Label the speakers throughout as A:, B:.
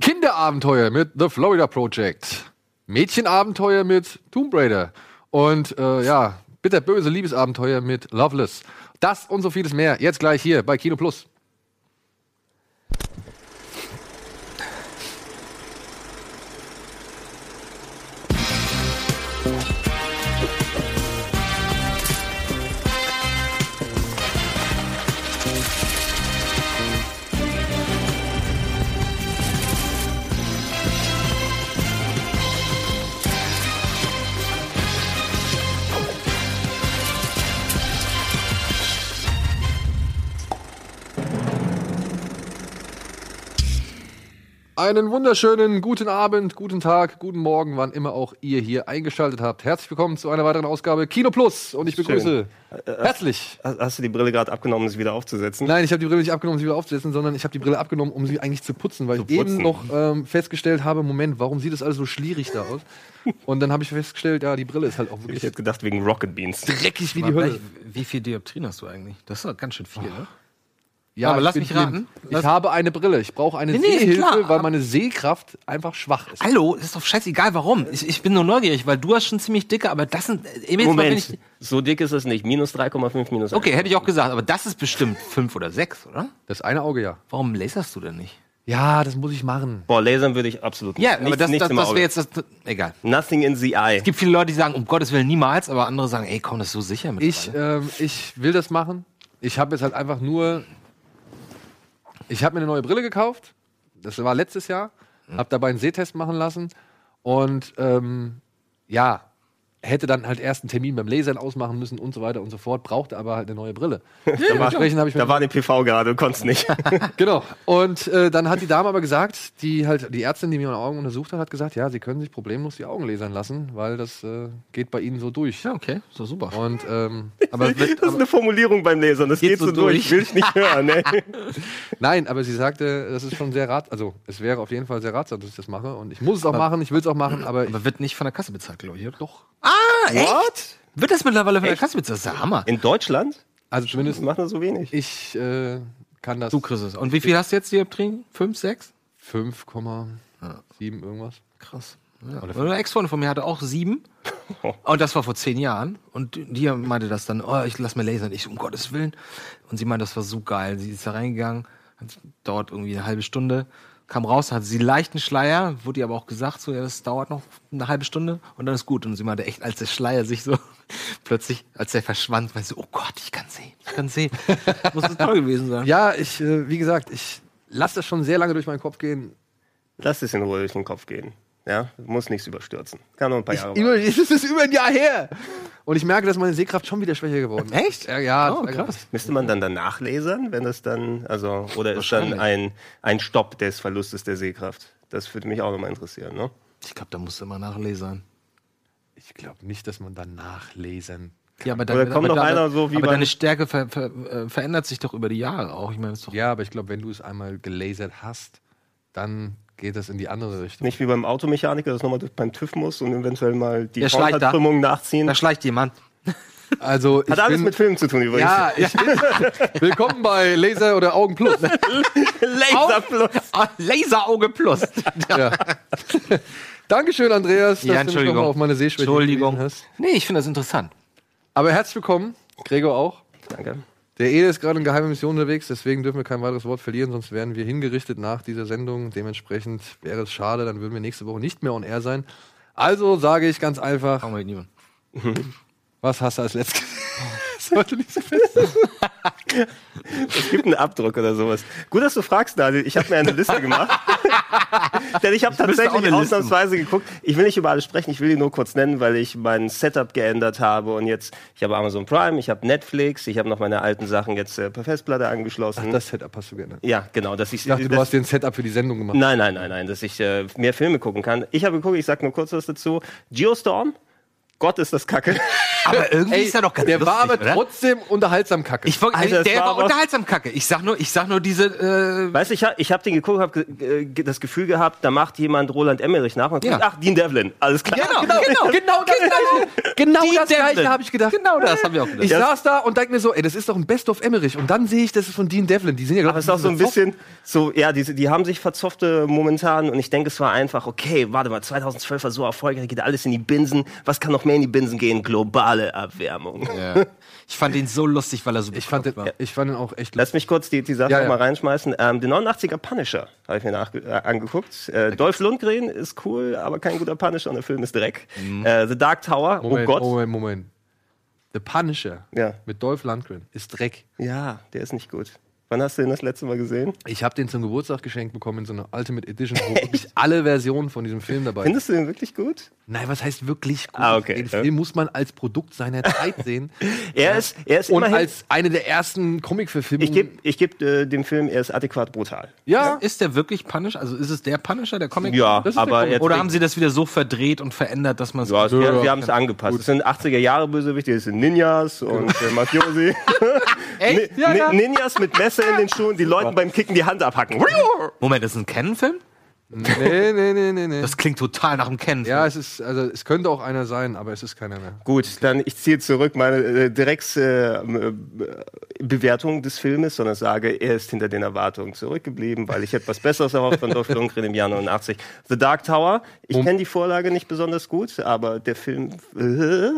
A: Kinderabenteuer mit The Florida Project. Mädchenabenteuer mit Tomb Raider. Und äh, ja, bitterböse Liebesabenteuer mit Loveless. Das und so vieles mehr. Jetzt gleich hier bei Kino Plus. Einen wunderschönen guten Abend, guten Tag, guten Morgen, wann immer auch ihr hier eingeschaltet habt. Herzlich willkommen zu einer weiteren Ausgabe Kino Plus und ich begrüße herzlich.
B: Hast, hast du die Brille gerade abgenommen, um sie wieder aufzusetzen?
A: Nein, ich habe die Brille nicht abgenommen, um sie wieder aufzusetzen, sondern ich habe die Brille abgenommen, um sie eigentlich zu putzen, weil ich eben
B: putzen.
A: noch ähm, festgestellt habe, Moment, warum sieht das alles so schlierig da aus? Und dann habe ich festgestellt, ja, die Brille ist halt auch
B: Ich
A: wirklich
B: hätte gedacht, wegen Rocket Beans.
A: dreckig wie
C: Mal
A: die Hölle.
C: gleich, wie viel Dioptrien hast du eigentlich? Das ist doch ganz schön viel, ne?
A: Ja,
C: Aber
A: ich
C: lass
A: bin
C: mich
A: blind.
C: raten.
A: Ich
C: Lass-
A: habe eine Brille. Ich brauche eine
C: Nee, nee,
A: Sehhilfe,
C: klar.
A: weil meine Sehkraft einfach schwach ist.
C: Hallo, das ist doch scheißegal, warum. Ich, ich bin nur neugierig, weil du hast schon ziemlich dicke, aber das sind. Eben jetzt mal, wenn
B: Moment, so dick ist es nicht. Minus 3,5, minus 1.
C: Ich, okay, hätte ich auch gesagt, aber das ist bestimmt fünf oder sechs, oder?
A: Das eine Auge, ja.
C: Warum laserst du denn nicht?
A: Ja, das muss ich machen.
B: Boah, lasern würde ich absolut nicht.
C: Ja, aber
B: Nichts-
C: das,
B: nichts
C: das,
B: im
C: das wäre
B: Auge.
C: jetzt das. Egal.
B: Nothing in the eye.
C: Es gibt viele Leute, die sagen, um Gottes Willen niemals, aber andere sagen, ey, komm, das ist so sicher mit.
A: Ich, ähm, ich will das machen. Ich habe jetzt halt einfach nur. Ich habe mir eine neue Brille gekauft. Das war letztes Jahr.
B: Mhm.
A: Habe dabei einen Sehtest machen lassen. Und ähm, ja, hätte dann halt erst einen Termin beim Lasern ausmachen müssen und so weiter und so fort. Brauchte aber halt eine neue Brille. Dementsprechend habe ich mir
B: Da war die PV gerade, du konntest nicht.
A: Genau. Und äh, dann hat die Dame aber gesagt, die halt die Ärztin, die mir meine Augen untersucht hat, hat gesagt, ja, sie können sich problemlos die Augen lasern lassen, weil das äh, geht bei ihnen so durch.
C: ja, okay, so super.
A: Und ähm, aber,
B: Das ist eine Formulierung beim Lasern, das geht, so durch. Will ich nicht hören, ey.
A: nein, aber sie sagte, das ist schon sehr rat, also es wäre auf jeden Fall sehr ratsam, dass ich das mache und ich muss es auch machen, ich will es auch machen, aber ich,
C: Aber wird nicht von der Kasse bezahlt, glaube ich, oder?
A: doch.
B: What?
C: Wird das mittlerweile von der Kasse bezahlt? Das ist der Hammer.
B: In Deutschland?
A: Also
B: Das
A: zumindest
B: macht nur so wenig.
A: ich äh, kann das
C: Du kriegst es. Und wie viel hast du jetzt Dioptrien? Fünf, sechs?
A: 5,7 irgendwas.
C: Krass. Ja. Eine Ex-Freundin von mir hatte auch sieben. Und das war vor zehn Jahren. Und die meinte das dann, oh, ich lass mir lasern. Ich, so, um Gottes Willen. Und sie meinte, das war so geil. Sie ist da reingegangen, hat dauert irgendwie eine halbe Stunde, kam raus, hatte sie leichten Schleier, wurde ihr aber auch gesagt, so, ja, das dauert noch eine halbe Stunde und dann ist gut. Und sie meinte echt, als der Schleier sich so plötzlich, als der verschwand, meinte sie, oh Gott, ich kann sehen, ich kann sehen. Muss das toll gewesen sein.
A: Ja, ich äh, wie gesagt, ich lasse das schon sehr lange durch meinen Kopf gehen.
B: Lass es in Ruhe durch den Kopf gehen. Ja, muss nichts überstürzen. Kann noch ein paar Jahre
A: Über, es ist über ein Jahr her. Und ich merke, dass meine Sehkraft schon wieder schwächer geworden ist.
C: Echt?
A: Ja, ja
C: Oh,
A: das-
C: krass.
B: Müsste man
A: Mhm.
B: dann danach lasern, wenn das dann, also, oder ist dann ein, ein Stopp des Verlustes der Sehkraft? Das würde mich auch nochmal interessieren, ne?
C: Ich glaube, da musst du immer nachlasern.
A: Ich glaube nicht, dass man danach lesen.
C: Ja, aber
B: Oder kommt noch einer so wie
C: aber
B: beim-
C: deine Stärke ver, ver, äh, verändert sich doch über die Jahre auch. Ich meine, das ist doch
A: Ja, aber ich glaube, wenn du es einmal gelasert hast, dann geht das in die andere Richtung.
B: Nicht wie beim Automechaniker, das nochmal durch- beim TÜV muss und eventuell mal die
C: Der schleicht da.
B: Frontabkrümmung nachziehen.
C: da
B: Hat
C: schleicht jemand.
A: Also, ich
B: alles
A: bin,
B: mit Filmen zu tun übrigens.
A: Ja, ich bin. Willkommen bei Laser oder Augen Plus.
B: Laser plus.
C: Ah, Laserauge plus.
A: Ja. Dankeschön, Andreas, dass
C: Ja,
A: du mich nochmal auf meine Sehschwäche
C: Entschuldigung.
A: hingewiesen hast.
C: Nee, ich finde das interessant.
A: Aber herzlich willkommen, Gregor auch.
B: Danke.
A: Der Ede ist gerade in geheimer Mission unterwegs, deswegen dürfen wir kein weiteres Wort verlieren, sonst wären wir hingerichtet nach dieser Sendung. Dementsprechend wäre es schade, dann würden wir nächste Woche nicht mehr on air sein. Also sage ich ganz einfach,
C: Warum will niemand?
A: was hast du als letztes? Sollte nicht so fest.
B: Es gibt einen Abdruck oder sowas. Gut, dass du fragst, Daniel. Ich habe mir eine Liste gemacht. Denn ich habe
C: müsste auch
B: tatsächlich
C: eine Liste
B: ausnahmsweise geguckt. Ich will nicht über alles sprechen, ich will die nur kurz nennen, weil ich mein Setup geändert habe. Und jetzt, ich habe Amazon Prime, ich habe Netflix, ich habe noch meine alten Sachen jetzt äh, per Festplatte angeschlossen.
A: Das Setup hast du gerne.
B: ja, genau, dass ich
A: Ich dachte, du
B: dass-
A: hast den Setup für die Sendung gemacht.
B: Nein, nein, nein, nein, dass ich äh, mehr Filme gucken kann. Ich habe geguckt, ich sag nur kurz was dazu. Geostorm, Scott ist das Kacke.
C: Aber irgendwie ist er doch ganz
A: der
C: lustig,
A: war aber
C: oder?
A: trotzdem unterhaltsam kacke.
C: Ich wollt-
B: Alter, das
C: der
B: war
C: war
B: aber-
C: unterhaltsam kacke. Ich sag nur, ich sag nur diese. Äh,
B: Weißt du, ich habe ich hab den geguckt, habe äh, ge- das Gefühl gehabt, da macht jemand Roland Emmerich nach und
C: Ja.
B: sagt, ach, Dean Devlin, alles klar.
C: Genau,
A: genau, genau, genau das gleiche. Genau
C: Dean
A: das
C: Devlin.
A: gleiche habe ich gedacht.
C: Genau das haben wir auch gedacht.
A: Ich saß da und dachte mir so, ey, das ist doch ein Best of Emmerich. Und dann sehe ich, das ist von Dean Devlin. Die sind ja glaub
B: Aber es
A: ich,
B: ist auch so ein
A: verzopft.
B: bisschen so, ja, die, die haben sich verzopft äh, momentan und ich denke, es war einfach, okay, warte mal, 2012 war so erfolgreich, geht alles in die Binsen. Was kann noch mehr in die Binsen gehen? Globale Erwärmung.
C: Ja. Ich fand ihn so lustig, weil er so
A: Ich fand, den,
C: war.
A: ich fand den auch echt lustig.
B: Lass mich kurz die, die Sache
A: Ja,
B: noch mal
A: ja.
B: reinschmeißen. Ähm, den 89er Punisher habe ich mir nach, äh, angeguckt. Äh, Dolph Lundgren ist cool, aber kein guter Punisher und der Film ist Dreck. Äh, The Dark Tower, oh
A: Moment,
B: Gott.
A: Moment, Moment. The Punisher
B: Ja.
A: mit Dolph Lundgren ist Dreck.
B: Ja, der ist nicht gut. Wann hast du den das letzte Mal gesehen?
A: Ich habe den zum Geburtstag geschenkt bekommen in so einer Ultimate Edition, wo wirklich alle Versionen von diesem Film dabei sind.
B: Findest du den wirklich gut?
A: Nein, was heißt wirklich gut?
B: Ah, okay.
A: Den Film muss man als Produkt seiner Zeit sehen
B: Er ist, er ist
A: und
B: immerhin.
A: als eine der ersten
B: ich
A: Comicverfilmungen.
B: gebe ich geb, äh, dem Film, er ist adäquat brutal.
A: ja,
C: Ist der wirklich Punisher? Also ist es der Punisher, der Comic?
B: Ja,
A: Das ist
B: aber
A: der
B: er
C: Oder
B: trägt-
C: haben sie das wieder so verdreht und verändert, dass man es.
B: Ja, es- wir,
A: ja,
B: wir haben es angepasst. Es sind 80er Jahre Bösewichte, es sind Ninjas und äh, Mafiosi.
C: Echt?
B: Ni- Ni- Ninjas mit Messer in den Schuhen, die Leuten beim Kicken die Hand abhacken.
C: Moment, das ist ein Canon-Film?
A: nee, nee, nee, nee, nee.
C: Das klingt total nach einem Canon.
A: Ja, es ist, also es könnte auch einer sein, aber es ist keiner mehr.
B: Gut, dann ich ziehe zurück meine äh, Drecksbewertung äh, Bewertung des Filmes, sondern sage, er ist hinter den Erwartungen zurückgeblieben, weil ich etwas Besseres erhofft von Dolph Lundgren im Jahr 89. The Dark Tower, ich kenne die Vorlage nicht besonders gut, aber der Film... Äh,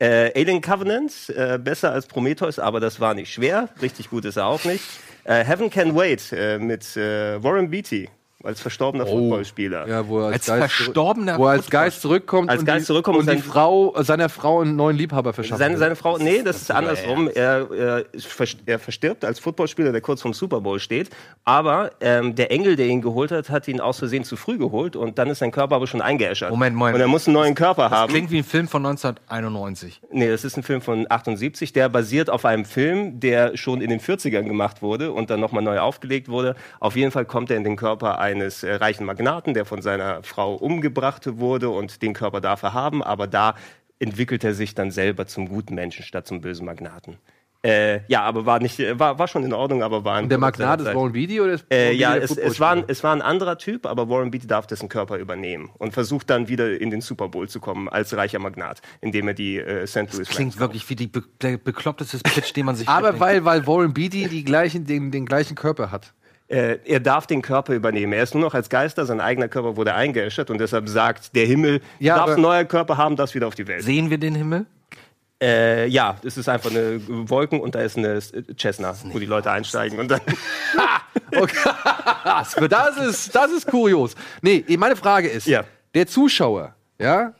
B: Äh, Alien Covenant, äh, besser als Prometheus, aber das war nicht schwer. Richtig gut ist er auch nicht. Äh, Heaven Can Wait äh, mit äh, Warren Beatty als verstorbener Footballspieler.
A: Ja, wo er
C: Als
A: Geist zurück-
C: verstorbener
A: wo er als Geist zurückkommt
B: Als
A: und,
B: Geist
A: die,
B: zurückkommt und
A: und die
B: sein-
A: Frau, äh, seiner Frau einen neuen Liebhaber verschafft.
B: Seine, seine Frau, nee, das ist andersrum. Er, er, vers- er verstirbt als Footballspieler, der kurz vorm Super Bowl steht. Aber ähm, der Engel, der ihn geholt hat, hat ihn aus Versehen zu früh geholt und dann ist sein Körper aber schon eingeäschert.
C: Moment, Moment.
B: Und er muss einen neuen Körper haben.
C: Klingt wie ein Film von 1991.
B: Nee, das ist ein Film von 78, der basiert auf einem Film, der schon in den 40ern gemacht wurde und dann nochmal neu aufgelegt wurde. Auf jeden Fall kommt er in den Körper eines äh, reichen Magnaten, der von seiner Frau umgebracht wurde und den Körper darf er haben, aber da entwickelt er sich dann selber zum guten Menschen statt zum bösen Magnaten. Äh, ja, aber war nicht, äh, war, war schon in Ordnung, aber war ein
A: der
B: Produkt
A: Magnat
B: seiner
A: ist
B: Zeit.
A: Warren Beatty oder ist
B: Äh, ja,
A: Warren Beatty
B: es,
A: der
B: es, war ein, es war ein anderer Typ, aber Warren Beatty darf dessen Körper übernehmen und versucht dann wieder in den Super Bowl zu kommen als reicher Magnat, indem er die äh, St. Louis Rams
C: Klingt wirklich wie die be der bekloppteste Pitch, den man sich.
A: aber
C: mitdenkt.
A: weil, weil Warren Beatty die gleichen, den, den gleichen Körper hat.
B: äh, er darf den Körper übernehmen. Er ist nur noch als Geister, sein eigener Körper wurde eingeäschert und deshalb sagt der Himmel,
A: Ja,
B: darf
A: aber-
B: ein neuer Körper haben, darf wieder auf die Welt.
C: Sehen wir den Himmel?
B: Äh, ja, es ist einfach eine Wolken und da ist eine äh, Cessna, wo die Leute einsteigen und dann.
A: Okay. das, ist, das ist kurios. Nee, eh, meine Frage ist,
B: Ja.
A: der Zuschauer, ja,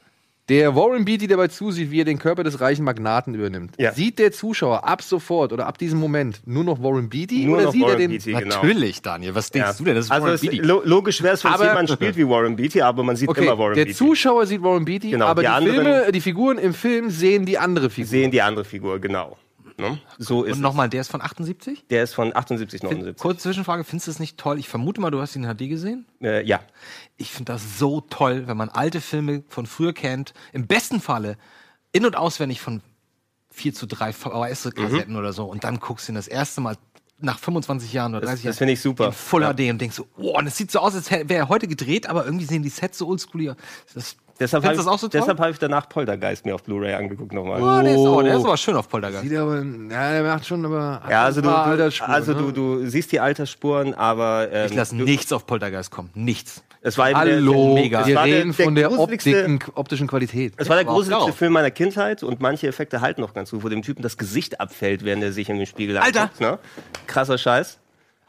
A: der Warren Beatty dabei zusieht, wie er den Körper des reichen Magnaten übernimmt,
B: Ja.
A: sieht der Zuschauer ab sofort oder ab diesem Moment nur noch Warren Beatty
B: Nur
A: oder
B: noch
A: sieht
B: Warren
A: er den
B: Beatty, genau.
C: Natürlich, Daniel. Was denkst
B: Ja.
C: du denn? Das ist
B: also
C: Warren
B: es,
C: Beatty.
B: lo logisch wäre es, wenn es
A: Aber-
B: jemand spielt wie Warren Beatty, aber man sieht
A: Okay,
B: immer Warren
A: der
B: Beatty.
A: Zuschauer sieht Warren Beatty,
B: Genau,
A: aber
B: die
A: die,
B: anderen-
A: Filme, die Figuren im Film sehen die andere Figur.
B: Sehen die andere Figur, genau. Ne? So ist
C: Und nochmal, der ist von 78?
B: es. Der ist von 78, 79.
C: Kurze Zwischenfrage, findest du es nicht toll? Ich vermute mal, du hast ihn in HD gesehen.
B: Äh, ja.
C: Ich finde das so toll, wenn man alte Filme von früher kennt, im besten Falle in- und auswendig von 4 zu 3 VHS-Kassetten
B: Mhm.
C: oder so und dann guckst du ihn das erste Mal nach 25 Jahren oder 30
B: das
C: Jahren
B: finde ich super.
C: in Full HD und denkst so, oh, und es sieht so aus, als wäre er heute gedreht, aber irgendwie sehen die Sets so oldschoolig aus. Das-
B: Deshalb habe
C: Findest
B: ich,
C: du das auch so toll?
B: deshalb hab ich danach Poltergeist mir auf Blu-ray angeguckt nochmal.
C: oh, der, ist, oh, der ist aber schön auf Poltergeist.
A: Sieht aber, ja, der macht schon aber
B: Ja, also, du,
A: ein paar
B: du,
A: Altersspuren,
B: also
A: ne?
B: du, du siehst die Altersspuren, aber ähm,
C: Ich lasse
B: du-
C: nichts auf Poltergeist kommen. Nichts.
B: es war eben
A: Hallo,
B: Der, der,
C: mega.
B: es
A: wir
B: war
A: reden
B: der,
A: von der
B: gruseligste-
A: optischen, optischen Qualität.
B: Es war der
C: Aber auch
B: gruseligste
C: grau.
B: Film meiner Kindheit und manche Effekte halten noch ganz gut, wo dem Typen das Gesicht abfällt, während er sich in den Spiegel
C: Alter!
B: anguckt, Ne? Krasser Scheiß.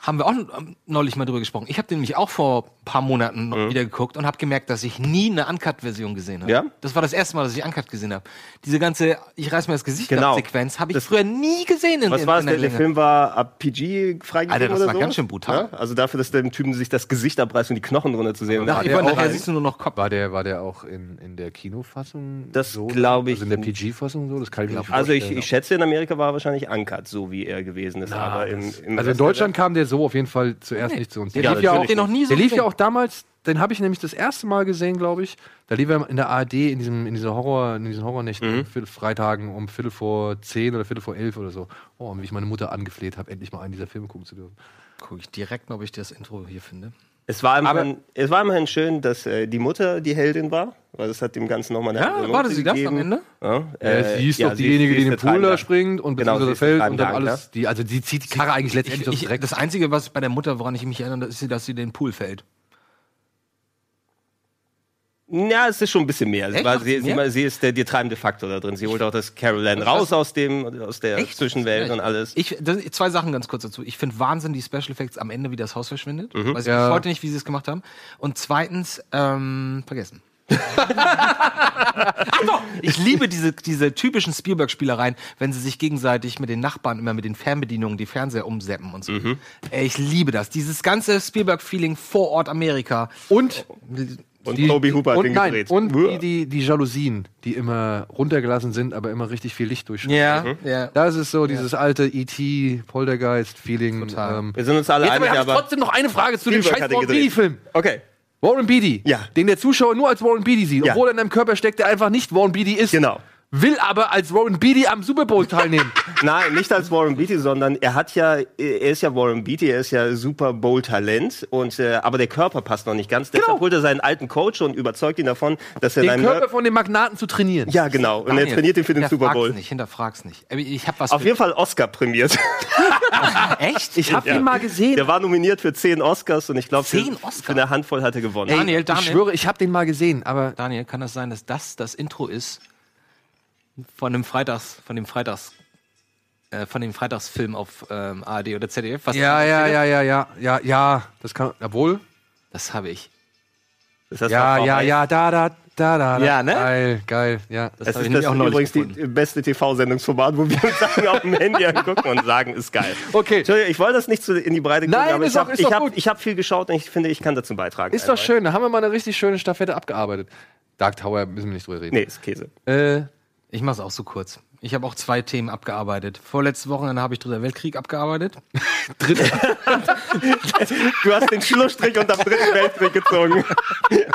C: haben wir auch ähm, neulich mal drüber gesprochen. Ich habe den nämlich auch vor ein paar Monaten noch wieder geguckt und habe gemerkt, dass ich nie eine Uncut-Version gesehen habe.
B: Ja?
C: Das war das erste Mal, dass ich Uncut gesehen habe. Diese ganze ich reiß mir das Gesicht
B: Genau.
C: ab-Sequenz habe ich
B: Das-
C: früher nie gesehen in,
B: Was
C: in, in
B: war es? Der, der
C: Länge.
B: Film war ab PG freigegeben
C: Alter, das
B: oder
C: war
B: sowas?
C: ganz schön brutal.
B: Ja? Also dafür, dass dem Typen sich das Gesicht abreißt und die Knochen drunter zu sehen.
C: Nach,
B: sind.
A: der
C: über,
A: auch
C: nachher
A: ein-
C: siehst du nur noch Kopf.
A: War der, war der auch in, in der Kinofassung?
B: Das
A: so?
B: glaube ich
A: Also in der PG-Fassung so? Das kann ich mir nicht
B: also ich,
A: vorstellen.
B: ich schätze, in Amerika war er wahrscheinlich uncut, so wie er gewesen ist. aber im, im
A: also in
B: Rest der
A: Deutschland kam der so auf jeden Fall zuerst nicht zu uns. Der,
B: Ja,
A: lief, ja auch,
B: natürlich
A: der
C: nicht.
A: lief ja auch damals, den habe ich nämlich das erste Mal gesehen, glaube ich. Da lief er in der ARD in diesem, in dieser Horror, in diesen
B: Mhm.
A: Horrornächten, Viertel- Freitagen um Viertel vor zehn oder Viertel vor elf oder so. Oh, und wie ich meine Mutter angefleht habe, endlich mal einen dieser Filme gucken zu dürfen.
C: Gucke ich direkt, ob ich das Intro hier finde.
B: Es war immerhin, es war immerhin schön, dass äh, die Mutter die Heldin war, weil das hat dem Ganzen nochmal eine andere Note gegeben. Ja,
A: Äh,
B: äh,
A: sie ist
B: ja,
A: doch diejenige,
B: sie
A: die
B: ist
A: in den
B: der
A: Pool da
B: Treibende.
A: springt und
B: Genau, sie
A: beziehungsweise
B: ist der
A: fällt und dann
B: Treibende,
A: alles. Die, also die zieht die Karre eigentlich letztendlich aus
C: Ich,
A: dem Dreck.
C: das Einzige, was bei der Mutter, woran ich mich erinnere, ist, dass sie in den Pool fällt.
B: Ja, es ist schon ein bisschen mehr. Sie,
C: Echt?
B: war,
C: Macht's
B: sie, sie,
C: mehr?
B: war- sie ist der, der treibende Faktor da drin. Sie holt auch das Carol Ann raus aus, dem, aus der
C: Echt?
B: Zwischenwelt Also und alles.
C: Ich, das, zwei Sachen ganz kurz dazu. Ich finde Wahnsinn die Special Effects am Ende, wie das Haus verschwindet.
B: Mhm.
C: Weiß ich
A: Ja.
C: bis heute nicht, wie sie es gemacht haben. Und zweitens, ähm, vergessen. Ach doch, ich liebe diese, diese typischen Spielberg-Spielereien, wenn sie sich gegenseitig mit den Nachbarn immer mit den Fernbedienungen die Fernseher umseppen und so.
B: Mhm.
C: Ey, Ich liebe das. Dieses ganze Spielberg-Feeling vor Ort Amerika.
A: und
B: Und Toby Hooper hat
A: und
B: den
A: nein,
B: gedreht.
A: Und
B: Uah.
A: die, die, die Jalousien, die immer runtergelassen sind, aber immer richtig viel Licht durchscheinen.
C: Ja, ja.
A: Das ist so dieses alte E.T. Poltergeist-Feeling.
C: Total.
A: Ähm,
B: Wir sind uns alle
A: Jetzt aber, ich
B: einig,
A: habe
B: aber.
A: trotzdem noch eine Frage zu dem
B: Spielberg
A: scheiß
B: hat ihn
A: Warren
B: gedreht.
A: Beatty-Film.
B: Okay,
A: Warren Beatty,
B: Ja.
A: den der Zuschauer nur als Warren Beatty sieht,
B: Ja.
A: obwohl er in einem Körper steckt, der einfach nicht Warren Beatty ist.
B: Genau.
A: Will aber als Warren Beatty am Super Bowl teilnehmen.
B: nein, nicht als Warren Beatty, sondern er hat ja, er ist ja Warren Beatty, er ist ja Super Bowl Talent und äh, aber der Körper passt noch nicht ganz. Deshalb holt er seinen alten Coach und überzeugt ihn davon, dass er in
A: Genau. den
B: einem
A: Körper von dem Magnaten zu trainieren.
B: ja genau und er
C: Daniel,
B: trainiert ihn für den Super
C: hinterfrag's
B: Bowl.
C: Nicht, hinterfrag's nicht. Ey, Ich habe was.
B: Auf
C: für- Ah,
B: jeden Fall Oscar prämiert.
C: echt?
A: Ich habe ihn mal gesehen.
B: Der war nominiert für zehn Oscars und ich glaube für,
C: Zehn Oscar?
B: für eine Handvoll hat er gewonnen.
C: Daniel, Daniel.
A: Ich schwöre, ich habe den mal gesehen, aber
C: Daniel, kann das sein, dass das das Intro ist von dem Freitags, von dem Freitags, äh, von dem Freitagsfilm auf ähm, ARD oder ZDF? Was
A: Ja, ja, ja, ja, ja, ja, ja, das kann, jawohl.
C: Das habe ich.
B: Das heißt,
A: Ja,
B: auch-
A: ja, ja, da, da, da, da. da.
C: Ja, ne?
A: Geil, geil, ja.
C: Das
B: Das
C: habe ich
B: ist
C: nämlich
B: das
C: auch neulich
B: übrigens
C: gefunden.
B: die beste TV-Sendungsformat, wo wir uns Sachen auf dem Handy angucken und sagen, ist geil.
A: Okay.
B: Entschuldigung, ich wollte das nicht zu, in die Breite
A: Nein,
B: aber
A: ist
B: ich
A: doch-
B: habe
A: ist doch
B: hab,
A: gut.
B: ich hab viel geschaut und ich finde, ich kann dazu beitragen.
A: Ist doch
B: Einmal.
A: schön, da haben wir mal eine richtig schöne Staffette abgearbeitet. Dark Tower müssen wir nicht drüber reden.
B: Nee, ist Käse.
A: Äh,
C: Ich mache es auch so kurz. Ich habe auch zwei Themen abgearbeitet. Vorletzte Wochenende habe ich Dritter Weltkrieg abgearbeitet.
B: Du hast den Schlussstrich unterm Dritten Weltkrieg gezogen.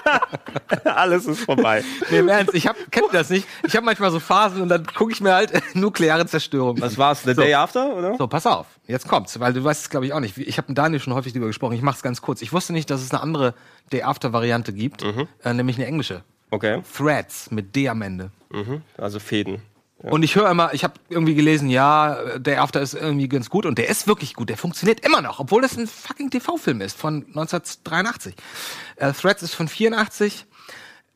B: Alles ist vorbei.
C: Nee, im Ernst, ich hab, kennt ihr das nicht. Ich habe manchmal so Phasen und dann gucke ich mir halt nukleare Zerstörung. an.
B: Was war's? The Day After, oder?
C: So, pass auf, jetzt kommt's, weil du weißt es, glaube ich, auch nicht. Ich habe mit Daniel schon häufig drüber gesprochen, ich mach's ganz kurz. Ich wusste nicht, dass es eine andere Day-After-Variante gibt,
A: Mhm.
C: äh, nämlich eine englische.
B: Okay,
C: Threads mit D am Ende.
B: also Fäden.
C: Und ich höre immer, ich habe irgendwie gelesen, ja, Day After ist irgendwie ganz gut und der ist wirklich gut, der funktioniert immer noch, obwohl das ein fucking TV-Film ist von 1983. Äh, Threads ist von 84.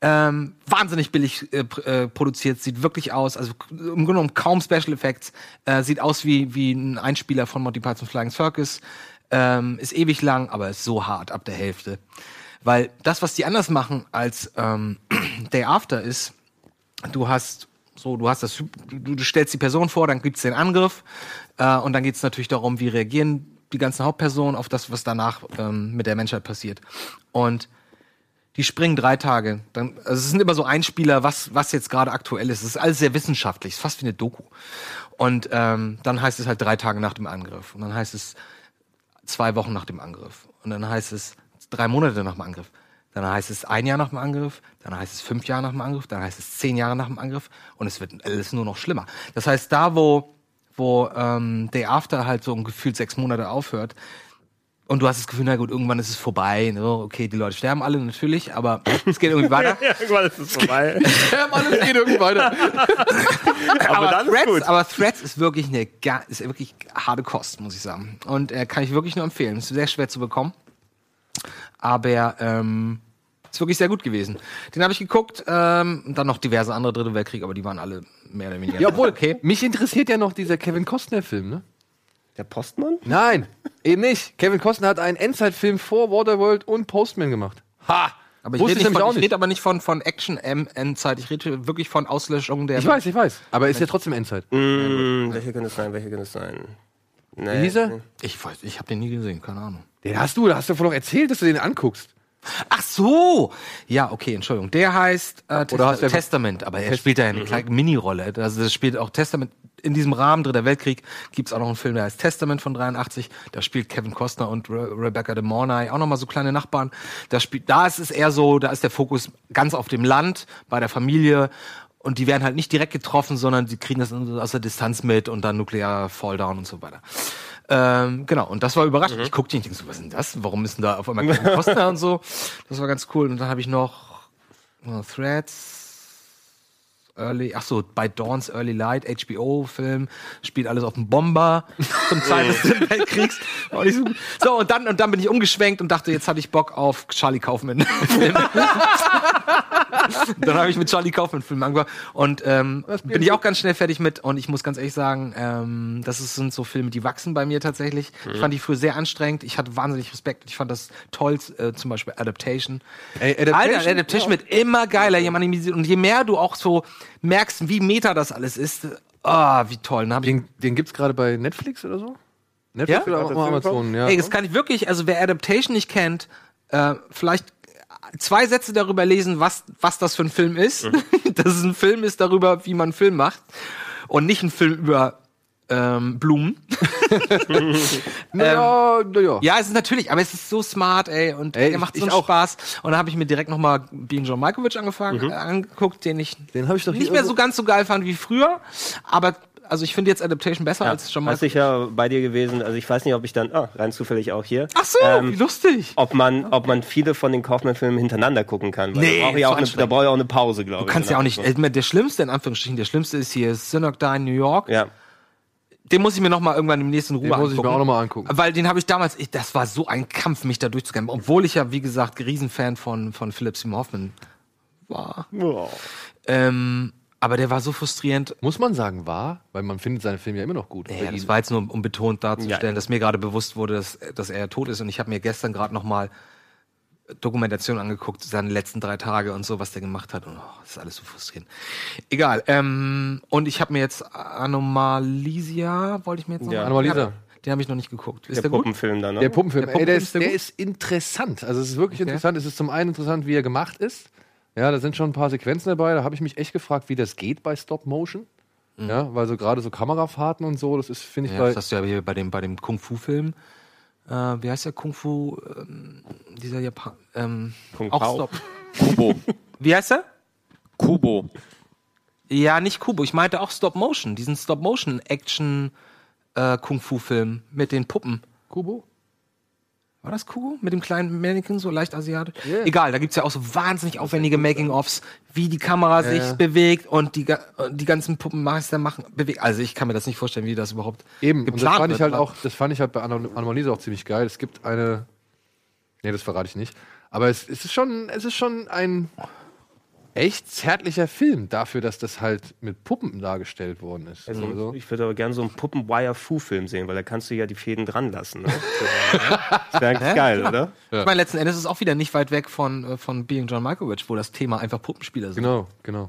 C: Ähm, wahnsinnig billig äh, pr- äh, produziert, sieht wirklich aus, also k- im Grunde genommen kaum Special Effects, äh, sieht aus wie, wie ein Einspieler von Monty Python's Flying Circus, ähm, ist ewig lang, aber ist so hart ab der Hälfte. Weil das, was die anders machen als ähm, Day After ist, du hast so, du hast das, du, du stellst die Person vor, dann gibt's den Angriff äh, und dann geht's natürlich darum, wie reagieren die ganzen Hauptpersonen auf das, was danach ähm, mit der Menschheit passiert. Und die springen drei Tage. Dann, also es sind immer so Einspieler, was, was jetzt gerade aktuell ist. Es ist alles sehr wissenschaftlich, es ist fast wie eine Doku. Und ähm, dann heißt es halt drei Tage nach dem Angriff. Und dann heißt es zwei Wochen nach dem Angriff. Und dann heißt es drei Monate nach dem Angriff. Dann heißt es ein Jahr nach dem Angriff. Dann heißt es fünf Jahre nach dem Angriff. Dann heißt es zehn Jahre nach dem Angriff. Und es wird alles nur noch schlimmer. Das heißt, da wo, wo ähm, Day After halt so gefühlt sechs Monate aufhört, und du hast das Gefühl, na gut, irgendwann ist es vorbei. ne? okay, die Leute sterben alle natürlich, aber es geht irgendwie weiter.
B: Irgendwann ist es vorbei.
A: ja, Mann, es geht irgendwie weiter.
B: Aber,
C: aber,
B: dann ist
C: Threads,
B: gut.
C: aber Threads ist wirklich eine ga- ist wirklich harte Kost, muss ich sagen. Und äh, kann ich wirklich nur empfehlen. Ist sehr schwer zu bekommen. Aber ähm, ist wirklich sehr gut gewesen. Den habe ich geguckt, ähm, dann noch diverse andere Dritte Weltkrieg, aber die waren alle mehr oder weniger.
A: Ja, obwohl,
C: okay.
A: mich interessiert ja noch dieser Kevin Costner-Film, ne?
B: Der Postmann?
A: Nein, eben nicht. Kevin Costner hat einen Endzeitfilm vor Waterworld und Postman gemacht. Ha!
C: Aber ich rede,
A: Wusste
C: nicht
A: nämlich
C: von,
A: auch
C: ich
A: nicht.
C: rede aber nicht von, von Action M Endzeit. Ich rede wirklich von Auslöschung der.
A: Ich weiß, ich weiß. Aber ist ja trotzdem Endzeit.
C: Mhm.
B: Hm, welche könnte es sein? Welche könnte es sein? Nee.
A: Wie hieß er?
C: ich, weiß, ich habe den nie gesehen, keine Ahnung.
A: Den hast du, da hast du vorhin noch erzählt, dass du den anguckst.
C: Ach so! Ja, okay, Entschuldigung. Der heißt äh, Testa
A: hast du- Mhm.
C: Testament, aber er spielt da ja eine kleine Mini-Rolle. Also das spielt auch Testament in diesem Rahmen, Dritter Weltkrieg, gibt es auch noch einen Film, der heißt Testament von 83. Da spielt Kevin Costner und Re Rebecca de Mornay auch nochmal so kleine Nachbarn. Da, spielt, da ist es eher so, da ist der Fokus ganz auf dem Land, bei der Familie. Und die werden halt nicht direkt getroffen, sondern die kriegen das aus der Distanz mit und dann nuklearer Falldown und so weiter. Ähm, genau, und das war überraschend. Ich guckte nicht, denke so, was ist denn das? Warum ist denn da auf einmal Kevin Costner und so? Das war ganz cool. Und dann habe ich noch äh, Threads, Early, ach so, bei Dawn's Early Light, HBO-Film, spielt alles auf dem Bomber zum Zeit des Dritten Weltkriegs. War auch nicht so, gut. so, und dann, und dann bin ich umgeschwenkt und dachte, jetzt hatte ich Bock auf Charlie Kaufman. dann habe ich mit Charlie Kaufman Film angefangen und ähm, bin ich auch ganz schnell fertig mit und ich muss ganz ehrlich sagen, ähm, das ist, sind so Filme, die wachsen bei mir tatsächlich. Ich fand die früher sehr anstrengend, ich hatte wahnsinnig Respekt, ich fand das toll, äh, zum Beispiel Adaptation.
A: Ey, Adaptation,
C: Alter, Adaptation wird immer geiler, je animiert- und je mehr du auch so merkst, wie meta das alles ist, äh, ah, wie toll. Dann hab ich,
A: Den, den gibt's gerade bei Netflix oder so? Netflix
C: Ja?
A: oder auch mal Amazon, ja.
C: ey, das kann ich wirklich, also wer Adaptation nicht kennt, äh, vielleicht zwei Sätze darüber lesen, was, was das für ein Film ist. Dass es ein Film ist darüber, wie man einen Film macht. Und nicht ein Film über ähm, Blumen.
A: ja, na ja.
C: Ja, es ist natürlich, aber es ist so smart, ey, und
A: Ey,
C: er macht
A: ich-
C: so
A: ich
C: einen
A: auch.
C: Spaß. Und da habe ich mir direkt nochmal Bean John Malkovich angefangen, äh, angeguckt, den ich
A: Mhm. Den habe ich doch
C: nicht
A: hier
C: mehr so
A: irgendwo-
C: ganz so geil fand wie früher. Aber also ich finde jetzt Adaptation besser als John
B: Ja,
C: Malkovich.
B: sicher bei dir gewesen. Also ich weiß nicht, ob ich dann, ah, rein zufällig auch hier.
C: Ach so, wie
B: Ähm,
C: lustig.
B: ob man, ob man viele von den Kaufmann-Filmen hintereinander gucken kann. Weil
C: Nee,
B: da brauche
C: ist
B: ich
C: so
B: auch eine, da
C: anstrengend.
B: brauche ich auch eine Pause, glaube ich. ne?
C: Du kannst ja auch nicht, ey, der Schlimmste in Anführungsstrichen, der Schlimmste ist hier Synodine New York.
B: Ja.
C: Den muss ich mir nochmal irgendwann im nächsten Ruhe
A: Den
C: angucken.
A: muss ich mir auch noch mal angucken.
C: Weil den habe ich damals, ich, das war so ein Kampf, mich da durchzukämpfen. Obwohl ich ja, wie gesagt, Riesenfan von, von Philip Seymour Hoffman war.
B: Oh.
C: Ähm, aber der war so frustrierend.
A: Muss man sagen, war, weil man findet seine Filme ja immer noch gut.
C: Ja, das war jetzt nur, um betont darzustellen,
B: Ja, ja.
C: dass mir gerade bewusst wurde, dass, dass er tot ist. Und ich habe mir gestern gerade nochmal Dokumentation angeguckt, seine letzten drei Tage und so, was der gemacht hat. Und oh, das ist alles so frustrierend. Egal. Ähm, und ich habe mir jetzt Anomalisia, wollte ich mir jetzt noch
B: Ja.
C: mal-
A: Anomalisa.
C: Den hab- Den habe ich noch nicht geguckt. Ist
B: Der,
C: der, gut?
B: Puppenfilm dann, ne?
A: Der Puppenfilm,
C: Der
A: ey, der,
C: Puppenfilm
A: ist,
C: ist der
A: der
C: gut?
A: ist interessant. Also es ist wirklich interessant. Es ist zum einen interessant, wie er gemacht ist. Ja, da sind schon ein paar Sequenzen dabei. Da habe ich mich echt gefragt, wie das geht bei Stop Motion. Ja, weil so gerade so Kamerafahrten und so, das ist, finde ich,
C: Mhm. Ja,
A: bei,
C: das hast du ja hier bei dem, bei dem Kung-Fu-Film. Äh, wie heißt der Kung-Fu? Ähm, dieser Japan. Ähm,
B: Kung
C: auch
B: Pao.
C: Stop.
D: Kubo.
C: Wie heißt der?
D: Kubo.
C: Ja, nicht Kubo. Ich meinte auch Stop Motion. Diesen Stop Motion Action äh, Kung Fu Film mit den Puppen.
A: Kubo.
C: War das Kubo? Mit dem kleinen Mannequin, so leicht asiatisch?
A: Ja.
C: Egal, da gibt's ja auch so wahnsinnig aufwendige Making-ofs, wie die Kamera sich
A: ja.
C: bewegt und die, ga- und die ganzen Puppenmeister machen, bewegt. Also ich kann mir das nicht vorstellen, wie das überhaupt
A: Eben, und das
C: geplant
A: fand
C: wird.
A: ich halt auch, das fand ich halt bei Anom- Anomalisa auch ziemlich geil. Es gibt eine. Nee, das verrate ich nicht. Aber es, es ist schon, es ist schon ein echt zärtlicher Film dafür, dass das halt mit Puppen dargestellt worden ist.
B: Also,
A: Also,
C: ne?
B: Ich würde aber gerne so einen Puppen-Wire-Fu-Film sehen, weil da kannst du ja die Fäden dran lassen. Ne? das wäre eigentlich geil, oder?
C: Ich meine, letzten Endes ist es auch wieder nicht weit weg von, äh, von Being John Malkovich, wo das Thema einfach Puppenspieler sind.
A: genau, genau.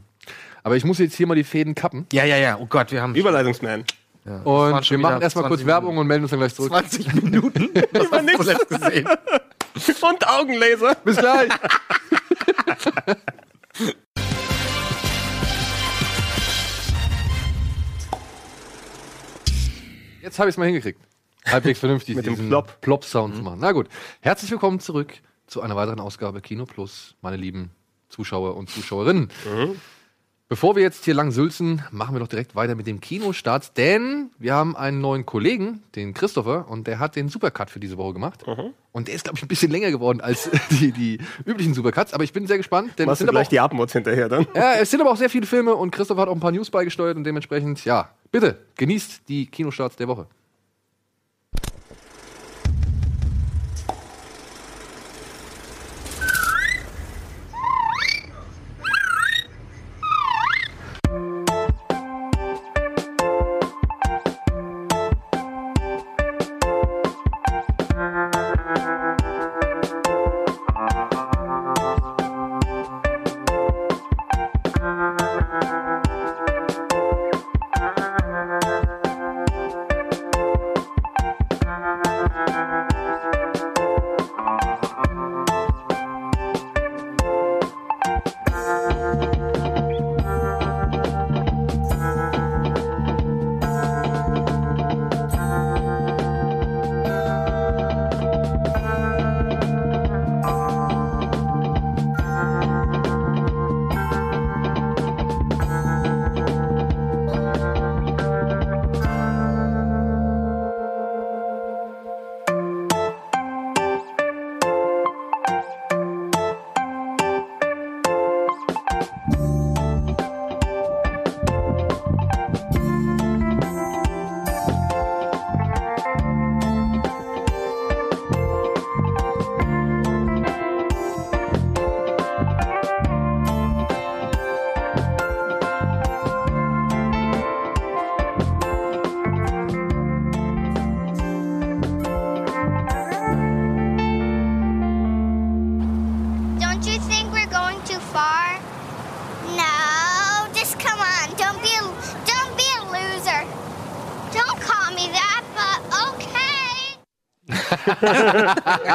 A: Aber ich muss jetzt hier mal die Fäden kappen.
C: Ja, ja, ja. Oh Gott, wir haben
B: Überleitungsman.
C: waren
A: Und
C: schon
A: wir machen
C: wieder
A: erstmal kurz
C: 20
A: Werbung und melden uns dann gleich zurück.
C: 20 Minuten. Was hast du zuletzt gesehen?
B: Und Augenlaser.
A: Bis gleich! Jetzt habe ich es mal hingekriegt. Halbwegs vernünftig
B: Mit dem
A: diesen
B: Plop.
A: Plop-Sound
C: Mhm.
A: zu machen. Na gut, herzlich willkommen zurück zu einer weiteren Ausgabe Kino Plus, meine lieben Zuschauer und Zuschauerinnen. Bevor wir jetzt hier lang sülzen, machen wir doch direkt weiter mit dem Kinostart, denn wir haben einen neuen Kollegen, den Christopher, und der hat den Supercut für diese Woche gemacht. Und der ist, glaube ich, ein bisschen länger geworden als die, die üblichen Supercuts, aber ich bin sehr gespannt, denn es
B: Machst du
A: sind, aber
B: gleich
A: auch,
B: die Abmods hinterher dann?
A: ja, es sind aber auch sehr viele Filme und Christopher hat auch ein paar News beigesteuert und dementsprechend, ja, bitte genießt die Kinostarts der Woche.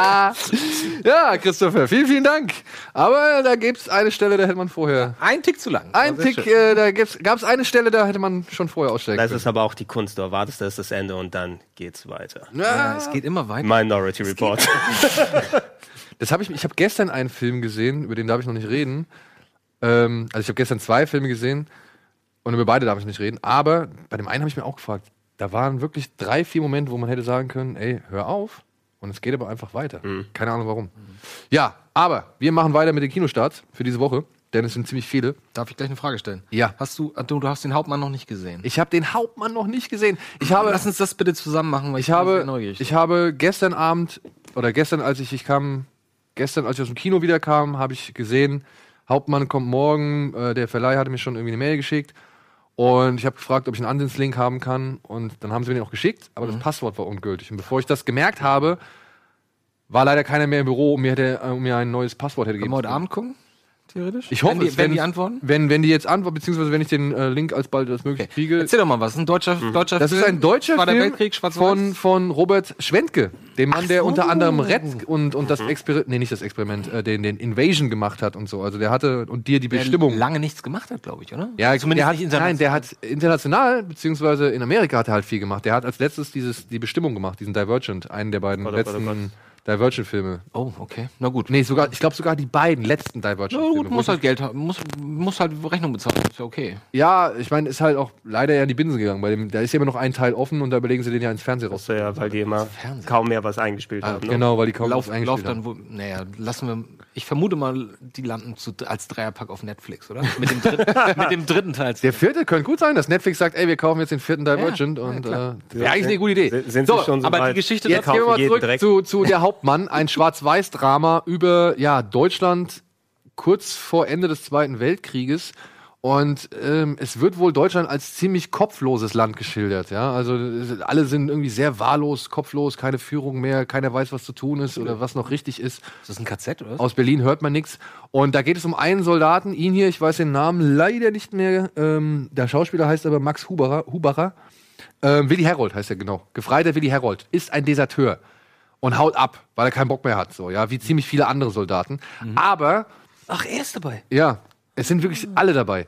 A: Ja, Christopher, vielen, vielen Dank. Aber da gibt's eine Stelle, da hätte man vorher.
C: Ein Tick zu lang.
A: Ein
C: Aber sehr
A: Tick,
C: schön.
A: äh, da gibt's- gab's eine Stelle, da hätte man schon vorher aussteigen
B: Das
A: können.
B: ist aber auch die Kunst. Du erwartest, das ist das Ende und dann geht's weiter.
C: Ja, es geht immer
A: Hm.
C: weiter.
B: Minority Report.
A: Das habe ich, ich habe gestern einen Film gesehen, über den darf ich noch nicht reden. Ähm, also ich habe gestern zwei Filme gesehen und über beide darf ich nicht reden. Aber bei dem einen habe ich mir auch gefragt, da waren wirklich drei, vier Momente, wo man hätte sagen können, ey, hör auf. Und es geht aber einfach weiter. Keine Ahnung warum. Ja, aber wir machen weiter mit den Kinostarts für diese Woche, denn es sind ziemlich viele.
C: Darf ich gleich eine Frage stellen?
A: Ja.
C: Hast du, ah, du, du hast den Hauptmann noch nicht gesehen.
A: Ich habe den Hauptmann noch nicht gesehen. Ich habe
C: Lass uns das bitte zusammen machen, weil
A: Ich habe,
C: bin neugierig.
A: ich habe gestern Abend oder gestern, als ich, ich kam, gestern, als ich aus dem Kino wiederkam, habe ich gesehen, Hauptmann kommt morgen, äh, der Verleih hatte mir schon irgendwie eine Mail geschickt und ich habe gefragt, ob ich einen Ansinnslink haben kann und dann haben sie mir den auch geschickt, aber
C: Mhm.
A: das Passwort war ungültig und bevor ich das gemerkt habe, war leider keiner mehr im Büro, um mir, hätte, äh, um mir ein neues Passwort hätte
C: Können
A: gegeben.
C: wir heute
A: zu können.
C: Abend gucken? Theoretisch?
A: Ich hoffe,
C: wenn die,
A: es,
C: wenn die
A: es-
C: antworten?
A: Wenn, wenn die jetzt antworten, beziehungsweise wenn ich den äh, Link alsbald als möglich kriege,
C: Erzähl doch mal was. Ein deutscher, deutscher
A: Hm. das ist ein deutscher
C: Zweiter
A: Film
C: Weltkrieg,
A: von,
C: Schwarz-Weiß.
A: von Robert Schwentke, dem Mann, der
C: so.
A: unter anderem Red und, und das
C: Mhm.
A: Experiment, nee, nicht das Experiment, äh, den, den Invasion gemacht hat und so. Also der hatte und dir die
C: Der
A: Bestimmung.
C: lange nichts gemacht hat, glaube ich, oder?
A: Ja,
C: zumindest
A: der hat,
C: nicht
A: Nein,
C: international.
A: der hat international, beziehungsweise in Amerika hat er halt viel gemacht. Der hat als letztes dieses, die Bestimmung gemacht, diesen Divergent, einen der beiden
B: Warte, warte,
A: letzten Divergent-Filme.
C: Oh, okay. Na gut.
A: Nee, sogar, ich glaube sogar die beiden letzten
C: Na
A: Divergent-Filme.
C: gut, muss halt Geld haben, muss, muss halt Rechnung bezahlen, ist ja okay.
A: Ja, ich meine, ist halt auch leider ja in die Binsen gegangen. Bei dem, da ist ja immer noch ein Teil offen und da überlegen sie den ja ins Fernsehen raus.
B: So, ja, weil die immer kaum mehr was eingespielt haben. Ne?
A: Genau, weil die kaum
C: Lauf,
A: was eingespielt
C: lauf
A: haben.
C: dann, wo, naja, lassen wir, ich vermute mal, die landen zu, als Dreierpack auf Netflix, oder? Mit dem dritten, mit dem dritten Teil.
A: Der vierte könnte gut sein, dass Netflix sagt, ey, wir kaufen jetzt den vierten Divergent
C: ja,
A: und äh,
C: klar.
A: wäre eigentlich eine gute Idee.
B: Sind, sind
A: so,
B: sie schon so
C: aber die
B: weit?
C: Geschichte
B: Wir
A: jetzt gehen wir
B: kaufen
A: mal
B: jeden
A: zurück
B: direkt.
A: zu, zu der Hauptmann, ein Schwarz-Weiß-Drama über ja, Deutschland kurz vor Ende des Zweiten Weltkrieges. Und ähm, es wird wohl Deutschland als ziemlich kopfloses Land geschildert. Ja? Also es- alle sind irgendwie sehr wahllos, kopflos, keine Führung mehr, keiner weiß, was zu tun ist oder was noch richtig ist.
C: Ist das ein KZ, oder? was?
A: Aus Berlin hört man nichts. Und da geht es um einen Soldaten, ihn hier, ich weiß den Namen leider nicht mehr. Ähm, der Schauspieler heißt aber Max Huberer. Huberer. Ähm, Willi Herold heißt er genau. Gefreiter Willi Herold ist ein Deserteur und haut ab, weil er keinen Bock mehr hat, so, ja, wie ziemlich viele andere Soldaten. Aber
C: Ach, er ist dabei.
A: ja, es sind wirklich alle dabei.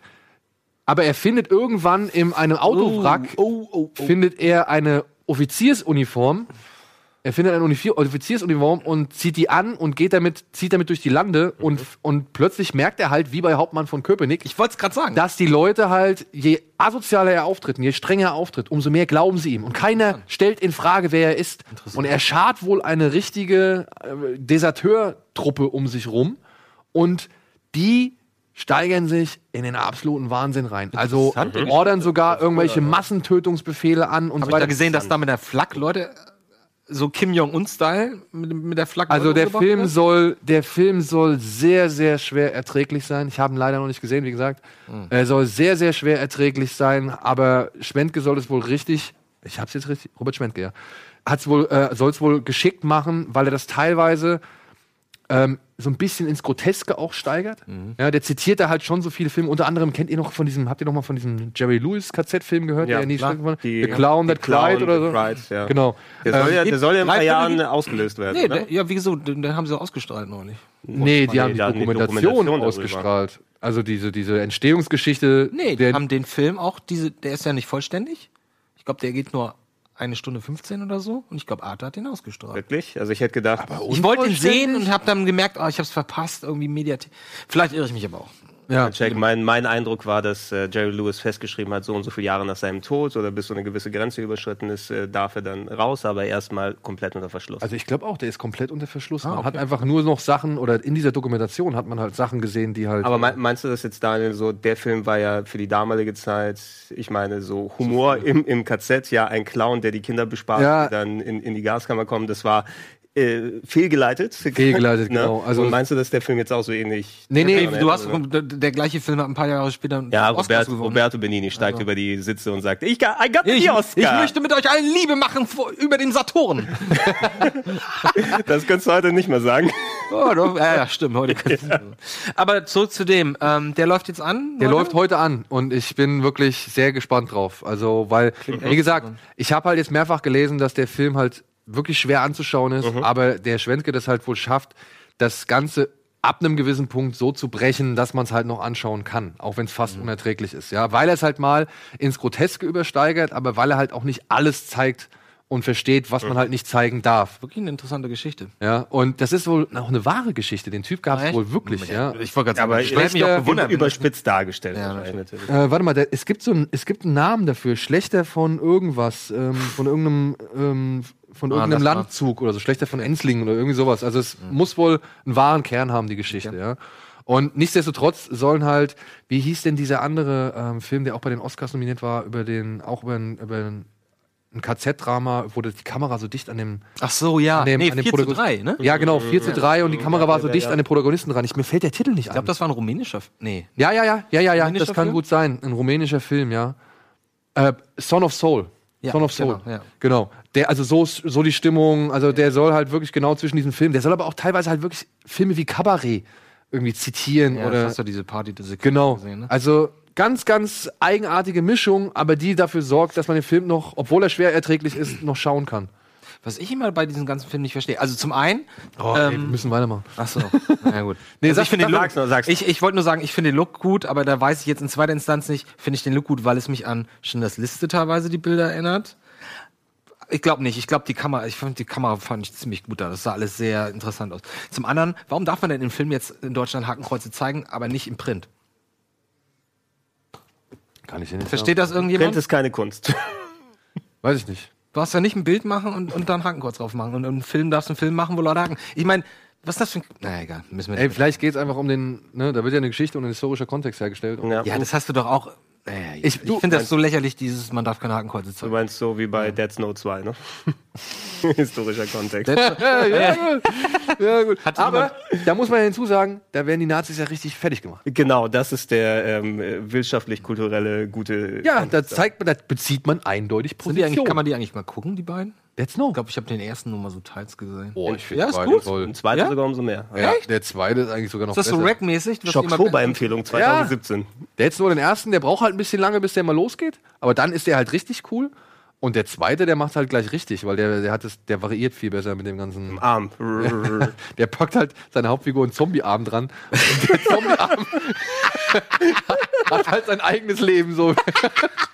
A: Aber er findet irgendwann in einem Autowrack
C: Oh, oh, oh.
A: findet er eine Offiziersuniform. Er findet eine Unifi- Offiziersuniform und zieht die an und geht damit, zieht damit durch die Lande und,
C: Mhm.
A: und plötzlich merkt er halt, wie bei Hauptmann von Köpenick,
C: Ich wollte es gerade sagen.
A: dass die Leute halt, je asozialer er auftritt, und je strenger er auftritt, umso mehr glauben sie ihm. Und keiner stellt in Frage, wer er ist. Und er schart wohl eine richtige äh, Deserteurtruppe um sich rum. Und die steigern sich in den absoluten Wahnsinn rein. Also
C: Interessante
A: ordern sogar irgendwelche Massentötungsbefehle an und
C: Hab
A: so
C: ich da
A: weiter.
C: gesehen, dass da mit der Flak Leute so Kim Jong-un-Style mit, mit der Flak
A: Also
C: Leute
A: der
C: umgebracht
A: Film
C: wird?
A: soll, der Film soll sehr, sehr schwer erträglich sein. Ich habe ihn leider noch nicht gesehen, wie gesagt.
B: Hm.
A: Er soll sehr, sehr schwer erträglich sein, aber Schwentke soll es wohl richtig, ich hab's jetzt richtig, Robert Schwentke, ja, hat's wohl, äh, soll es wohl geschickt machen, weil er das teilweise ähm, so ein bisschen ins Groteske auch steigert.
B: Mhm.
A: Ja, der zitiert da halt schon so viele Filme. Unter anderem kennt ihr noch von diesem, habt ihr noch mal von diesem Jerry Lewis KZ-Film gehört,
B: Ja,
A: der nie
B: klar.
A: stattgefunden hat?
B: Die-
A: The Clown
B: The
A: That Cried
B: Clown
A: oder so.
B: That Cried, ja.
A: Genau.
B: Der soll, ja, der soll ja in ein paar
C: Drei Filme
B: Jahren
C: gibt-
B: ausgelöst werden.
C: Nee,
B: ne?
C: der, ja, wie gesagt, den, den haben sie ausgestrahlt noch nicht.
A: Nee, die haben die
B: da hatten die
A: Dokumentation,
B: Dokumentation darüber.
A: ausgestrahlt. Also diese, diese Entstehungsgeschichte.
C: Nee, die
A: der,
C: haben den Film auch, diese, der ist ja nicht vollständig. Ich glaube, der geht nur eine Stunde 15 oder so. Und ich glaube, Arte hat den ausgestrahlt.
B: Wirklich? Also ich hätte gedacht,
C: Ich wollte ihn sehen
A: unvollständig?
C: und habe dann gemerkt, oh, ich habe es verpasst, irgendwie Mediathek. Vielleicht irre ich mich aber auch.
A: ja.
B: Jack, mein, mein Eindruck war, dass äh, Jerry Lewis festgeschrieben hat, so und so viele Jahre nach seinem Tod oder bis so eine gewisse Grenze überschritten ist, äh, darf er dann raus, aber erstmal komplett unter Verschluss.
A: Also ich glaube auch, der ist komplett unter Verschluss. Man
C: okay.
A: hat einfach nur noch Sachen, oder in dieser Dokumentation hat man halt Sachen gesehen, die halt.
B: aber mein, meinst du das jetzt, Daniel, so, der Film war ja für die damalige Zeit, ich meine, so Humor im, im KZ, ja, ein Clown, der die Kinder bespart,
A: Ja.
B: die dann in, in die Gaskammer kommen, das war äh, fehlgeleitet.
A: Fehlgeleitet, genau. Also-
B: Also und meinst du, dass der Film jetzt auch so ähnlich...
A: nee, nee,
C: Du hast der, der gleiche Film hat ein paar Jahre später einen
B: Ja,
C: Oscar
B: Robert, Roberto Benini steigt über die Sitze und sagt, ich, ga- I got
C: Ich,
B: the Oscar.
C: ich möchte mit euch allen Liebe machen vor, über den Saturn.
B: Das kannst du heute nicht mehr sagen.
C: Oh, doch, ja, ja, stimmt, heute kannst du. Aber zurück zu dem, ähm, der läuft jetzt an.
A: Der
C: Leute?
A: läuft heute an und ich bin wirklich sehr gespannt drauf. Also, weil, wie gesagt, ich habe halt jetzt mehrfach gelesen, dass der Film halt wirklich schwer anzuschauen ist,
C: Mhm.
A: aber der Schwentke das halt wohl schafft, das Ganze ab einem gewissen Punkt so zu brechen, dass man es halt noch anschauen kann, auch wenn es
C: Mhm.
A: fast unerträglich ist, ja, weil er es halt mal ins Groteske übersteigert, aber weil er halt auch nicht alles zeigt und versteht, was
C: Mhm.
A: man halt nicht zeigen darf.
C: Wirklich eine interessante Geschichte.
A: Ja, und das ist wohl auch eine wahre Geschichte. Den Typ gab es
C: Echt?
A: wohl wirklich, ja.
C: Ich wollte gerade sagen,
B: Aber
C: ich hätte mich auch gewundert. wenn-
B: überspitzt dargestellt.
C: Ja,
B: wahrscheinlich natürlich.
A: Äh, warte mal, der, es, gibt so ein, es gibt einen Namen dafür. Schlechter von irgendwas, ähm, von irgendeinem, ähm, von
C: Ah, Hm.
A: irgendeinem
C: lass mal.
A: Landzug oder so. Schlechter von Enzlingen oder irgendwie sowas. Also es muss wohl einen wahren Kern haben, die Geschichte, ja. Und nichtsdestotrotz sollen halt, wie hieß denn dieser andere ähm, Film, der auch bei den Oscars nominiert war, über den, auch über ein, über ein, ein KZ-Drama, wo die Kamera so dicht an dem,
C: Ach so, ja.
A: an dem,
C: Ah, nee,
A: an dem
C: 4 zu
A: Protagonisten-
C: 3, ne?
A: Ja, genau, 4 zu 3 und die Kamera war so
B: ja,
A: dicht
B: ja.
A: an den Protagonisten ran. Ich, mir fällt der Titel nicht
C: Ich
A: ein.
C: glaube, das war ein rumänischer. F- Nee.
A: Ja, ja, ja, ja, ja, ja.
C: Rumänischer
A: Das kann
C: Film?
A: gut sein. Ein rumänischer Film, ja. Äh, Son of Soul.
C: Ja,
A: Son of Soul.
C: genau, ja.
A: Genau. Der, also so, so die Stimmung, also der soll halt wirklich genau zwischen diesen Filmen, der soll aber auch teilweise halt wirklich Filme wie Cabaret irgendwie zitieren
C: Ja,
A: oder.
C: hast du diese Party, diese
A: Genau.
C: Gesehen, ne?
A: Also ganz, ganz eigenartige Mischung, aber die dafür sorgt, dass man den Film noch, obwohl er schwer erträglich ist, noch schauen kann.
C: Was ich immer bei diesen ganzen Filmen nicht verstehe. Also zum einen.
A: Oh, ey, wir müssen weitermachen.
C: Ach so. Na gut.
A: Nee,
C: also
A: sag-
C: ich finde den
B: sag-
C: Look,
B: sag's noch, sag's.
C: ich, ich wollte nur sagen, ich finde den Look gut, aber da weiß ich jetzt in zweiter Instanz nicht, finde ich den Look gut, weil es mich an Schindlers Liste teilweise die Bilder erinnert. Ich glaube nicht. Ich glaube, die Kamera, ich fand die Kamera fand ich ziemlich gut da. Das sah alles sehr interessant aus. Zum anderen, warum darf man denn im Film jetzt in Deutschland Hakenkreuze zeigen, aber nicht im Print?
A: Kann ich nicht.
C: Versteht das irgendjemand?
B: Print ist keine Kunst.
A: Weiß ich nicht.
C: Du darfst ja nicht ein Bild machen und, und dann Hakenkreuz drauf machen. Und im Film darfst du einen Film machen, wo Leute haken. Ich meine, was ist das für ein. Naja, egal. Müssen wir
A: Ey,
C: nicht.
A: vielleicht geht es einfach um den, ne, da wird ja eine Geschichte und ein historischer Kontext hergestellt.
B: Ja.
C: ja, das hast du doch auch. Naja,
A: Ich-
C: ich ich
A: du-
C: finde das so lächerlich, dieses Man darf keine Hakenkreuze
B: Du
C: zeigen.
B: meinst so wie bei Dead Snow 2, ne? Historischer Kontext.
A: ja, ja, gut. ja, gut.
C: Hat
A: Aber da muss man hinzusagen, da werden die Nazis ja richtig fertig gemacht.
B: Genau, das ist der ähm, äh, wirtschaftlich-kulturelle gute.
A: Ja, da zeigt man, da bezieht man eindeutig
C: Sind die eigentlich,
A: Position.
C: kann man die eigentlich mal gucken, die beiden?
A: Let's know.
C: Ich glaube, ich habe den ersten nur mal so teils gesehen.
A: Boah, ich
C: Ja, ist gut.
A: toll.
B: Ein zweiter
C: Ja?
B: sogar umso mehr.
A: Ja, der zweite ist eigentlich sogar noch
C: Ist das so
A: besser.
C: rackmäßig? dass die immer-
B: Schocktober-Empfehlung 2017.
A: Der jetzt nur den ersten, der braucht halt ein bisschen lange, bis der mal losgeht. Aber dann ist der halt richtig cool. Und der zweite, der macht halt gleich richtig, weil der, der hat es, der variiert viel besser mit dem ganzen.
B: Arm.
A: Der packt halt seine Hauptfigur einen Zombiearm dran. Und der Zombiearm hat halt sein eigenes Leben so.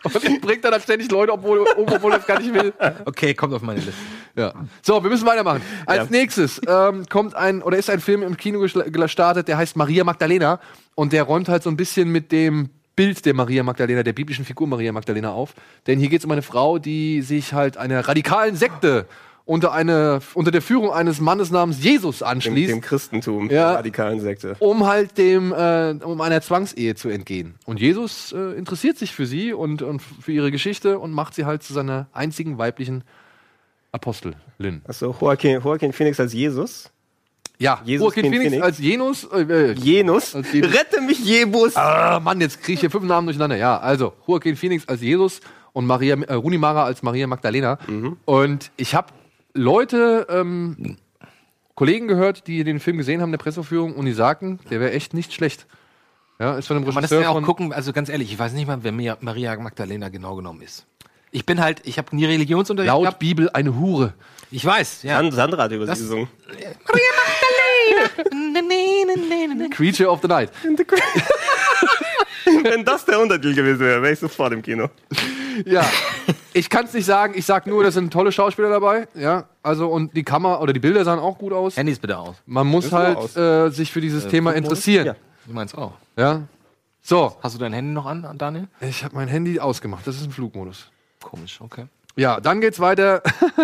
A: Und bringt dann halt ständig Leute, obwohl, um, obwohl er es gar nicht will.
C: Okay, kommt auf meine Liste.
A: Ja. So, wir müssen weitermachen. Als nächstes ähm, kommt ein oder ist ein Film im Kino geschl- gestartet, der heißt Maria Magdalena und der räumt halt so ein bisschen mit dem Bild der Maria Magdalena, der biblischen Figur Maria Magdalena auf. Denn hier geht es um eine Frau, die sich halt einer radikalen Sekte unter, eine, unter der Führung eines Mannes namens Jesus
B: Dem,
A: anschließt
B: dem Christentum,
A: Ja.
B: der radikalen Sekte.
A: um halt dem, äh, um einer Zwangsehe zu entgehen. Und Jesus äh, interessiert sich für sie und, und für ihre Geschichte und macht sie halt zu seiner einzigen weiblichen Apostelin.
B: Achso, Joaquin, Joaquin Phoenix als Jesus.
A: Ja,
B: Jesus
A: Joaquin
B: kennt
A: Phoenix,
B: Phoenix.
A: als Jenus. Äh, äh,
B: Jenus.
A: Als Jesus.
B: Rette mich, Jebus.
A: ah, Mann, jetzt kriege ich hier fünf Namen durcheinander. Ja, also Joaquin Phoenix als Jesus und Maria äh, Rooney Mara als Maria Magdalena.
B: Mhm.
A: Und ich habe Leute, ähm, Kollegen gehört, die den Film gesehen haben, in der Presseführung, und die sagten, der wäre echt nicht schlecht. Ja, ist von dem
C: Kann man das
A: Regisseur
C: denn auch
A: von-
C: gucken? Also ganz ehrlich, ich weiß nicht mal, wer Mia- Maria Magdalena genau genommen ist. Ich bin halt, ich habe nie Religionsunterricht
A: laut
C: gehabt.
A: Bibel eine Hure.
C: Ich weiß, ja.
B: San- Sandra hat über
C: Das-
B: sie gesungen.
A: Creature of the Night.
B: Wenn das der Untertitel gewesen wäre, wäre ich sofort im Kino.
A: Ja. Ich kann es nicht sagen, ich sag nur, das sind tolle Schauspieler dabei. Ja, also und die Kamera oder die Bilder sahen auch gut aus.
C: Handys bitte aus.
A: Man muss
B: aber
A: halt
B: aus.
A: äh, sich für dieses Thema interessieren.
B: Ja.
C: Du meinst auch.
A: Ja. So,
C: Hast du dein Handy noch an, Daniel?
A: ich habe mein Handy ausgemacht. Das ist ein Flugmodus.
C: Komisch, okay.
A: Ja, dann geht's weiter.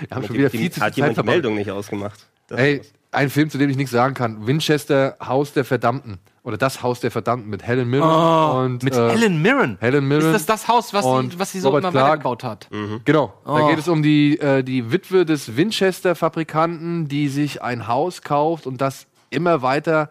A: Wir haben schon wieder viel zu viel
B: hat
A: Zeit
B: jemand die
A: verbraucht.
B: Meldung nicht ausgemacht? Das
A: Ey, ein Film, zu dem ich nichts sagen kann. Winchester, Haus der Verdammten. Oder das Haus der Verdammten mit Helen Mirren. und,
C: Oh, Mit
A: äh,
C: Helen Mirren.
A: Helen Mirren
C: Ist das das Haus, was,
A: und
C: sie, was sie so
A: Robert
C: immer
A: Clark.
C: weitergebaut hat?
A: Genau. Da
C: Oh.
A: geht es um die, äh, die Witwe des Winchester-Fabrikanten, die sich ein Haus kauft und das immer weiter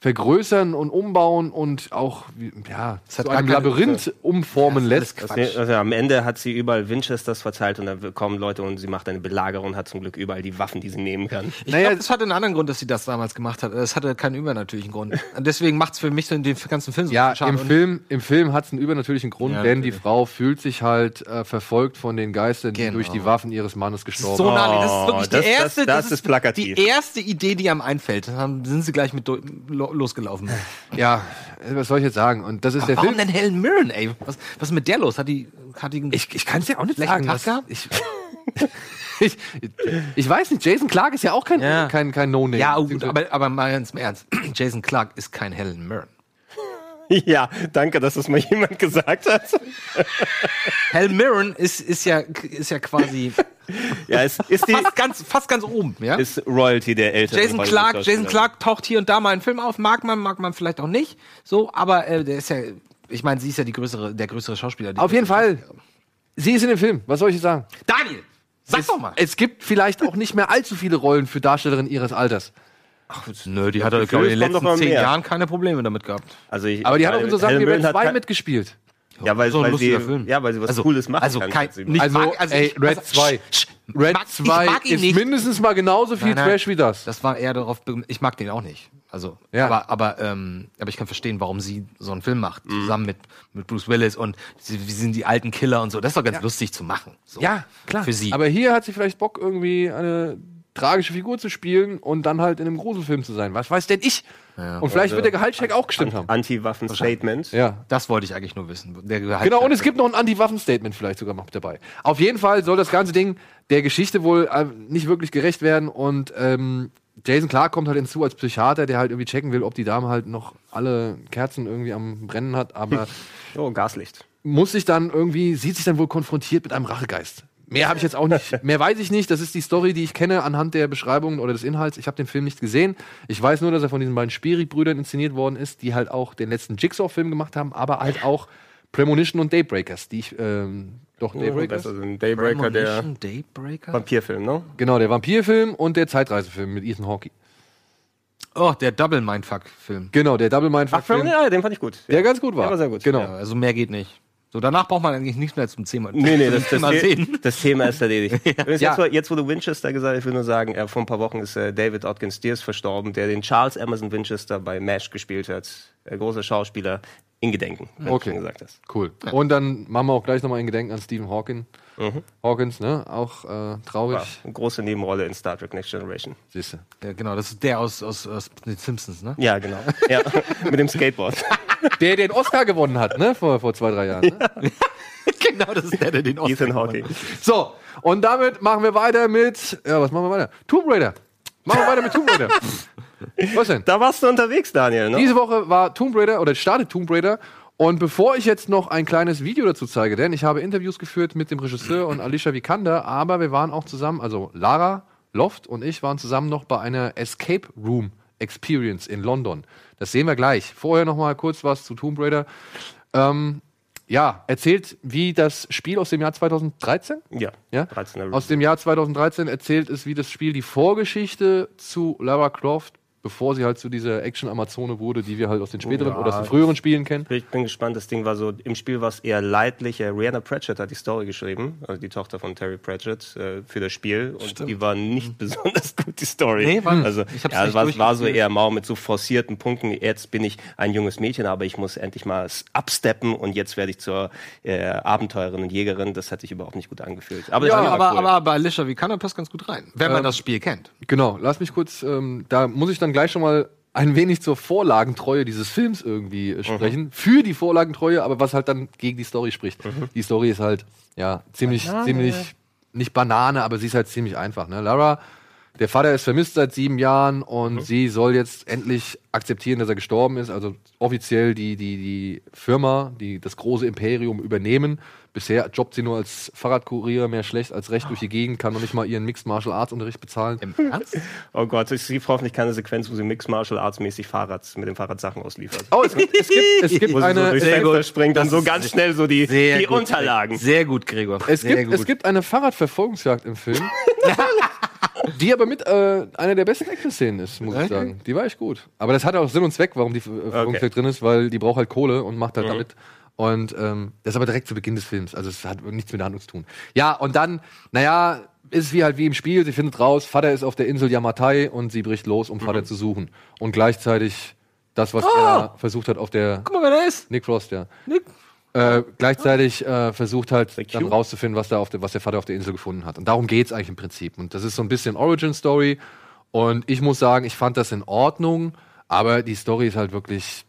A: vergrößern und umbauen und auch wie- ja,
C: hat
A: zu
C: gar
A: einem
C: keine-
A: Labyrinth umformen lässt.
C: Alles
B: Das,
C: Quatsch.
B: ne- also am Ende hat sie überall Winchesters verteilt und dann kommen Leute und sie macht eine Belagerung und hat zum Glück überall die Waffen, die sie nehmen kann.
C: Ich
A: Naja,
C: glaube, das hatte einen anderen Grund, dass sie das damals gemacht hat. Das hatte keinen übernatürlichen Grund. Und deswegen macht es für mich so in dem ganzen Film so
A: Ja,
C: viel Charme.
A: im
C: Und
A: Film, im Film hat es einen übernatürlichen Grund,
C: Ja,
A: denn die
C: natürlich.
A: Frau fühlt sich halt äh, verfolgt von den Geistern, die
C: Genau.
A: durch die Waffen ihres Mannes
C: das ist
A: gestorben
C: so
A: sind.
C: nah, das ist wirklich
B: Oh, das-
C: die
B: das-
C: erste,
B: das ist plakativ.
C: Die erste Idee, die einem einfällt. Dann haben- sind sie gleich mit do- lo- losgelaufen.
A: Ja, äh, was soll ich jetzt sagen? Und das ist der
C: Warum
A: Film.
C: denn Helen Mirren, ey? Was, was ist mit der los? Hat die, hat die
A: Ich, ich kann es ja auch nicht
C: Schlechten
A: sagen.
C: Tag
A: was-
C: gehabt?
A: Ich, ich, ich weiß nicht, Jason Clark ist ja auch kein,
C: Ja.
A: kein, kein No-Name.
C: ja, oh, gut, aber, aber mal ganz im Ernst. Jason Clark ist kein Helen Mirren.
B: ja, danke, dass das mal jemand gesagt hat.
C: Helen Mirren ist, ist, ja, ist ja quasi
B: Ja, es ist die
C: fast, ganz, fast ganz oben, ja?
B: ist Royalty der Eltern.
C: Jason Clark, Jason Clark taucht hier und da mal einen Film auf, mag man, mag man vielleicht auch nicht. So, aber äh, der ist ja, ich meine, sie ist ja die größere, der größere Schauspieler. die-
A: Auf jeden Fall. Sie ist in dem Film. Was soll ich sagen?
C: Daniel, sag doch mal.
A: Es gibt vielleicht auch nicht mehr allzu viele Rollen für Darstellerinnen ihres Alters.
C: Nö, die hat er,
B: glaub ich, in den letzten zehn Jahren
C: keine Probleme damit gehabt.
B: Also ich,
A: Aber die hat auch
B: weil
A: in so Sachen wie
B: Helen
A: Red
B: Mirren hat
A: 2
B: kein-
A: mitgespielt.
B: Ja, weil,
C: So ein
B: weil
C: Oh,
B: sie,
C: lustiger Film.
B: ja, weil sie was
C: Also-
B: Cooles machen
C: also
B: kann.
C: kein-
B: Sie-
C: nicht- Ich
A: Also,
C: mag- also
A: ey,
C: ich-
A: Red
C: also-
A: 2.
C: Sch- sch-
A: Red
C: mag- ich
A: 2
C: mag ihn
A: ist
C: nicht.
A: mindestens mal genauso viel Trash wie das.
C: Das war eher darauf, be- ich mag den auch nicht. Also,
A: Ja.
C: aber, aber, ähm, aber ich kann verstehen, warum sie so einen Film macht,
B: Mhm.
C: zusammen mit, mit Bruce Willis und sie, wir sind die alten Killer und so. Das ist doch ganz lustig zu machen. So.
A: Ja, klar.
C: Für sie.
A: Aber hier hat sie vielleicht Bock, irgendwie eine tragische Figur zu spielen und dann halt in einem Gruselfilm zu sein. Was weiß denn ich? und vielleicht
C: also
A: wird der Gehaltscheck auch gestimmt haben.
B: Anti-Waffen-Statement.
A: Ja.
C: das wollte ich eigentlich nur wissen. Der Gehalt-
A: Genau, und es gibt noch ein Anti-Waffen-Statement vielleicht sogar noch mit dabei. Auf jeden Fall soll das ganze Ding der Geschichte wohl äh, nicht wirklich gerecht werden und ähm, Jason Clark kommt halt hinzu als Psychiater, der halt irgendwie checken will, ob die Dame halt noch alle Kerzen irgendwie am Brennen hat, aber
B: Oh, Gaslicht.
A: muss sich dann irgendwie, sieht sich dann wohl konfrontiert mit einem Rachegeist. Mehr habe ich jetzt auch nicht, mehr weiß ich nicht. Das ist die Story, die ich kenne anhand der Beschreibungen oder des Inhalts. Ich habe den Film nicht gesehen. Ich weiß nur, dass er von diesen beiden Spiri-Brüdern inszeniert worden ist, die halt auch den letzten Jigsaw-Film gemacht haben, aber halt auch Premonition und Daybreakers, die ich, ähm, doch, Daybreakers.
B: Oh, Besser sind Daybreaker, der
C: Premonition, Daybreaker?
B: Vampirfilm, ne?
A: Genau, der Vampirfilm und der Zeitreisefilm mit Ethan Hawke.
C: Oh, der Double Mindfuck-Film.
A: Genau, der Double Mindfuck-Film,
B: ja, den fand ich gut.
A: der ganz gut war.
B: Der war sehr gut.
A: Genau.
C: Ja, also mehr geht nicht. So, danach braucht man eigentlich nichts mehr zum Thema.
B: Nee, nee, das, das,
C: Mal
B: The-
C: sehen.
B: das Thema ist erledigt. Übrigens,
A: Ja.
B: jetzt, wo- jetzt, wo du Winchester gesagt hast, ich will nur sagen, äh, vor ein paar Wochen ist äh, David Atkins Dears verstorben, der den Charles Emerson Winchester bei MASH gespielt hat. Äh, großer Schauspieler in Gedenken, wenn
A: Okay.
B: du schon gesagt hast.
A: Cool. Und dann machen wir auch gleich nochmal ein Gedenken an Stephen Hawking.
B: Mhm.
A: Hawkins, ne? Auch äh, traurig.
B: Ja, eine große Nebenrolle in Star Trek Next Generation.
A: Siehste.
C: Ja, genau, das ist der aus, aus, aus den Simpsons, ne?
B: Ja, genau. Ja, mit dem Skateboard.
A: Der den Oscar gewonnen hat, ne? Vor, vor zwei, drei Jahren. Ne?
C: genau, das ist der, der den Oscar
B: Ethan
C: gewonnen
B: Hawking.
C: hat.
A: So, und damit machen wir weiter mit. Ja, was machen wir weiter? Tomb Raider. Machen wir weiter mit Tomb Raider. was denn?
B: Da warst du unterwegs, Daniel, ne?
A: Diese Woche war Tomb Raider oder startet Tomb Raider. Und bevor ich jetzt noch ein kleines Video dazu zeige, denn ich habe Interviews geführt mit dem Regisseur und Alicia Vikander, aber wir waren auch zusammen, also Lara Loft und ich waren zusammen noch bei einer Escape Room Experience in London. Das sehen wir gleich. Vorher noch mal kurz was zu Tomb Raider. Ähm, ja, erzählt, wie das Spiel aus dem Jahr 2013?
B: Ja.
A: Ja?
B: 13er
A: Aus dem Jahr 2013 erzählt es, wie das Spiel die Vorgeschichte zu Lara Croft, bevor sie halt zu dieser Action-Amazone wurde, die wir halt aus den späteren oder aus den früheren Spielen kennen.
B: Ich bin gespannt, das Ding war so, im Spiel war es eher leidlich. Äh, Rihanna Pratchett hat die Story geschrieben, also die Tochter von Terry Pratchett, äh, für das Spiel. Und die war nicht besonders gut, die Story.
C: Mhm. Nee, war-
B: also,
C: ich hab's
B: ja,
C: nicht
B: war, es war so
C: durchgespielt.
B: eher mau mit so forcierten Punkten. Jetzt bin ich ein junges Mädchen, aber ich muss endlich mal s- absteppen und jetzt werde ich zur äh, Abenteurerin und Jägerin. Das hat sich überhaupt nicht gut angefühlt. Aber das
C: Ja,
B: Spiel war
C: aber,
B: cool.
C: aber bei Alicia Vikander passt ganz gut rein, wenn man
A: Ähm,
C: das Spiel kennt.
A: Genau, lass mich kurz, ähm, da muss ich dann gleich schon mal ein wenig zur Vorlagentreue dieses Films irgendwie äh, sprechen. Für die Vorlagentreue, aber was halt dann gegen die Story spricht. Die Story ist halt, ja, ziemlich, ziemlich, nicht Banane, aber sie ist halt ziemlich einfach. Ne? Lara, der Vater ist vermisst seit sieben Jahren und sie soll jetzt endlich akzeptieren, dass er gestorben ist. Also offiziell die, die, die Firma, die das große Imperium übernehmen. Bisher jobbt sie nur als Fahrradkurier, mehr schlecht als recht durch die Gegend, kann noch nicht mal ihren Mixed Martial Arts Unterricht bezahlen.
C: Im Ernst?
B: oh Gott, ich sehe hoffentlich keine Sequenz, wo sie Mixed Martial Arts mäßig Fahrrad, mit dem Fahrrad Sachen ausliefert.
A: Oh, es, es gibt, es gibt
B: Wo sie so
A: eine,
B: durchs
A: es,
C: sehr
B: Fenster
C: gut.
B: springt und
C: Das
B: so
C: ist
B: ganz schnell so die, die
C: gut,
B: Unterlagen.
C: Sehr gut, Gregor.
A: es,
C: Sehr
A: gibt,
C: gut.
A: es gibt eine Fahrradverfolgungsjagd im Film. Die aber mit äh, einer der besten Action-Szenen ist, muss
C: Okay.
A: ich sagen. Die war echt gut. Aber das hat auch Sinn und Zweck, warum die äh, Führungskrieg
B: Okay.
A: drin ist, weil die braucht halt Kohle und macht
C: Mhm.
A: halt damit. Und ähm, das ist aber direkt zu Beginn des Films. Also es hat nichts mit der Handlung zu tun. Ja, und dann, naja, ist wie halt wie im Spiel. Sie findet raus, Vater ist auf der Insel Yamatai und sie bricht los,
C: Mhm.
A: um Vater zu suchen. Und gleichzeitig das, was
C: Ah!
A: er versucht hat auf der
C: Guck mal, wer da ist.
A: Nick Frost, ja.
C: Nick.
A: Äh, gleichzeitig äh, versucht halt
B: Thank
A: dann
B: you.
A: rauszufinden, was, da auf der, was der Vater auf der Insel gefunden hat. Und darum geht's eigentlich im Prinzip. Und das ist so ein bisschen Origin-Story. Und ich muss sagen, ich fand das in Ordnung, aber die Story ist halt wirklich,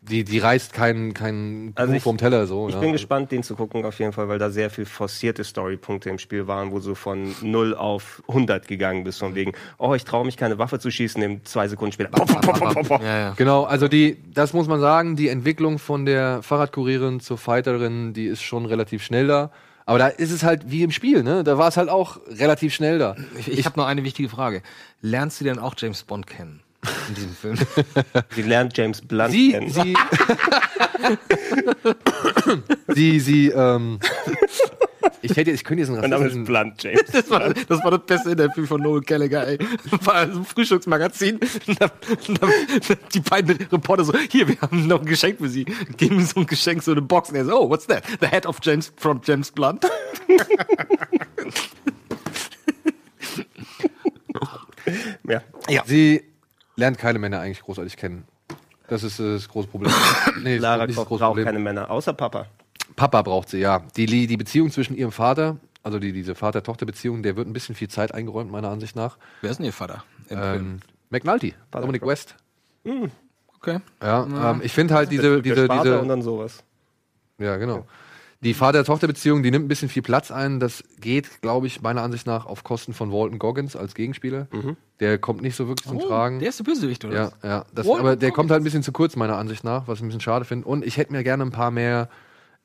A: die, die reißt keinen keinen
B: Also
A: Kuh
B: ich-
A: vom Teller so.
B: Ich
A: ja.
B: bin gespannt, den zu gucken auf jeden Fall, weil da sehr viel forcierte Storypunkte im Spiel waren, wo du von 0 auf 100 gegangen bist, von wegen, oh, ich traue mich keine Waffe zu schießen, im zwei Sekunden später. Pop, pop, pop, pop, pop.
C: Ja, ja.
A: Genau, also die, das muss man sagen, die Entwicklung von der Fahrradkurierin zur Fighterin, die ist schon relativ schnell da. Aber da ist es halt wie im Spiel, ne? Da war es halt auch relativ schnell da.
C: Ich, ich habe noch eine wichtige Frage. Lernst du denn auch James Bond kennen in diesem Film?
B: Sie lernt James Blunt
A: Sie,
B: kennen.
A: sie, sie, sie, ähm, ich hätte, ich könnte jetzt einen
B: mein Name ist
A: rassistischen,
B: Blunt James.
C: Das war, das war das beste Interview von Noel Gallagher, ey. War im Frühstücksmagazin. Und dann- und dann- Die beiden Reporter so, hier, wir haben noch ein Geschenk für Sie. Geben ihm so ein Geschenk, so eine Box. Und er so, oh, what's that? The head of James, from James Blunt.
B: Ja.
A: sie lernt keine Männer eigentlich großartig kennen. Das ist äh, das große Problem. Nee,
B: Lara
A: das ist
B: Koch
A: das
B: braucht
A: große Problem.
B: keine Männer, außer Papa.
A: Papa braucht sie, ja. Die, die die Beziehung zwischen ihrem Vater, also die, diese Vater-Tochter-Beziehung, der wird ein bisschen viel Zeit eingeräumt, meiner Ansicht nach.
C: Wer ist denn Ihr Vater? Im Film?
A: Ähm, McNulty, Dominic
B: Koch.
A: West.
C: Okay.
A: Ja, ähm, ich finde halt diese,
B: Der
A: diese,
B: Sparta
A: diese,
B: und dann sowas.
A: Ja, genau. Die Vater-Tochter-Beziehung, die nimmt ein bisschen viel Platz ein. Das geht, glaube ich, meiner Ansicht nach auf Kosten von Walton Goggins als Gegenspieler. Der kommt nicht so wirklich zum Tragen.
C: Oh, der ist der Bösewicht, oder?
A: ja,
C: was?
A: ja. Das,
C: Walton
A: aber der kommt
C: Goggins.
A: halt ein bisschen zu kurz, meiner Ansicht nach, was ich ein bisschen schade finde. Und ich hätte mir gerne ein paar mehr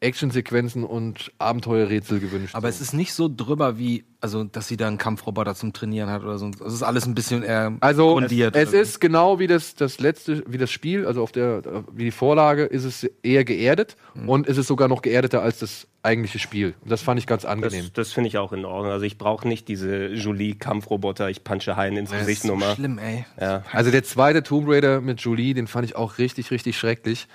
A: Actionsequenzen und Abenteuerrätsel gewünscht.
C: Aber es ist nicht so drüber wie, also, dass sie da einen Kampfroboter zum Trainieren hat oder so. Es ist alles ein bisschen eher
A: also es,
C: grundiert.
A: es ist genau wie das, das letzte, wie das Spiel, also auf der, wie die Vorlage, ist es eher geerdet
C: Hm.
A: und es ist sogar noch geerdeter als das eigentliche Spiel. Und das fand ich ganz angenehm.
B: Das, das finde ich auch in Ordnung. Also ich brauche nicht diese Julie-Kampfroboter, ich punche Haien ins
C: Das ist
B: Gesicht
C: so
B: Nummer.
C: schlimm, ey.
B: Ja.
A: Also der zweite Tomb Raider mit Julie, den fand ich auch richtig, richtig schrecklich.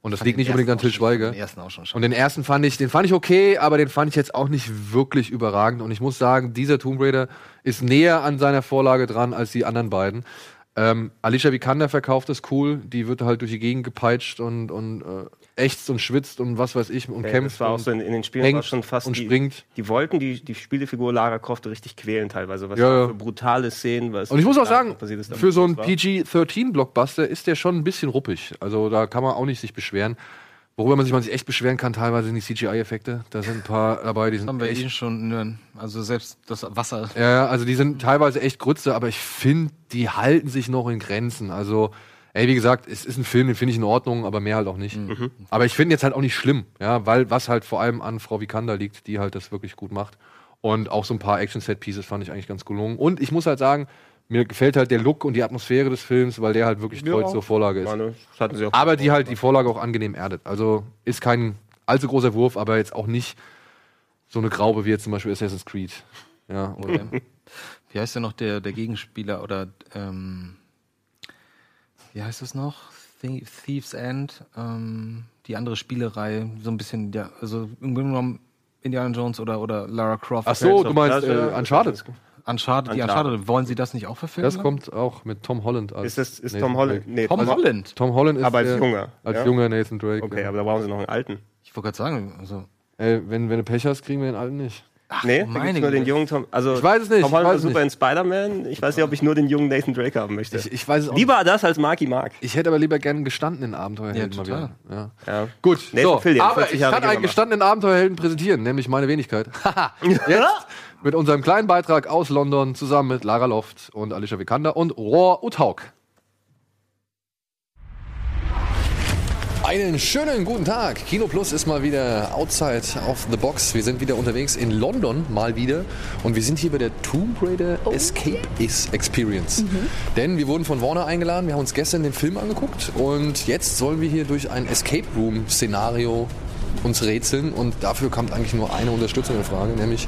A: Und das liegt nicht unbedingt an Till Schweiger.
C: Den ersten auch schon
A: Und
C: schon.
A: den ersten fand ich, den fand ich okay, aber den fand ich jetzt auch nicht wirklich überragend. Und ich muss sagen, dieser Tomb Raider ist näher an seiner Vorlage dran als die anderen beiden. Ähm, Alicia Vikander verkauft das cool, die wird halt durch die Gegend gepeitscht und, und äh, ächzt und schwitzt und was weiß ich und
B: Ja,
A: kämpft.
B: das war auch
A: und
B: so in, in den Spielen
A: hängt
B: war schon fast
A: und
B: die,
A: springt.
B: die wollten die, die Spielefigur Lara Croft richtig quälen teilweise, was
A: Ja,
B: da
A: ja.
B: für brutale Szenen was
A: Und ich muss auch
B: da
A: sagen,
B: passiert ist,
A: für so einen
B: war.
A: PG-13-Blockbuster ist der schon ein bisschen ruppig. Also da kann man auch nicht sich beschweren. Worüber man sich, man sich echt beschweren kann, teilweise sind die CGI-Effekte. Da sind ein paar dabei, die
C: Haben
A: sind
C: wir
A: echt,
C: ihn schon, ne, also selbst das Wasser
A: ja, ja, also die sind teilweise echt Grütze, aber ich finde, die halten sich noch in Grenzen. Also, ey, wie gesagt, es ist ein Film, den finde ich in Ordnung, aber mehr halt auch nicht. Aber ich finde jetzt halt auch nicht schlimm, ja, weil was halt vor allem an Frau Vikander liegt, die halt das wirklich gut macht. Und auch so ein paar Action-Set-Pieces fand ich eigentlich ganz gelungen. Und ich muss halt sagen, mir gefällt halt der Look und die Atmosphäre des Films, weil der halt wirklich
B: Ja.
A: treu zur Vorlage ist.
B: Meine, das hatten sie auch
A: Aber die halt die Vorlage auch angenehm erdet. Also ist kein allzu großer Wurf, aber jetzt auch nicht so eine Graube wie jetzt zum Beispiel Assassin's Creed. Ja, oder
C: Wie heißt denn noch der, der Gegenspieler oder ähm, wie heißt das noch? Thie- Thieves End, ähm, die andere Spielerei, so ein bisschen, ja, also im Grunde genommen Indiana Jones oder, oder Lara Croft.
A: Ach so,
B: Tales
A: du
B: of
A: meinst
B: Glass,
A: äh,
B: äh,
A: Uncharted.
C: Uncharted, die
B: Uncharted.
C: Uncharted, wollen sie das nicht auch verfilmen?
A: Das kommt auch mit Tom Holland. Als
B: Ist das ist
A: Nathan
B: Tom Holland?
A: Drake.
B: Nee,
C: Tom
B: also-
C: Holland.
A: Tom Holland ist
B: Aber als
A: der-
B: junger,
A: Als
B: ja?
A: junger Nathan Drake.
B: Okay,
A: ja.
B: aber da brauchen sie noch einen alten.
C: Ich wollte gerade sagen, also,
A: Ey, wenn, wenn du Pech hast, kriegen wir den alten nicht.
B: nee, da
C: meine
B: gibt's nur den
C: Güte.
B: jungen Tom. Also
A: Ich weiß es nicht,
B: Tom
A: ich
B: Holland
A: weiß
B: war
A: es
B: super in Spider-Man. Ich weiß nicht, ob ich nur den jungen Nathan Drake haben möchte.
A: ich weiß es auch
B: Lieber das als Marky Mark.
A: Ich hätte aber lieber gern einen gestandenen Abenteuerhelden
C: Ja,
A: mal
C: total.
A: wieder. Ja.
B: Ja.
A: Gut,
B: Nathan
A: so,
B: Fillion,
A: aber
B: 40
A: ich
B: Jahre
A: kann einen
B: jünger.
A: gestandenen Abenteuerhelden präsentieren, nämlich meine Wenigkeit. Haha. Jetzt mit unserem kleinen Beitrag aus London zusammen mit Lara Loft und Alicia Vikander und Rohr Utauk. Einen schönen guten Tag. Kino Plus ist mal wieder outside of the box. Wir sind wieder unterwegs in London, mal wieder. Und wir sind hier bei der Tomb Raider
E: Oh,
A: Escape is Experience.
E: Mhm.
A: Denn wir wurden von Warner eingeladen. Wir haben uns gestern den Film angeguckt. Und jetzt sollen wir hier durch ein Escape Room Szenario uns rätseln. Und dafür kommt eigentlich nur eine Unterstützung in Frage, nämlich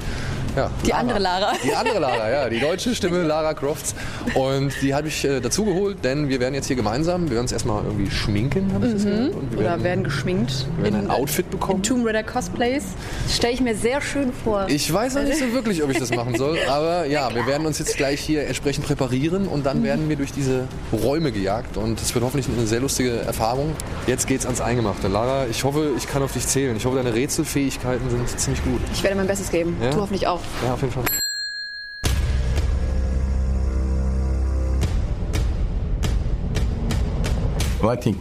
F: Ja.
E: Die andere Lara.
F: Die andere Lara, ja, die deutsche Stimme Lara Crofts. Und die habe ich äh, dazugeholt, denn wir werden jetzt hier gemeinsam, wir werden uns erstmal irgendwie schminken, habe ich das gehört. Und wir
E: Oder
F: werden,
E: werden geschminkt.
F: wir werden ein Outfit bekommen.
E: Tomb Raider Cosplays.
G: Das stelle ich mir sehr schön vor.
F: Ich weiß noch nicht so wirklich, ob ich das machen soll, aber ja, wir werden uns jetzt gleich hier entsprechend präparieren und dann werden wir durch diese Räume gejagt und es wird hoffentlich eine sehr lustige Erfahrung. Jetzt geht's ans Eingemachte. Lara, ich hoffe, ich kann auf dich zählen. Ich hoffe, deine Rätselfähigkeiten sind ziemlich gut.
E: Ich werde mein Bestes geben.
F: Ja?
E: Du hoffentlich auch.
F: Ja, auf jeden Fall.
H: Well, I think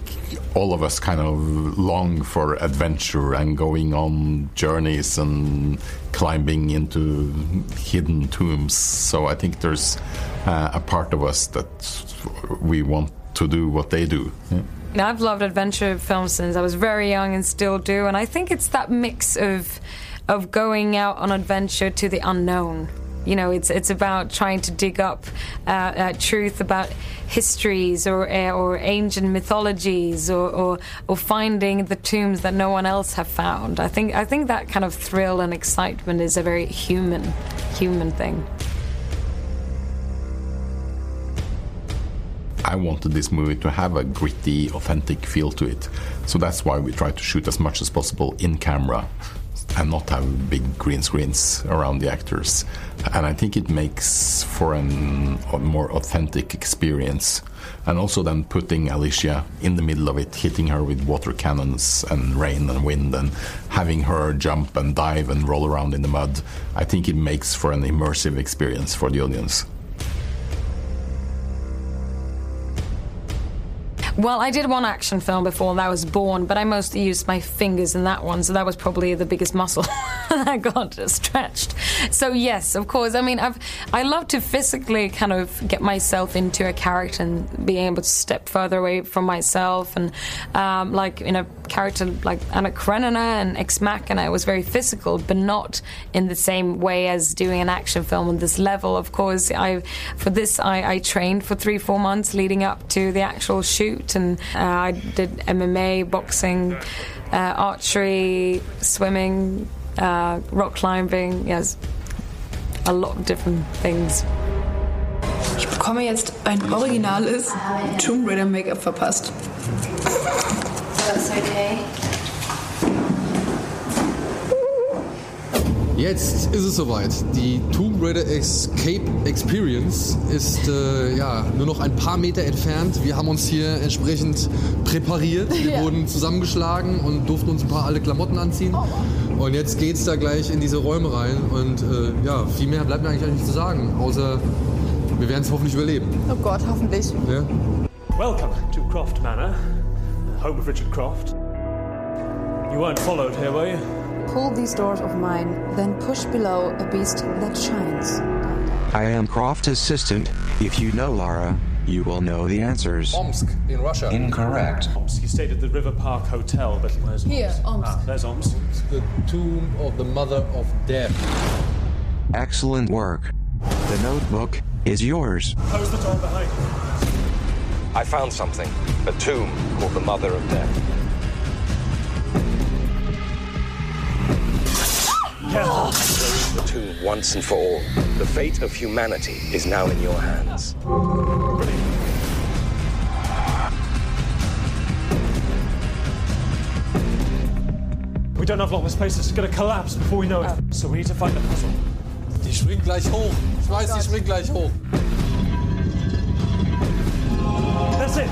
H: all of us kind of long for adventure and going on journeys and climbing into hidden tombs. So I think there's uh, a part of us that we want to do what they do. Yeah.
I: Now, I've loved adventure films since I was very young and still do, and I think it's that mix of of going out on adventure to the unknown. You know, it's it's about trying to dig up uh, uh, truth about histories or uh, or ancient mythologies or, or or finding the tombs that no one else have found. I think I think that kind of thrill and excitement is a very human human thing.
H: I wanted this movie to have a gritty, authentic feel to it. So that's why we try to shoot as much as possible in camera and not have big green screens around the actors. And I think it makes for an, a more authentic experience. And also then putting Alicia in the middle of it, hitting her with water cannons and rain and wind and having her jump and dive and roll around in the mud. I think it makes for an immersive experience for the audience.
I: Well, I did one action film before that was Born, but I mostly used my fingers in that one, so that was probably the biggest muscle I got stretched. So yes, of course. I mean, I've I love to physically kind of get myself into a character and being able to step further away from myself, and um, like in a character like Anna Karenina and Ex Machina, it was very physical, but not in the same way as doing an action film on this level. Of course, I for this I, I trained for three four months leading up to the actual shoot, and uh, I did MMA, boxing, uh, archery, swimming, uh, rock climbing. Yes, a lot of different things.
J: Ich bekomme jetzt ein originales Tomb Raider Make-up verpasst.
A: Jetzt ist es soweit. Die Tomb Raider Escape Experience ist äh, ja, nur noch ein paar Meter entfernt. Wir haben uns hier entsprechend präpariert. Wir wurden zusammengeschlagen und durften uns ein paar alte Klamotten anziehen. Und jetzt geht's da gleich in diese Räume rein. Und äh, ja, viel mehr bleibt mir eigentlich nicht zu sagen, außer wir werden es hoffentlich überleben.
E: Oh Gott, hoffentlich.
A: Ne?
K: Welcome to Croft Manor, home of Richard Croft. You weren't followed here, were you?
G: Pull these doors of mine, then push below a beast that shines.
L: I am Croft Assistant. If you know Lara, you will know the answers.
A: Omsk in Russia.
L: Incorrect.
K: Omsk. You stayed at the River Park Hotel, but where's Omsk?
J: Here, Omsk.
K: Ah, there's Omsk.
A: The tomb of the mother of death.
L: Excellent work. The notebook is yours.
K: Close the door behind you.
M: I found something. A tomb called the Mother of Death. Close the tomb once and for all. The fate of humanity is now in your hands.
K: We don't have a lot of space. It's going to collapse before we know it. So we need to find the puzzle.
A: Die springt gleich hoch. Ich weiß, die springt gleich hoch.
K: That's it.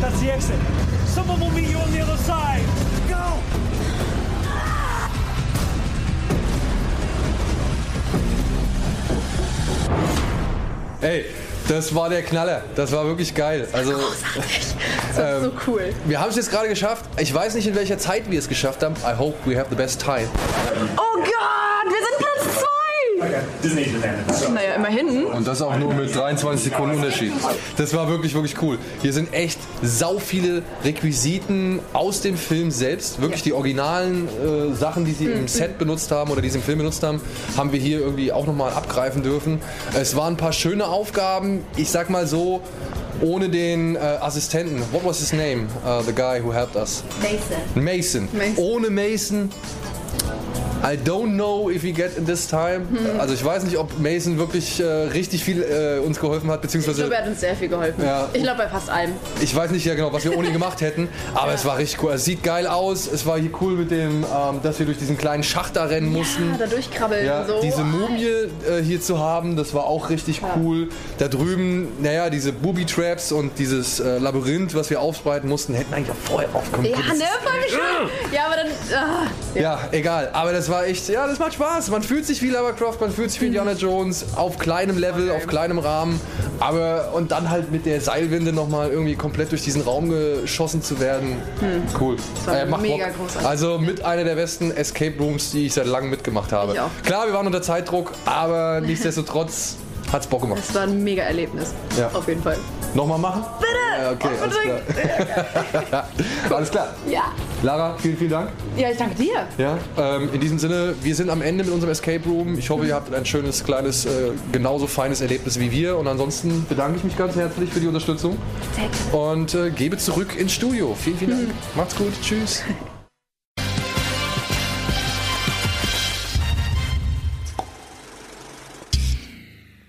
K: That's the exit. Someone will meet you on the other side. Go.
A: Ey, das war der Knaller. Das war wirklich geil. Also,
E: Das ist so cool.
A: wir haben es jetzt gerade geschafft. Ich weiß nicht, in welcher Zeit wir es geschafft haben. I hope we have the best time.
E: Oh Gott, wir sind Platz zwei. Naja, immerhin.
A: Und das auch nur mit 23 Sekunden Unterschied. Das war wirklich, wirklich cool. Hier sind echt sau viele Requisiten aus dem Film selbst. Wirklich die originalen äh, Sachen, die sie im Set benutzt haben oder die sie im Film benutzt haben, haben wir hier irgendwie auch nochmal abgreifen dürfen. Es waren ein paar schöne Aufgaben. Ich sag mal so, ohne den äh, Assistenten. What was his name? Äh, Uh, the guy who helped us. Mason. Ohne Mason
N: I don't know if we get in this time.
E: Hm.
N: Also ich weiß nicht, ob Mason wirklich äh, richtig viel äh, uns geholfen hat,
E: Ich
A: Also
N: beziehungsweise
E: glaube, er hat uns sehr viel geholfen.
N: Ja.
E: Ich glaube, bei fast allem.
N: ich weiß nicht ja genau, was wir ohne ihn gemacht hätten, aber es war richtig cool. Es sieht geil aus. Es war hier cool mit dem, ähm, dass wir durch diesen kleinen Schacht da rennen mussten.
A: Hm.
E: Ja, da durchkrabbeln
N: Ja,
E: und so.
N: diese Mumie äh, hier zu haben, das war auch richtig cool. Da drüben, naja, diese Booby-Traps und dieses äh, Labyrinth, was wir aufspalten mussten, hätten eigentlich auch vorher aufkommen
E: ja,
N: können.
E: ne, voll geschafft. Ja, aber dann. Ah.
N: Ja. egal. Aber das war echt, ja, das macht Spaß. Man fühlt sich wie Lovecraft, man fühlt sich wie Indiana Jones auf kleinem Level, auf kleinem Rahmen. Aber, und dann halt mit der Seilwinde nochmal irgendwie komplett durch diesen Raum geschossen zu werden.
E: Hm.
N: Cool. Äh,
E: Das war mega
N: Bock.
E: großartig.
N: Also mit einer der besten Escape Rooms, die ich seit langem mitgemacht habe.
E: Ich auch.
N: Klar, wir waren unter Zeitdruck, aber nichtsdestotrotz hat's Bock gemacht.
E: Das war ein mega Erlebnis.
N: Ja.
E: Auf jeden Fall.
N: Nochmal machen?
E: Bitte!
N: Ja, okay, alles klar. alles klar.
E: Ja.
N: Lara, vielen, vielen Dank.
E: Ja, ich danke dir.
N: Ja, ähm, in diesem Sinne, wir sind am Ende mit unserem Escape Room. Ich hoffe, ihr habt ein schönes, kleines, äh, genauso feines Erlebnis wie wir. Und ansonsten bedanke ich mich ganz herzlich für die Unterstützung und äh, gebe zurück ins Studio. Vielen, vielen
A: Hm.
N: Dank. Macht's gut. Tschüss.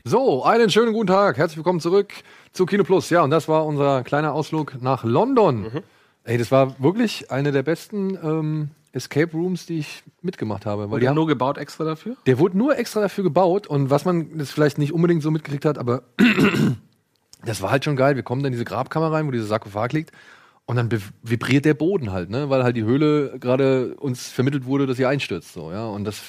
A: So, einen schönen guten Tag. Herzlich willkommen zurück zu Kino Plus. Ja, und das war unser kleiner Ausflug nach London.
N: Mhm.
A: Ey, das war wirklich eine der besten ähm, Escape Rooms, die ich mitgemacht habe. Weil die haben,
C: nur gebaut extra dafür?
A: der wurde nur extra dafür gebaut und was man das vielleicht nicht unbedingt so mitgekriegt hat, aber das war halt schon geil. Wir kommen dann in diese Grabkammer rein, wo dieser Sarkophag liegt und dann be- vibriert der Boden halt, ne? weil halt die Höhle gerade uns vermittelt wurde, dass sie einstürzt. So, ja? Und das,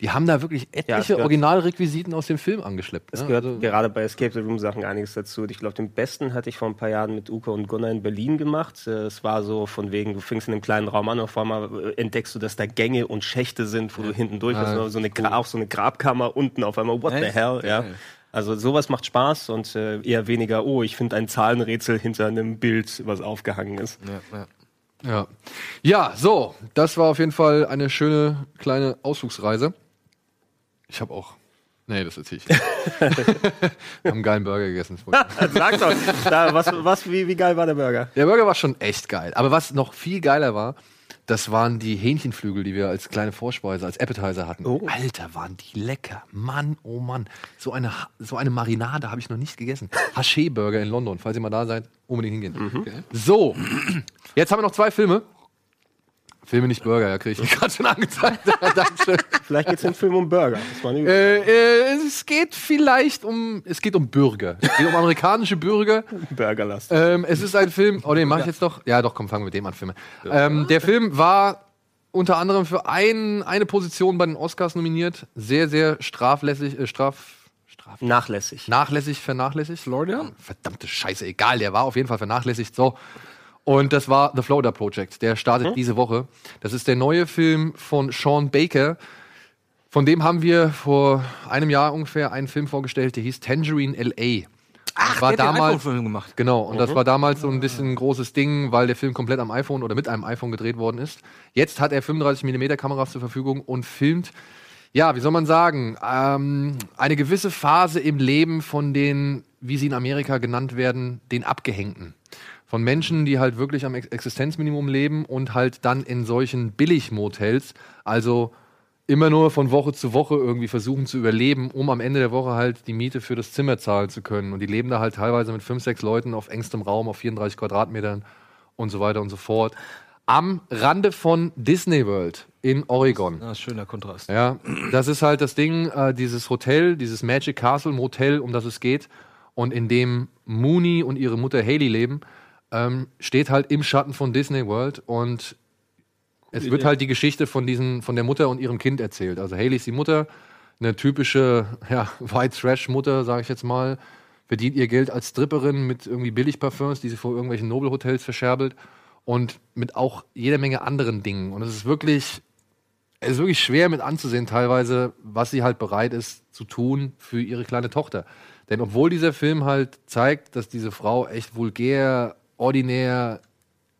A: die haben da wirklich etliche
B: gehört-
A: Originalrequisiten aus dem Film angeschleppt.
B: Es
A: ne?
B: gehört gerade bei Escape the Room Sachen einiges dazu. Und Ich glaube, den besten hatte ich vor ein paar Jahren mit Uke und Gunnar in Berlin gemacht. Äh, Es war so von wegen, du fängst in einem kleinen Raum an, auf einmal äh, entdeckst du, dass da Gänge und Schächte sind, wo du hinten durch
A: Ah,
B: bist. Ne? So eine, Gra- Auch so eine Grabkammer unten auf einmal, what the
A: Echt?
B: hell? Ja.
A: Geil.
B: Also sowas macht Spaß und äh, eher weniger, oh, ich finde ein Zahlenrätsel hinter einem Bild, was aufgehangen ist.
A: Ja. ja, so, das war auf jeden Fall eine schöne kleine Ausflugsreise. Ich habe auch. Nee, das erzähl ich nicht. Wir haben einen geilen Burger gegessen. das wollte ich-
B: Also Sag doch, da, was, was, wie, wie geil war der Burger?
A: Der Burger war schon echt geil. Aber was noch viel geiler war, das waren die Hähnchenflügel, die wir als kleine Vorspeise, als Appetizer hatten. Alter, waren die lecker. Mann, oh Mann. So eine, Ha- so eine Marinade habe ich noch nicht gegessen. Haché-Burger in London. Falls ihr mal da seid, unbedingt hingehen. So, jetzt haben wir noch zwei Filme. Filme nicht Burger, ja, kriege ich mir gerade schon angezeigt. Dankeschön.
B: Vielleicht geht es im Film um Burger. Das war eine Übung.
A: Äh, äh, es geht vielleicht um, es geht um Bürger. Es geht um amerikanische Bürger.
B: Burgerlast.
A: Ähm, es ist ein Film, oh den mach ich jetzt doch. Ja, doch, komm, fangen wir mit dem an, Filme. Ähm, der Film war unter anderem für ein, eine Position bei den Oscars nominiert. Sehr, sehr straflässig, äh, straf,
B: Nachlässig.
A: Nachlässig, vernachlässigt. Florida? Verdammte Scheiße, egal, der war auf jeden Fall vernachlässigt. So. Und das war The Florida Project. Der startet diese Woche. Das ist der neue Film von Sean Baker. Von dem haben wir vor einem Jahr ungefähr einen Film vorgestellt, der hieß Tangerine LA. Ach, war
C: der hat den
A: damals
C: iPhone-Film gemacht.
A: Genau, und das
C: Mhm.
A: war damals so ein bisschen ein großes Ding, weil der Film komplett am iPhone oder mit einem iPhone gedreht worden ist. Jetzt hat er 35mm Kameras zur Verfügung und filmt, ja, wie soll man sagen, ähm, eine gewisse Phase im Leben von den, wie sie in Amerika genannt werden, den Abgehängten. Von Menschen, die halt wirklich am Ex Existenzminimum leben und halt dann in solchen Billigmotels, also immer nur von Woche zu Woche irgendwie versuchen zu überleben, um am Ende der Woche halt die Miete für das Zimmer zahlen zu können. Und die leben da halt teilweise mit fünf, sechs Leuten auf engstem Raum, auf 34 Quadratmetern und so weiter und so fort. Am Rande von Disney World in Oregon.
C: Ja, schöner Kontrast.
A: Ja, das ist halt das Ding, äh, dieses Hotel, dieses Magic Castle Motel, um das es geht, und in dem Mooney und ihre Mutter Haley leben, ähm, steht halt im Schatten von Disney World und es wird halt die Geschichte von diesen, von der Mutter und ihrem Kind erzählt. Also Haley ist die Mutter, eine typische ja, White Trash Mutter, sage ich jetzt mal, verdient ihr Geld als Stripperin mit irgendwie Billigparfüms, die sie vor irgendwelchen Nobelhotels verscherbelt und mit auch jeder Menge anderen Dingen. Und es ist wirklich es ist wirklich schwer mit anzusehen teilweise, was sie halt bereit ist zu tun für ihre kleine Tochter. Denn obwohl dieser Film halt zeigt, dass diese Frau echt vulgär, ordinär,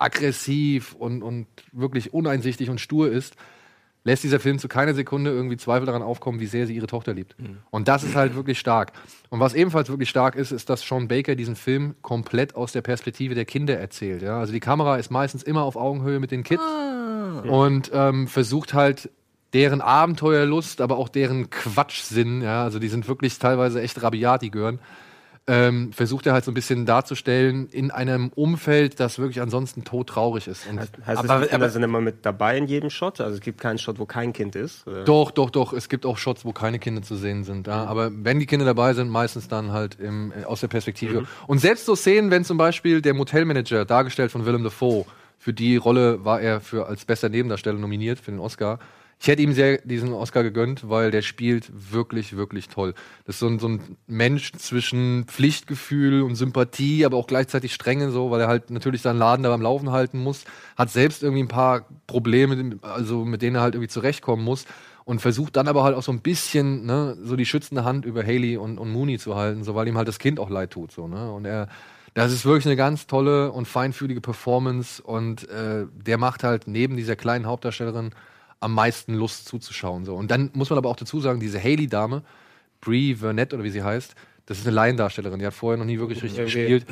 A: aggressiv und, und wirklich uneinsichtig und stur ist, lässt dieser Film zu keiner Sekunde irgendwie Zweifel daran aufkommen, wie sehr sie ihre Tochter liebt.
B: Mhm.
A: Und das ist halt wirklich stark. Und was ebenfalls wirklich stark ist, ist, dass Sean Baker diesen Film komplett aus der Perspektive der Kinder erzählt.
B: Ah.
A: Ja? Also die Kamera ist meistens immer auf Augenhöhe mit den Kids und ähm, versucht halt deren Abenteuerlust, aber auch deren Quatschsinn, ja, also die sind wirklich teilweise echt rabiat, die Gören, ähm, versucht er halt so ein bisschen darzustellen in einem Umfeld, das wirklich ansonsten todtraurig ist. Und
B: Heißt das, die Kinder sind immer mit dabei in jedem Shot? Also es gibt keinen Shot, wo kein Kind ist? oder?
A: Doch, doch, doch. Es gibt auch Shots, wo keine Kinder zu sehen sind. Ja. Aber wenn die Kinder dabei sind, meistens dann halt im, äh, aus der Perspektive.
B: Mhm.
A: Und selbst so Szenen, wenn zum Beispiel der Motelmanager, dargestellt von Willem Dafoe, für die Rolle war er für, als bester Nebendarsteller nominiert für den Oscar. Ich hätte ihm sehr diesen Oscar gegönnt, weil der spielt wirklich, wirklich toll. Das ist so ein, so ein Mensch zwischen Pflichtgefühl und Sympathie, aber auch gleichzeitig Strenge, so, weil er halt natürlich seinen Laden da beim Laufen halten muss, hat selbst irgendwie ein paar Probleme, also mit denen er halt irgendwie zurechtkommen muss und versucht dann aber halt auch so ein bisschen ne, so die schützende Hand über Haley und, und Mooney zu halten, so weil ihm halt das Kind auch leid tut. So, ne? Und er, das ist wirklich eine ganz tolle und feinfühlige Performance und äh, der macht halt neben dieser kleinen Hauptdarstellerin am meisten Lust zuzuschauen. So. Und dann muss man aber auch dazu sagen, diese Haley-Dame, Brie Vernette oder wie sie heißt, das ist eine Laiendarstellerin, die hat vorher noch nie wirklich richtig
B: Okay.
A: gespielt.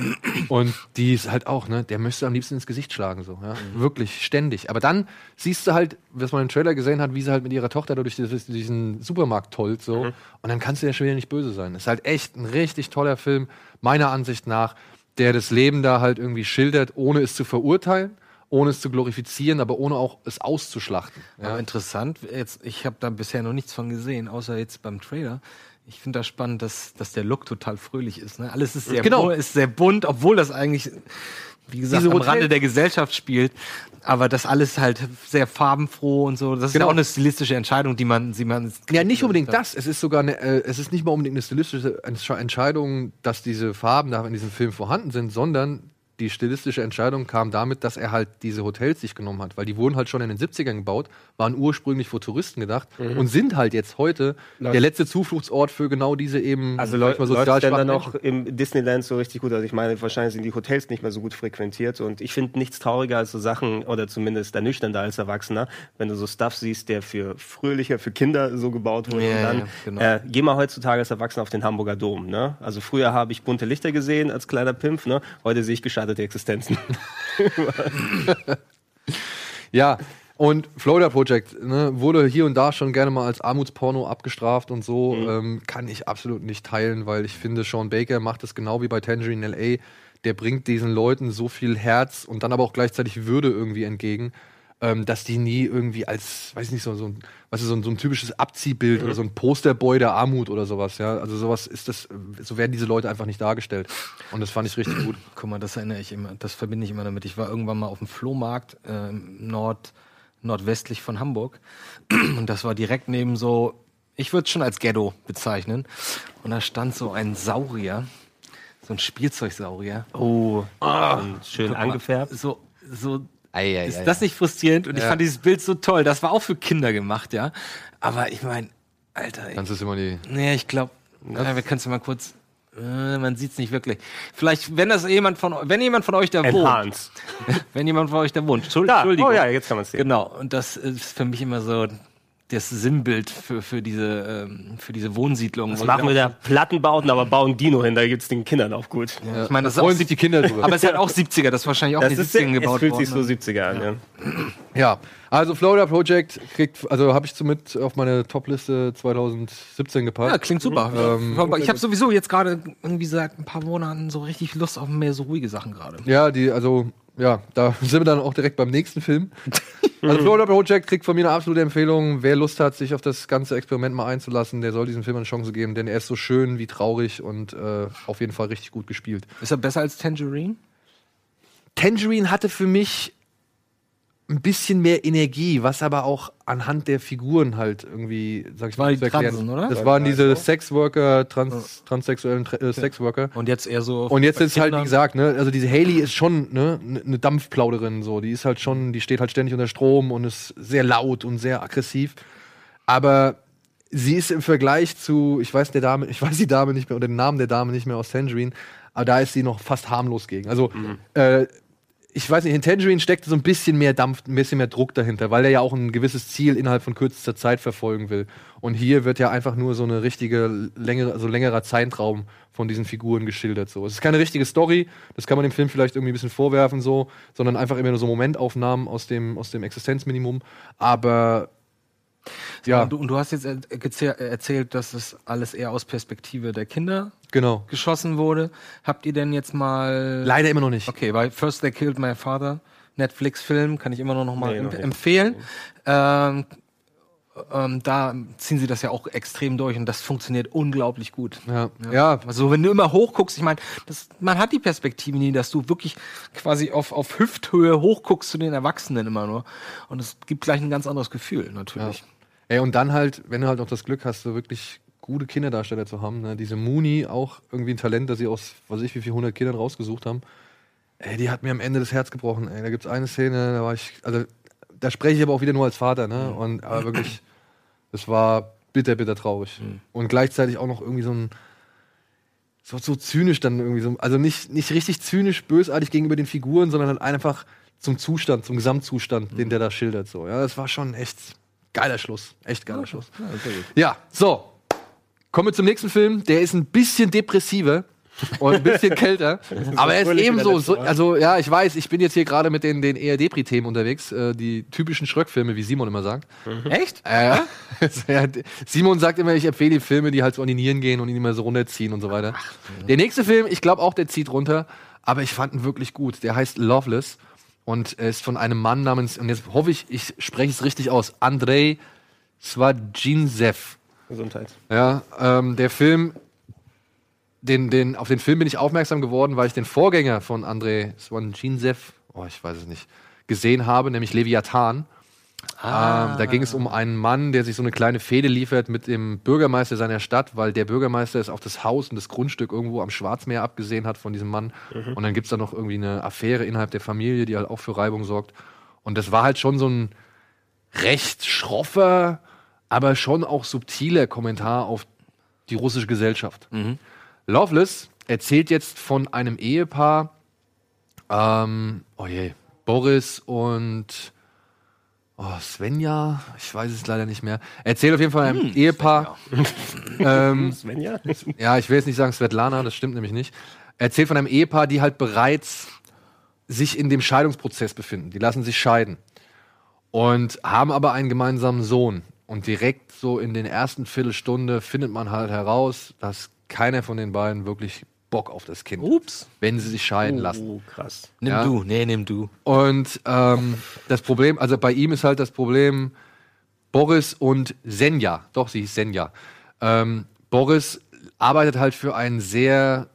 A: Und die ist halt auch, ne, der müsste am liebsten ins Gesicht schlagen, so, ja. Wirklich, ständig. Aber dann siehst du halt, was man im Trailer gesehen hat, wie sie halt mit ihrer Tochter da durch dieses- diesen Supermarkt tollt, so. Und dann kannst du ja schon wieder nicht böse sein. Ist halt echt ein richtig toller Film, meiner Ansicht nach, der das Leben da halt irgendwie schildert, ohne es zu verurteilen, ohne es zu glorifizieren, aber ohne auch es auszuschlachten.
C: Aber interessant, jetzt, ich habe da bisher noch nichts von gesehen, außer jetzt beim Trailer. Ich finde das spannend, dass, dass der Look total fröhlich ist. Ne? Alles ist sehr,
A: Genau.
C: bu- ist sehr bunt, obwohl das eigentlich, wie gesagt,
A: Diese
C: am
A: Hotel-
C: Rande der Gesellschaft spielt. Aber das alles halt sehr farbenfroh und so. Das
A: Genau.
C: ist auch eine stilistische Entscheidung, die man, die man
A: Ja, nicht unbedingt das. Es ist sogar eine, äh, es ist nicht mal unbedingt eine stilistische Entsche- Entscheidung, dass diese Farben da in diesem Film vorhanden sind, sondern die stilistische Entscheidung kam damit, dass er halt diese Hotels sich genommen hat, weil die wurden halt schon in den 70ern gebaut, waren ursprünglich für Touristen gedacht
B: Mhm.
A: und sind halt jetzt heute
B: Läuft-
A: der letzte Zufluchtsort für genau diese eben sag
B: Also Leu
A: ich mal,
B: läuft's denn
A: schwachen
B: dann
A: Menschen.
B: auch im Disneyland so richtig gut? Also ich meine, wahrscheinlich sind die Hotels nicht mehr so gut frequentiert und ich finde nichts trauriger als so Sachen oder zumindest dann nüchternder als Erwachsener, wenn du so Stuff siehst, der für fröhlicher, für Kinder so gebaut wurde.
C: Ja,
B: und dann,
C: ja, genau.
B: äh, geh mal heutzutage als Erwachsener auf den Hamburger Dom. Ne? Also früher habe ich bunte Lichter gesehen als kleiner Pimpf, ne? heute sehe ich gescheiterte Existenzen.
A: Ja, und Florida Project ne, wurde hier und da schon gerne mal als Armutsporno abgestraft und so. Ähm, kann ich absolut nicht teilen, weil ich finde, Sean Baker macht es genau wie bei Tangerine LA. Der bringt diesen Leuten so viel Herz und dann aber auch gleichzeitig Würde irgendwie entgegen, ähm, dass die nie irgendwie als, weiß nicht, so, so, ein, weißt du, so, ein, so ein typisches Abziehbild oder so ein Posterboy der Armut oder sowas. Ja, also sowas ist das, so werden diese Leute einfach nicht dargestellt. Und das fand ich richtig gut.
C: Guck mal, das erinnere ich immer, das verbinde ich immer damit. Ich war irgendwann mal auf dem Flohmarkt ähm, Nord, nordwestlich von Hamburg und das war direkt neben so, ich würde es schon als Ghetto bezeichnen. Und da stand so ein Saurier, so ein Spielzeugsaurier.
B: Oh,
C: Ah,
B: ähm, schön
C: guck mal,
B: angefärbt.
C: So, so.
B: Ei, ei,
C: ist
B: ei,
C: das
B: ei.
C: nicht frustrierend? Und ich
B: Ja.
C: fand dieses Bild so toll. Das war auch für Kinder gemacht, ja. Aber ich meine, Alter.
A: Kannst du es immer nie.
C: Nee, ich glaube, ja, wir können es mal kurz. Äh, man sieht's nicht wirklich. Vielleicht, wenn das jemand von eu- wenn jemand von euch da
B: Enhanced.
C: wohnt. wenn jemand von euch da wohnt. Entschuld-
B: Da,
C: Entschuldigung.
B: oh ja, jetzt kann man's sehen.
C: Genau. Und das ist für mich immer so das Sinnbild für, für diese ähm, für diese Wohnsiedlung.
B: Das machen wir da Plattenbauten, aber bauen Dino hin, da gibt's den Kindern auch gut.
C: Ja. Ich meine, das ist Freuen auch- sich die Kinder drüber. Aber es ist halt auch 70er, das ist wahrscheinlich auch in den
B: ist sehr-
C: 70ern gebaut
B: Es fühlt
C: worden,
B: sich so
C: ne?
B: 70er an, ja.
A: Ja, also Florida Project kriegt, also habe ich somit auf meine Top-Liste 2017 gepackt.
C: Ja, klingt super.
A: Ähm,
C: Aber ich habe sowieso jetzt gerade irgendwie seit ein paar Monaten so richtig Lust auf mehr so ruhige Sachen gerade.
A: ja, die, also, ja, da sind wir dann auch direkt beim nächsten Film. Also Florida Project kriegt von mir eine absolute Empfehlung. Wer Lust hat, sich auf das ganze Experiment mal einzulassen, der soll diesem Film eine Chance geben, denn er ist so schön wie traurig und äh, auf jeden Fall richtig gut gespielt.
C: Ist er besser als Tangerine?
A: Tangerine hatte für mich ein bisschen mehr Energie, was aber auch anhand der Figuren halt irgendwie, sag ich
C: War
A: mal,
C: die
A: zu erklären.
C: Transen, oder?
A: Das waren diese Sexworker, trans, transsexuellen Tra- äh, Sexworker.
C: Und jetzt eher so.
A: Und jetzt
C: bei
A: ist halt, wie
C: Kindern.
A: gesagt, ne, also diese Haley ist schon ne, eine Dampfplauderin, so. Die ist halt schon, die steht halt ständig unter Strom und ist sehr laut und sehr aggressiv. Aber sie ist im Vergleich zu, ich weiß der Dame, ich weiß die Dame nicht mehr oder den Namen der Dame nicht mehr aus Tangerine, aber da ist sie noch fast harmlos gegen. Also äh, ich weiß nicht, in Tangerine steckt so ein bisschen mehr Dampf, ein bisschen mehr Druck dahinter, weil er ja auch ein gewisses Ziel innerhalb von kürzester Zeit verfolgen will. Und hier wird ja einfach nur so eine richtige, längere, so längerer Zeitraum von diesen Figuren geschildert. So. Es ist keine richtige Story, das kann man dem Film vielleicht irgendwie ein bisschen vorwerfen, so, sondern einfach immer nur so Momentaufnahmen aus dem, aus dem Existenzminimum. Aber
C: Ja. Und du, und du hast jetzt er- gezäh- erzählt, dass das alles eher aus Perspektive der Kinder
A: Genau.
C: geschossen wurde. Habt ihr denn jetzt mal.
A: Leider immer noch nicht.
C: Okay, bei First They Killed My Father, Netflix-Film, kann ich immer noch, noch mal
A: Nee,
C: emp
A: noch nicht.
C: empfehlen. Ähm, ähm, da ziehen sie das ja auch extrem durch und das funktioniert unglaublich gut.
A: Ja.
C: Also wenn du immer hochguckst, ich meine, das- man hat die Perspektive nie, dass du wirklich quasi auf, auf Hüfthöhe hochguckst zu den Erwachsenen immer nur. Und es gibt gleich ein ganz anderes Gefühl, natürlich.
A: Ey, und dann halt, wenn du halt noch das Glück hast, so wirklich gute Kinderdarsteller zu haben, ne? diese Mooney auch irgendwie ein Talent, das sie aus, weiß ich, wie viel hundert Kindern rausgesucht haben. Ey, die hat mir am Ende das Herz gebrochen. Ey, da gibt's eine Szene, da war ich, also da spreche ich aber auch wieder nur als Vater, ne? Und aber wirklich, es war bitter, bitter traurig. Und gleichzeitig auch noch irgendwie so ein so, so zynisch dann irgendwie so, also nicht, nicht richtig zynisch, bösartig gegenüber den Figuren, sondern halt einfach zum Zustand, zum Gesamtzustand,
C: Mhm.
A: den der da schildert. So, ja, das war schon echt geiler Schluss, echt geiler Schluss.
C: Ja, sehr gut.
A: Ja, so. Kommen wir zum nächsten Film. Der ist ein bisschen depressiver und ein bisschen kälter. aber er ist
B: Fröhlich wie der
A: ebenso.
B: letzte,
A: So,
B: oder?
A: also, ja, ich weiß, ich bin jetzt hier gerade mit den, E den eher Depri-Themen unterwegs. Äh, die typischen Schröck-Filme, wie Simon immer sagt.
C: Echt?
A: Äh, ja, Simon sagt immer, ich empfehle die Filme, die halt so an die Nieren gehen und ihn immer so runterziehen und so weiter. Der nächste Film, ich glaube auch, der zieht runter, aber ich fand ihn wirklich gut. Der heißt Loveless und er ist von einem Mann namens, und jetzt hoffe ich, ich spreche es richtig aus, Andrei Svadjinsev.
B: Gesundheit.
A: Ja, ähm, der Film, den, den, auf den Film bin ich aufmerksam geworden, weil ich den Vorgänger von Andrei Swanjinsev, oh, ich weiß es nicht, gesehen habe, nämlich Leviathan. Ähm, da ging es um einen Mann, der sich so eine kleine Fehde liefert mit dem Bürgermeister seiner Stadt, weil der Bürgermeister ist auf das Haus und das Grundstück irgendwo am Schwarzmeer abgesehen hat von diesem Mann.
B: Mhm.
A: Und dann gibt es da noch irgendwie eine Affäre innerhalb der Familie, die halt auch für Reibung sorgt. Und das war halt schon so ein recht schroffer, aber schon auch subtiler Kommentar auf die russische Gesellschaft. Loveless erzählt jetzt von einem Ehepaar, ähm, oh je, Boris und oh, Svenja, ich weiß es leider nicht mehr. Erzählt auf jeden Fall einem Ehepaar. ähm,
B: Svenja?
A: ja, ich will jetzt nicht sagen Svetlana, das stimmt nämlich nicht. Erzählt von einem Ehepaar, die halt bereits sich in dem Scheidungsprozess befinden. Die lassen sich scheiden und haben aber einen gemeinsamen Sohn. Und direkt so in den ersten Viertelstunde findet man halt heraus, dass keiner von den beiden wirklich Bock auf das Kind Ups. hat, wenn sie sich scheiden
B: Oh,
A: lassen.
B: krass.
C: Nimm du, nee, nimm du.
A: Und ähm, das Problem, also bei ihm ist halt das Problem, Boris und Senja, doch, sie hieß Senja. Ähm, Boris arbeitet halt für ein sehr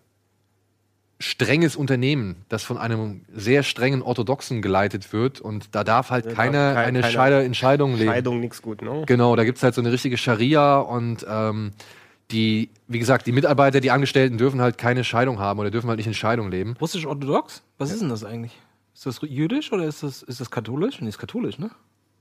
A: strenges Unternehmen, das von einem sehr strengen Orthodoxen geleitet wird und da darf halt
B: Da darf
A: keiner
B: kein-
A: eine
B: keiner-
A: Scheider Entscheidung legen.
B: Scheidung, nix gut, ne?
A: Genau, da gibt es halt so eine richtige Scharia und ähm, die, wie gesagt, die Mitarbeiter, die Angestellten dürfen halt keine Scheidung haben oder dürfen halt nicht in Scheidung leben.
C: Russisch-orthodox? Was ist denn das eigentlich? Ist das jüdisch oder ist das, ist das katholisch? Nee, ist katholisch, ne?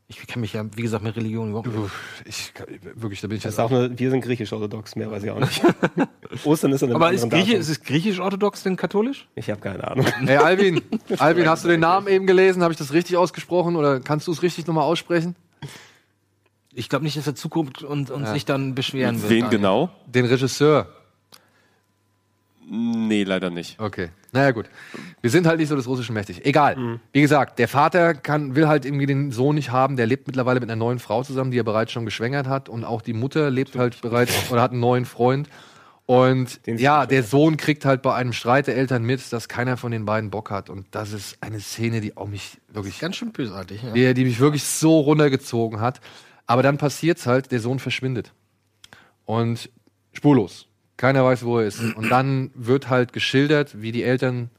C: Ich kenne mich ja, wie gesagt, mit Religion überhaupt nicht.
A: Ich, wirklich, da bin ich
B: Das ist auch nur, wir sind griechisch-orthodox, mehr weiß ich auch nicht. Ostern ist in einem
C: Aber ist,
B: anderen
C: Grieche,
B: Datum.
C: ist es griechisch-orthodox denn katholisch?
B: Ich habe keine Ahnung.
A: Hey Alvin, Alvin, hast du den Namen eben gelesen? Habe ich das richtig ausgesprochen oder kannst du es richtig nochmal aussprechen?
C: Ich glaube nicht, dass er zuguckt und, und
A: Ja.
C: sich dann beschweren wird.
D: Wen
C: Daniel.
D: genau?
A: Den Regisseur.
D: Nee, leider nicht.
A: Okay. Naja, gut. Wir sind halt nicht so des Russischen mächtig. Egal. Wie gesagt, der Vater kann, will halt irgendwie den Sohn nicht haben. Der lebt mittlerweile mit einer neuen Frau zusammen, die er bereits schon geschwängert hat. Und auch die Mutter lebt halt bereits oder hat einen neuen Freund. Und ja, der Sohn kriegt halt bei einem Streit der Eltern mit, dass keiner von den beiden Bock hat. Und das ist eine Szene, die auch mich wirklich
C: Ganz schön bösartig, ja.
A: die, die mich wirklich so runtergezogen hat. Aber dann passiert's halt, der Sohn verschwindet. Und spurlos. Keiner weiß, wo er ist. Und dann wird halt geschildert, wie die Eltern,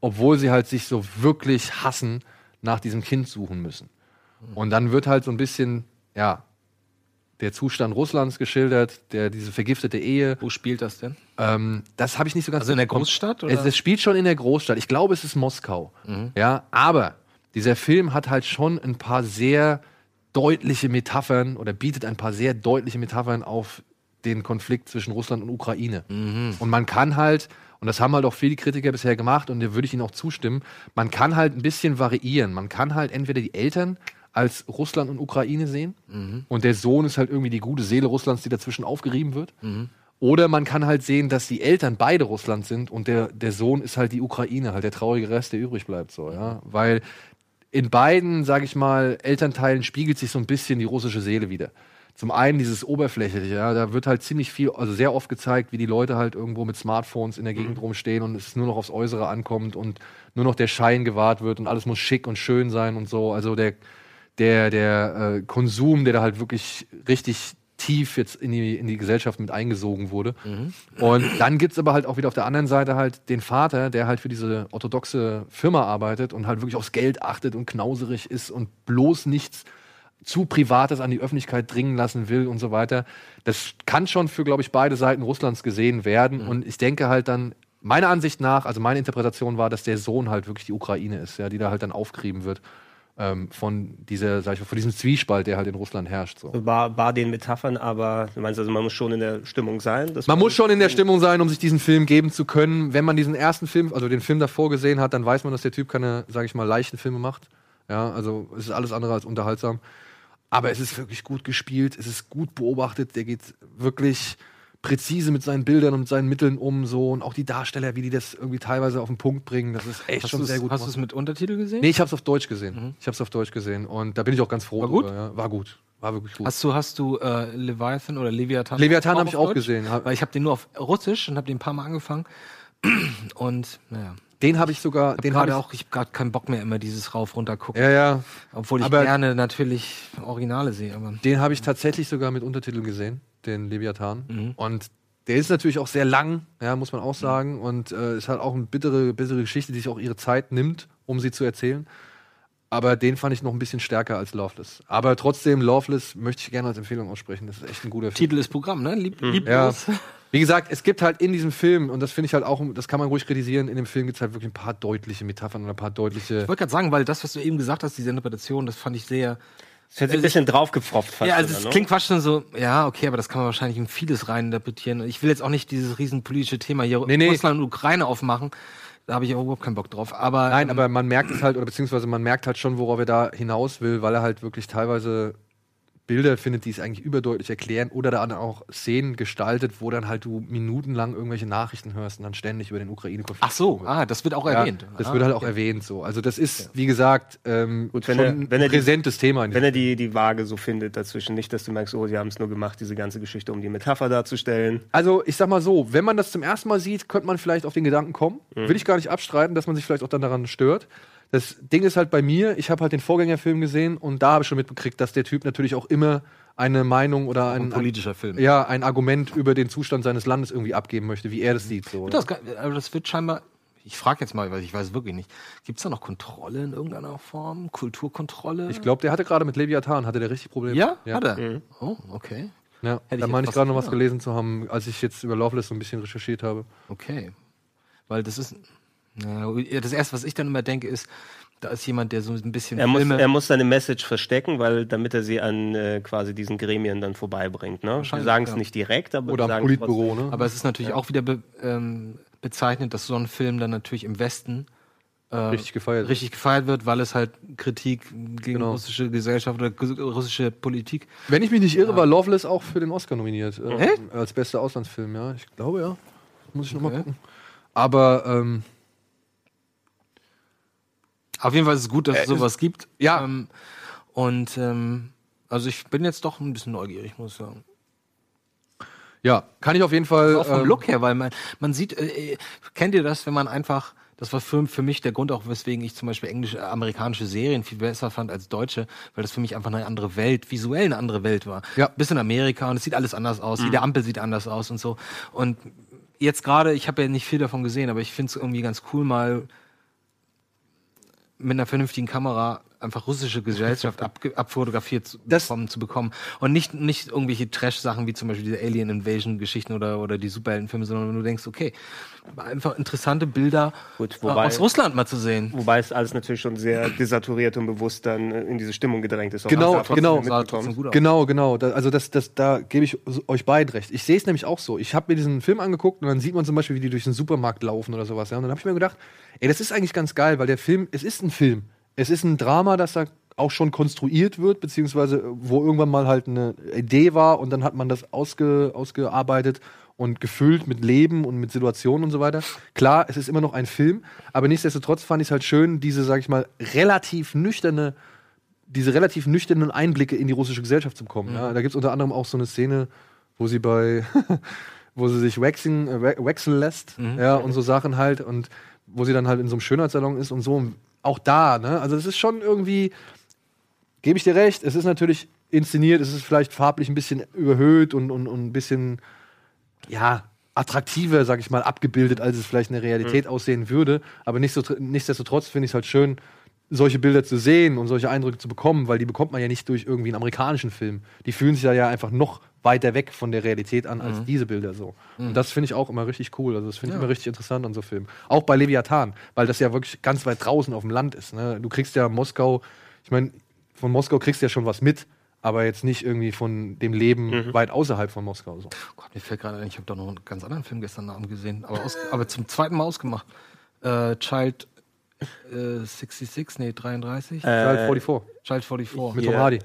A: obwohl sie halt sich so wirklich hassen, nach diesem Kind suchen müssen. Und dann wird halt so ein bisschen, ja, der Zustand Russlands geschildert, der, diese vergiftete Ehe.
C: Wo spielt das denn?
A: Ähm, das habe ich nicht so ganz.
C: Also in der Großstadt, oder?
A: Es, es spielt schon in der Großstadt. Ich glaube, es ist Moskau.
C: Mhm.
A: Ja, aber dieser Film hat halt schon ein paar sehr deutliche Metaphern oder bietet ein paar sehr deutliche Metaphern auf den Konflikt zwischen Russland und Ukraine.
C: Mhm.
A: Und man kann halt, und das haben halt auch viele Kritiker bisher gemacht, und da würde ich ihnen auch zustimmen, man kann halt ein bisschen variieren. Man kann halt entweder die Eltern als Russland und Ukraine sehen
C: Mhm.
A: und der Sohn ist halt irgendwie die gute Seele Russlands, die dazwischen aufgerieben wird.
C: Mhm.
A: Oder man kann halt sehen, dass die Eltern beide Russland sind und der, der Sohn ist halt die Ukraine, halt der traurige Rest, der übrig bleibt so, ja. Weil in beiden, sage ich mal, Elternteilen spiegelt sich so ein bisschen die russische Seele wieder. Zum einen dieses Oberflächliche, ja, da wird halt ziemlich viel, also sehr oft gezeigt, wie die Leute halt irgendwo mit Smartphones in der Gegend rumstehen und es nur noch aufs Äußere ankommt und nur noch der Schein gewahrt wird und alles muss schick und schön sein und so. Also der, der, der äh, Konsum, der da halt wirklich richtig tief jetzt in die, in die Gesellschaft mit eingesogen wurde. Und dann gibt es aber halt auch wieder auf der anderen Seite halt den Vater, der halt für diese orthodoxe Firma arbeitet und halt wirklich aufs Geld achtet und knauserig ist und bloß nichts zu Privates an die Öffentlichkeit dringen lassen will und so weiter. Das kann schon für, glaube ich, beide Seiten Russlands gesehen werden. Und ich denke halt dann, meiner Ansicht nach, also meine Interpretation war, dass der Sohn halt wirklich die Ukraine ist, ja, die da halt dann aufgerieben wird. Ähm, von dieser, sag ich mal, von diesem Zwiespalt, der halt in Russland herrscht. So.
B: Bar, bar den Metaphern, aber du meinst also, man muss schon in der Stimmung sein? dass
A: Man muss schon in der Stimmung sein, um sich diesen Film geben zu können. Wenn man diesen ersten Film, also den Film davor gesehen hat, dann weiß man, dass der Typ keine, sage ich mal, leichten Filme macht. Ja, also es ist alles andere als unterhaltsam. Aber es ist wirklich gut gespielt, es ist gut beobachtet, der geht wirklich präzise mit seinen Bildern und seinen Mitteln um so und auch die Darsteller, wie die das irgendwie teilweise auf den Punkt bringen, das ist echt
C: Hast
A: schon
C: du's-
A: sehr gut.
C: hast du's mit Untertitel gesehen?
A: Nee, ich hab's auf Deutsch gesehen. Ich hab's auf Deutsch gesehen und da bin ich auch ganz froh
C: War gut?
A: drüber, ja. War gut. War wirklich gut.
C: Hast du, hast du äh, Leviathan oder Leviathan?
A: Leviathan hab ich
C: auf
A: auch
C: Deutsch?
A: gesehen.
C: Weil ich habe den nur auf Russisch und habe den ein paar Mal angefangen. Und naja.
A: Den habe ich sogar.
C: Hab
A: den
C: gerade
A: hab ich-
C: auch. Ich habe gerade keinen Bock mehr immer dieses rauf runter gucken.
A: Ja, ja.
C: Obwohl ich
A: Aber-
C: gerne natürlich Originale sehe. Aber
A: Den habe ich tatsächlich sogar mit Untertiteln gesehen, den Leviathan.
C: Mhm.
A: Und der ist natürlich auch sehr lang, ja, muss man auch sagen. Und äh, ist halt auch eine bittere, bittere Geschichte, die sich auch ihre Zeit nimmt, um sie zu erzählen. Aber den fand ich noch ein bisschen stärker als Loveless. Aber trotzdem, Loveless möchte ich gerne als Empfehlung aussprechen. Das ist echt ein guter Film.
C: Titel ist Programm, ne? Lieb,
A: Hm. Ja.
C: Lieblos.
A: Wie gesagt, es gibt halt in diesem Film, und das finde ich halt auch, das kann man ruhig kritisieren, in dem Film gibt es halt wirklich ein paar deutliche Metaphern oder ein paar deutliche.
C: Ich wollte gerade sagen, weil das, was du eben gesagt hast, diese Interpretation, das fand ich sehr.
B: Das hätte ein bisschen draufgepfropft fast
C: Ja, also
B: schon,
C: es
B: ne?
C: klingt fast schon so, ja, okay, aber das kann man wahrscheinlich in vieles reininterpretieren. Ich will jetzt auch nicht dieses riesen politische Thema hier Russland und Ukraine aufmachen. Da habe ich auch überhaupt keinen Bock drauf. Aber
B: Ähm.
A: Nein, aber man merkt es halt, oder beziehungsweise man merkt halt schon, worauf er da hinaus will, weil er halt wirklich teilweise Bilder findet, die es eigentlich überdeutlich erklären oder dann auch Szenen gestaltet, wo dann halt du minutenlang irgendwelche Nachrichten hörst und dann ständig über den Ukraine-Konflikt.
C: Ach so, ah, das wird auch
A: Ja,
C: erwähnt.
A: Das
C: ah,
A: wird halt auch
C: okay.
A: erwähnt so. Also das ist, wie gesagt, ähm,
B: wenn
A: schon
B: er- wenn er
A: ein
B: die-
A: präsentes Thema. In
B: Wenn er die, die Waage so findet dazwischen, nicht, dass du merkst, oh, die haben es nur gemacht, diese ganze Geschichte, um die Metapher darzustellen.
A: Also, ich sag mal so, wenn man das zum ersten Mal sieht, könnte man vielleicht auf den Gedanken kommen.
B: Mhm.
A: Will ich gar nicht abstreiten, dass man sich vielleicht auch dann daran stört. Das Ding ist halt bei mir, ich habe halt den Vorgängerfilm gesehen und da habe ich schon mitbekriegt, dass der Typ natürlich auch immer eine Meinung oder ein,
C: Ein politischer Film.
A: Ja, ein Argument über den Zustand seines Landes irgendwie abgeben möchte, wie er das sieht. So,
C: Wird
A: oder?
C: Mhm. Das, ge- aber das wird scheinbar. Ich frage jetzt mal, weil ich weiß wirklich nicht. Gibt es da noch Kontrolle in irgendeiner Form? Kulturkontrolle?
A: ich glaube, der hatte gerade mit Leviathan, hatte der richtig Probleme.
C: Ja? Hat er? Oh, okay.
A: Ja,
C: Hätte ich
A: da
C: jetzt
A: meine ich
C: fast
A: gerade noch was
C: gedacht.
A: gelesen zu haben, als ich jetzt über Loveless so ein bisschen recherchiert habe.
C: Okay. Weil das ist. Na, das erste, was ich dann immer denke, ist, da ist jemand, der so ein bisschen
B: Er muss,
C: Filme.
B: er muss seine Message verstecken, weil damit er sie an äh, quasi diesen Gremien dann vorbeibringt. Ne? Wir
C: Wahrscheinlich,
B: sagen es
C: ja.
B: nicht direkt, aber
A: Oder
B: wir
A: am
B: sagen
A: Politbüro,
B: trotzdem-
A: ne?
C: aber es ist natürlich auch wieder be, ähm, bezeichnet, dass so ein Film dann natürlich im Westen äh,
A: Richtig gefeiert wird.
C: richtig gefeiert wird, weil es halt Kritik gegen
A: Genau.
C: russische Gesellschaft oder ges- russische Politik.
A: Wenn ich mich nicht irre, war Loveless auch für den Oscar nominiert. Äh,
C: Echt?
A: als bester Auslandsfilm, ja. Ich glaube ja. Muss ich nochmal
C: Okay.
A: gucken. Aber ähm,
C: Auf jeden Fall ist es gut, dass
A: Äh,
C: es sowas gibt.
A: Ja.
C: Ähm, und ähm, also ich bin jetzt doch ein bisschen neugierig, muss ich sagen.
A: ja, kann ich auf jeden Fall.
C: Auch vom
A: ähm,
C: Look her, weil man, man sieht, äh, äh, kennt ihr das, wenn man einfach, das war für, für mich der Grund auch, weswegen ich zum Beispiel englische, äh, amerikanische Serien viel besser fand als deutsche, weil das für mich einfach eine andere Welt, visuell eine andere Welt war.
A: Ja. Mhm.
C: Bis in Amerika und es sieht alles anders aus, jede Ampel sieht anders aus und so. Und jetzt gerade, ich habe ja nicht viel davon gesehen, aber ich finde es irgendwie ganz cool, mal mit einer vernünftigen Kamera einfach russische Gesellschaft abge- abfotografiert zu bekommen, zu bekommen. Und nicht, nicht irgendwelche Trash-Sachen wie zum Beispiel diese Alien Invasion-Geschichten oder, oder die Superheldenfilme, sondern wenn du denkst, okay, einfach interessante Bilder
B: Gut,
C: äh,
B: wobei-
C: aus Russland mal zu sehen.
B: Wobei es alles natürlich schon sehr desaturiert und bewusst dann äh, in diese Stimmung gedrängt ist. auch
A: Genau,
B: was du
A: genau,
B: trotzdem mitbekommst.
A: genau, genau. Da, also das, das, da gebe ich s- euch beiden recht. Ich sehe es nämlich auch so. Ich habe mir diesen Film angeguckt und dann sieht man zum Beispiel, wie die durch den Supermarkt laufen oder sowas. Ja. Und dann habe ich mir gedacht, ey, das ist eigentlich ganz geil, weil der Film, es ist ein Film. Es ist ein Drama, das da auch schon konstruiert wird, beziehungsweise äh, wo irgendwann mal halt eine Idee war und dann hat man das ausge, ausgearbeitet und gefüllt mit Leben und mit Situationen und so weiter. Klar, es ist immer noch ein Film, aber nichtsdestotrotz fand ich es halt schön, diese, sag ich mal, relativ nüchterne, diese relativ nüchternen Einblicke in die russische Gesellschaft zu bekommen. Ja, da gibt es unter anderem auch so eine Szene, wo sie bei, wo sie sich waxing, äh, wa- waxen lässt, ja, und so Sachen halt und wo sie dann halt in so einem Schönheitssalon ist und so. Auch da, ne? Also es ist schon irgendwie, gebe ich dir recht, es ist natürlich inszeniert, es ist vielleicht farblich ein bisschen überhöht und, und, und ein bisschen, ja, attraktiver, sag ich mal, abgebildet, als es vielleicht in der Realität
N: Mhm.
A: aussehen würde. Aber nicht so, nichtsdestotrotz finde ich es halt schön, solche Bilder zu sehen und solche Eindrücke zu bekommen, weil die bekommt man ja nicht durch irgendwie einen amerikanischen Film. Die fühlen sich da ja einfach noch weiter weg von der Realität an als
N: Mhm.
A: diese Bilder so.
N: Mhm.
A: Und das finde ich auch immer richtig cool. Also das finde ich
N: Ja.
A: immer richtig interessant an so Filmen. Auch bei Leviathan, weil das ja wirklich ganz weit draußen auf dem Land ist. Ne? Du kriegst ja Moskau, ich meine, von Moskau kriegst du ja schon was mit, aber jetzt nicht irgendwie von dem Leben
N: Mhm.
A: weit außerhalb von Moskau. So.
C: Gott, mir fällt gerade ein, ich habe doch noch einen ganz anderen Film gestern Abend gesehen, aber, aus, aber zum zweiten Mal ausgemacht. Äh, Child äh, 66, nee, 33.
A: Äh, Child 44.
C: Child 44.
A: Mit Tom Hardy.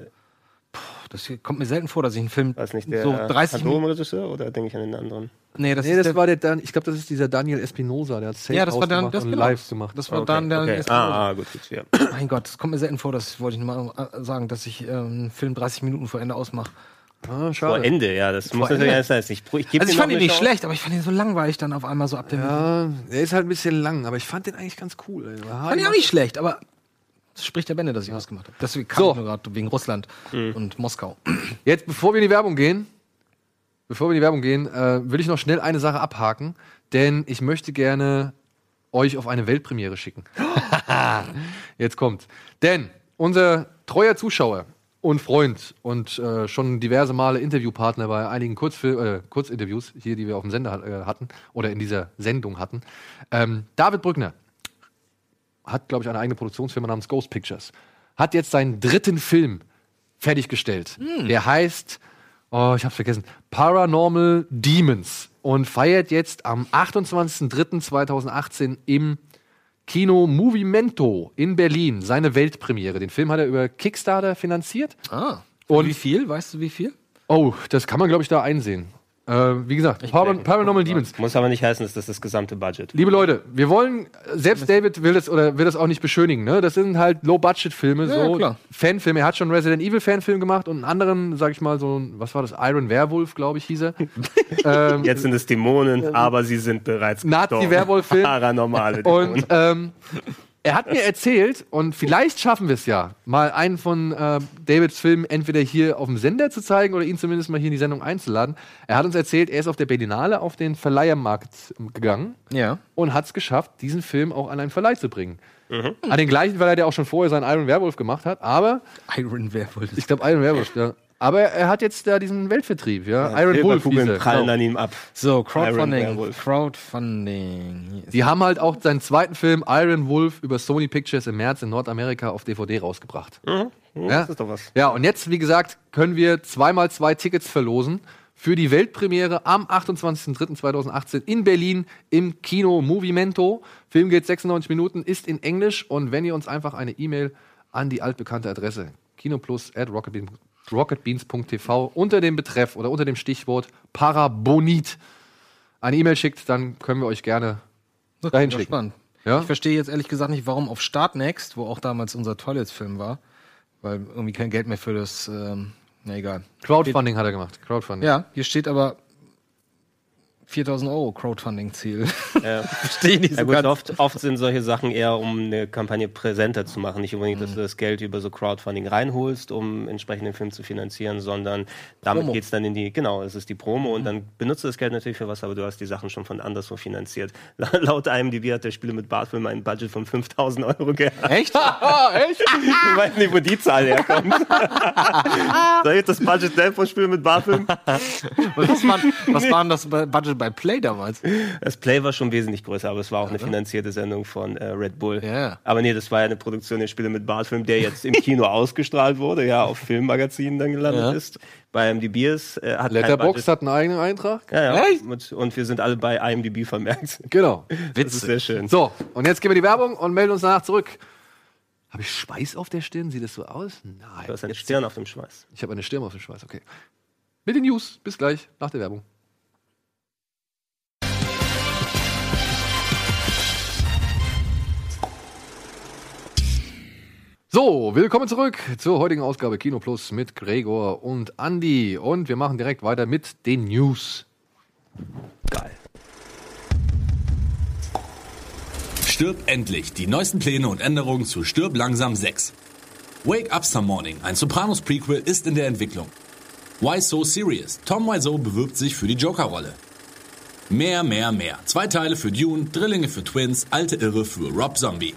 C: Puh, das hier kommt mir selten vor, dass ich einen Film
B: Weiß nicht, der
C: so
B: äh,
C: 30 Minuten.
B: Phantom-Regisseur oder denke ich an den anderen?
C: Nee, das
A: Nee,
C: ist
A: das
C: der-
A: war der Dan, ich glaube, das ist dieser Daniel Espinosa, der hat Safe
C: Ja, das war
A: House
C: dann
A: gemacht
C: das
A: und
C: genau.
A: Lives gemacht.
C: Das war dann der
B: Ah, ah, gut, gut, ja.
C: Mein Gott, das kommt mir selten vor, das wollte ich nur mal äh, sagen, dass ich ähm, einen Film 30 Minuten vor Ende ausmache.
A: Ah,
B: Vor Ende, ja, das muss natürlich eines sein. Ich, ich geb
C: also ich
B: ihm
C: fand
B: noch
C: ihn
B: eine
C: nicht
B: Chance.
C: schlecht, aber ich fand ihn so langweilig dann auf einmal so ab dem.
A: Ja, der ist halt ein bisschen lang, aber ich fand den eigentlich ganz cool. Ey.
C: Fand ich auch nicht schlecht, aber es spricht der Bände, dass ich was gemacht habe. Deswegen kam
A: So.
C: ich nur gerade wegen Russland
B: Hm.
C: und Moskau.
A: Jetzt, bevor wir in die Werbung gehen, bevor wir in die Werbung gehen, äh, will ich noch schnell eine Sache abhaken, denn ich möchte gerne euch auf eine Weltpremiere schicken. Jetzt kommt. Denn unser treuer Zuschauer und Freund und äh, schon diverse Male Interviewpartner bei einigen Kurzfil äh, Kurzinterviews hier, die wir auf dem Sender hat- äh, hatten oder in dieser Sendung hatten, ähm, David Brückner hat, glaube ich, eine eigene Produktionsfirma namens Ghost Pictures, hat jetzt seinen dritten Film fertiggestellt. Der heißt, oh, ich hab's vergessen, Paranormal Demons und feiert jetzt am 28.03.2018 im Kino Movimento in Berlin seine Weltpremiere. Den Film hat er über Kickstarter finanziert.
C: Ah.
A: Und
C: wie viel? Weißt du, wie viel?
A: Oh, das kann man, glaube ich, da einsehen. Äh, wie gesagt, Par Paranormal Demons.
B: Muss aber nicht heißen, dass das das gesamte Budget.
A: Liebe Leute, wir wollen, äh, selbst David will das oder will das auch nicht beschönigen, ne? Das sind halt Low-Budget-Filme,
C: Ja,
A: so
C: klar.
A: Fanfilme. Er hat schon Resident Evil Fanfilm gemacht und einen anderen, sag ich mal, so ein, was war das? Iron Werewolf, glaube ich, hieß er. ähm,
B: Jetzt sind es Dämonen, aber sie sind bereits
A: Nazi-Werwolf-Film.
B: Paranormale Dämonen.
A: Und ähm, er hat mir erzählt, und vielleicht schaffen wir es ja, mal einen von äh, Davids Filmen entweder hier auf dem Sender zu zeigen oder ihn zumindest mal hier in die Sendung einzuladen. Er hat uns erzählt, er ist auf der Berlinale auf den Verleihermarkt ähm, gegangen
C: Ja.
A: und hat es geschafft, diesen Film auch an einen Verleih zu bringen.
B: Mhm.
A: An den gleichen Verleih, der auch schon vorher seinen Iron Werewolf gemacht hat, aber
C: Iron Werewolf.
A: ich glaube Iron Werewolf, ja. Aber er hat jetzt da diesen Weltvertrieb, ja. Iron Wolf.
B: Silberkugeln
A: hieß er.
B: prallen halt
A: Genau.
B: an ihm ab.
C: So,
B: Iron
C: Crowdfunding.
B: Werewolf.
C: Crowdfunding.
A: Die haben halt auch seinen zweiten Film Iron Wolf über Sony Pictures im März in Nordamerika auf DVD rausgebracht.
B: Mhm,
A: Ja?
B: Das ist doch was.
A: Ja, und jetzt, wie gesagt, können wir zweimal zwei Tickets verlosen für die Weltpremiere am 28.03.2018 in Berlin im Kino Movimento. Film geht 96 Minuten, ist in Englisch und wenn ihr uns einfach eine E-Mail an die altbekannte Adresse kinoplus at rocketbeans.tv unter dem Betreff oder unter dem Stichwort Parabonit eine E-Mail schickt, dann können wir euch gerne
C: Das
A: dahin
C: klingt doch Spannend.
A: schicken. Ja?
C: Ich verstehe jetzt ehrlich gesagt nicht, warum auf Start Next, wo auch damals unser Toilets-Film war, weil irgendwie kein Geld mehr für das, ähm, na egal.
A: Crowdfunding hat er gemacht. Crowdfunding.
C: Ja, hier steht aber 4000 Euro Crowdfunding-Ziel.
B: Ja.
C: Verstehe nicht so
B: ja, gut,
C: ganz.
B: oft, oft sind solche Sachen eher, um eine Kampagne präsenter zu machen. Nicht unbedingt, dass du das Geld über so Crowdfunding reinholst, um entsprechend den Film zu finanzieren, sondern damit
C: Promo.
B: geht es dann in die, genau, es ist die Promo und dann benutzt du das Geld natürlich für was, aber du hast die Sachen schon von anderswo finanziert. Laut IMDb hat der Spiele mit Bartfilm ein Budget von 5000 Euro gehabt.
C: Echt?
A: Echt?
B: Ich weiß nicht, wo die Zahl herkommt. Soll ich das Budget nennen von Spiele mit Bartfilm?
C: Was war, was war denn das Bu- Budget bei Play damals?
B: Das Play war schon wesentlich größer, aber es war auch eine finanzierte Sendung von äh, Red Bull.
C: Ja.
B: Aber nee, das war ja eine Produktion der Spiele mit Bartfilm, der jetzt im Kino ausgestrahlt wurde, ja, auf Filmmagazinen dann gelandet
A: Ja.
B: ist. Bei IMDb ist, äh, hat kein
A: Letterboxd
B: Budget.
A: hat einen eigenen Eintrag.
B: Ja, ja. Und, und wir sind alle bei IMDb vermerkt.
A: Genau.
B: Das ist sehr schön.
A: So, und jetzt gehen wir die Werbung und melden uns danach zurück. Habe ich Schweiß auf der Stirn? Sieht das so aus? Nein.
B: Du hast eine Stirn auf dem Schweiß.
A: Ich habe eine Stirn auf dem Schweiß, okay. Mit den News. Bis gleich, nach der Werbung. So, willkommen zurück zur heutigen Ausgabe Kino Plus mit Gregor und Andy. Und wir machen direkt weiter mit den News. Geil.
O: Stirb endlich. Die neuesten Pläne und Änderungen zu Stirb langsam 6. Wake Up Some Morning, ein Sopranos Prequel, ist in der Entwicklung. Why So Serious? Tom Wiseau bewirbt sich für die Joker-Rolle. Mehr, mehr, mehr. Zwei Teile für Dune, Drillinge für Twins, alte Irre für Rob Zombie.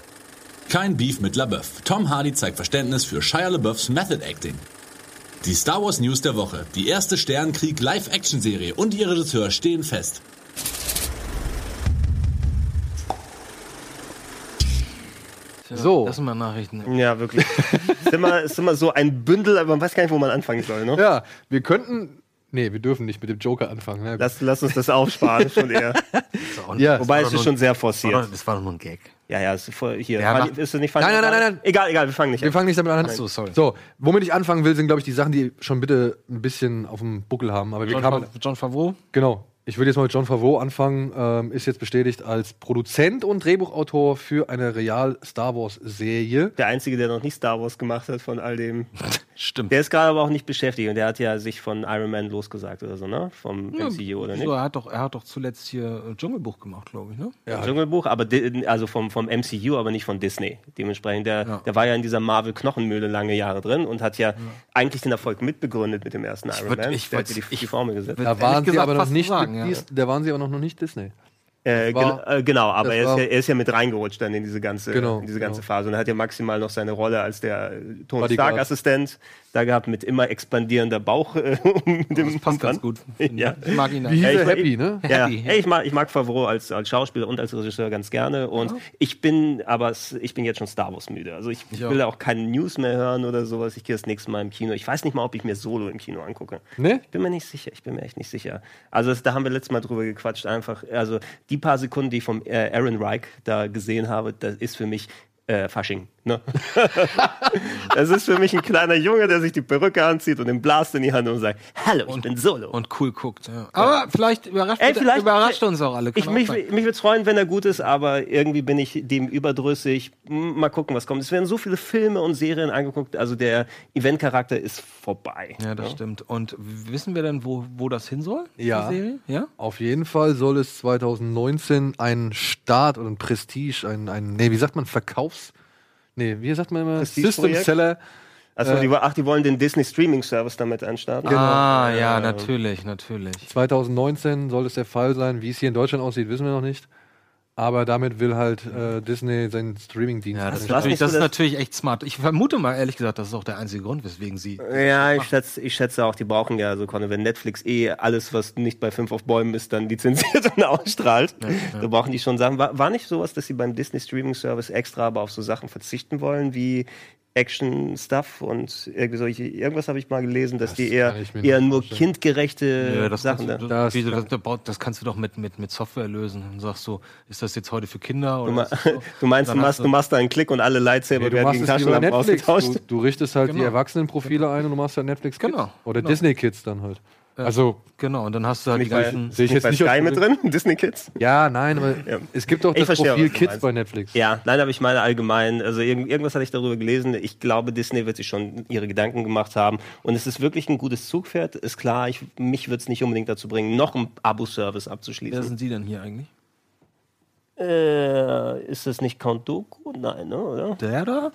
O: Kein Beef mit LaBeouf. Tom Hardy zeigt Verständnis für Shia LaBeoufs Method Acting. Die Star Wars News der Woche. Die erste Sternenkrieg Live-Action-Serie und ihr Regisseur stehen fest.
A: So.
C: Das sind mal Nachrichten.
B: Ja, wirklich. ist, immer, ist immer so ein Bündel, aber man weiß gar nicht, wo man anfangen soll. Ne?
A: Ja, wir könnten. Nee, wir dürfen nicht mit dem Joker anfangen. Na gut.
B: Lass, lass uns das aufsparen schon eher.
A: Ja.
B: Wobei
A: Das war
B: es
A: doch
B: ist
A: nur
B: schon
A: ein-
B: sehr
C: Das war
B: forciert.
C: doch- Das war doch nur ein Gag.
B: Ja, ja, ist voll hier.
A: Ja,
B: Fand-
A: mach-
B: ist das nicht funny?
A: Nein, nein, nein, nein,
B: Egal, egal, wir fangen nicht
A: Wir
B: an.
A: fangen nicht damit an.
B: Ach so,
A: sorry. So, womit ich anfangen will, sind, glaube ich, die Sachen, die schon bitte ein bisschen auf dem Buckel haben. Aber wir
C: John,
A: kamen,
C: Fav John Favreau?
A: Genau. Ich würde jetzt mal mit John Favreau anfangen. Ähm, ist jetzt bestätigt als Produzent und Drehbuchautor für eine Real-Star Wars-Serie.
B: Der Einzige, der noch nicht Star Wars gemacht hat von all dem.
C: Stimmt.
B: Der ist gerade aber auch nicht beschäftigt und der hat ja sich von Iron Man losgesagt oder so, ne? Vom
C: Ja,
B: MCU oder nicht?
C: so, er, hat doch, er hat doch zuletzt hier äh, Dschungelbuch gemacht, glaube ich, ne?
B: Ja. Dschungelbuch, aber di- also vom, vom MCU, aber nicht von Disney. Dementsprechend, der, der war ja in dieser Marvel-Knochenmühle lange Jahre drin und hat ja, eigentlich den Erfolg mitbegründet mit dem ersten Iron
C: würd-
B: Man.
C: ich
B: der
C: würd-
B: hat die, die Formel gesetzt.
A: Da waren, sie
C: gesagt
A: aber noch
C: fast
A: nicht
C: sagen,
A: mit
C: ja.
A: Dis- da waren sie aber noch nicht Disney.
B: Äh,
A: Das war-
B: gen- äh, genau, aber
A: das
B: er ist, ja,
A: war-
B: er ist ja mit reingerutscht dann in diese ganze,
A: Genau,
B: in diese ganze
A: genau.
B: Phase und hat ja maximal noch seine Rolle als der äh, Tony
A: Bodyguard.
B: Stark-Assistent da gehabt mit immer expandierender Bauch. Äh, um dem das passt
C: ganz gut.
B: Ja.
C: Ich mag ihn
A: Wie hieß
B: Ja, ich
A: er?
B: mag-
A: Happy, ne?
B: Ja,
A: Happy.
B: Ey, ich mag, ich mag Favreau als, als Schauspieler und als Regisseur ganz gerne. Und ich bin, aber s- ich bin jetzt schon Star Wars müde. Also ich, ich
A: Ja.
B: will auch keine News mehr hören oder sowas. Ich gehe das nächste Mal im Kino. Ich weiß nicht mal, ob ich mir Solo im Kino angucke.
A: Ne?
B: Ich bin mir nicht sicher. Ich bin mir echt nicht sicher. Also das, da haben wir letztes Mal drüber gequatscht. Einfach, also die paar Sekunden, die ich vom äh, Aaron Reich da gesehen habe, das ist für mich äh, Fasching. Ne? das ist für mich ein kleiner Junge, der sich die Perücke anzieht und den Blast in die Hand und sagt, hallo, ich bin Solo.
C: Und cool guckt. Ja. Aber vielleicht überrascht,
B: Ey, vielleicht-
C: überrascht uns auch alle. kann
B: Ich,
C: auch
B: mich
C: sein.
B: mich würde es freuen, wenn er gut ist, aber irgendwie bin ich dem überdrüssig. M- Mal gucken, was kommt. Es werden so viele Filme und Serien angeguckt, also der Eventcharakter ist vorbei.
C: ja, das stimmt. Und wissen wir denn, wo, wo das hin soll?
A: Ja.
C: Die Serie? Ja?
A: Auf jeden Fall soll es 2019 einen Start oder ein Prestige, ein, ein nee, wie sagt man, Verkaufs... Nee, wie sagt man immer? System
B: Prestigeprojekt?
A: Seller.
B: Also
A: Äh,
B: die, wo- ach, die wollen den Disney Streaming Service damit anstarten.
C: Ah,
B: Äh,
C: ja, natürlich, natürlich.
A: 2019 soll es der Fall sein. Wie es hier in Deutschland aussieht, wissen wir noch nicht. Aber damit will halt äh, Disney seinen Streaming-Dienst.
C: Ja, das, ist
A: an den Start
C: natürlich, das ist
A: bringen.
C: natürlich echt smart. Ich vermute mal, ehrlich gesagt, das ist auch der einzige Grund, weswegen sie.
B: Ja, ich schätze, ich schätze auch, die brauchen ja so Conne, wenn Netflix eh alles, was nicht bei fünf auf Bäumen ist, dann lizenziert und ausstrahlt. Da brauchen die schon Sachen. War, war nicht sowas, dass sie beim Disney Streaming Service extra aber auf so Sachen verzichten wollen wie Action Stuff und irgendwie solche, irgendwas habe ich mal gelesen, dass die eher,
A: kann ich mir nicht
B: eher nur
A: vorstellen.
B: kindgerechte
C: Ja, äh, das,
B: Äh, Sachen.
C: kannst, du,
B: da-
C: das, wie, das, das, baut- das kannst du doch mit, mit, mit Software lösen. Und sagst so, ist das jetzt heute für Kinder?
B: Du,
C: Oder
B: ma
C: ist das so?
B: du meinst, du
C: Dann hast
B: machst,
C: du-
B: du machst da einen Klick und alle Lightsaber
A: Nee, du
B: werden
A: machst
B: gegen
A: es über
B: Taschenlampen
A: Netflix.
B: ausgetauscht.
A: Du, du richtest halt
C: Genau.
A: die Erwachsenenprofile ein und du machst halt Netflix Kids.
C: Genau.
A: Oder
C: Genau.
A: Disney Kids dann halt.
C: Ja.
A: Also,
C: Genau, und dann hast du halt die
B: Nicht bei,
C: ganzen.
A: Sehe ich
B: nicht
A: jetzt
B: bei
A: nicht
B: Sky
A: auf-
B: mit drin, Disney Kids.
A: ja, nein, aber es gibt doch
B: Ich
A: das
B: verstehe,
A: Profil
B: was du
A: Kids
B: meinst.
A: bei Netflix.
B: Ja, nein, aber ich meine allgemein, also irgend, irgendwas hatte ich darüber gelesen. Ich glaube, Disney wird sich schon ihre Gedanken gemacht haben. Und es ist wirklich ein gutes Zugpferd, ist klar. Ich, mich wird es nicht unbedingt dazu bringen, noch einen Abo-Service
C: Wer
B: abzuschließen.
C: sind die denn hier eigentlich?
B: Äh, ist das nicht Count Doku? Nein, ne, oder?
C: Der da?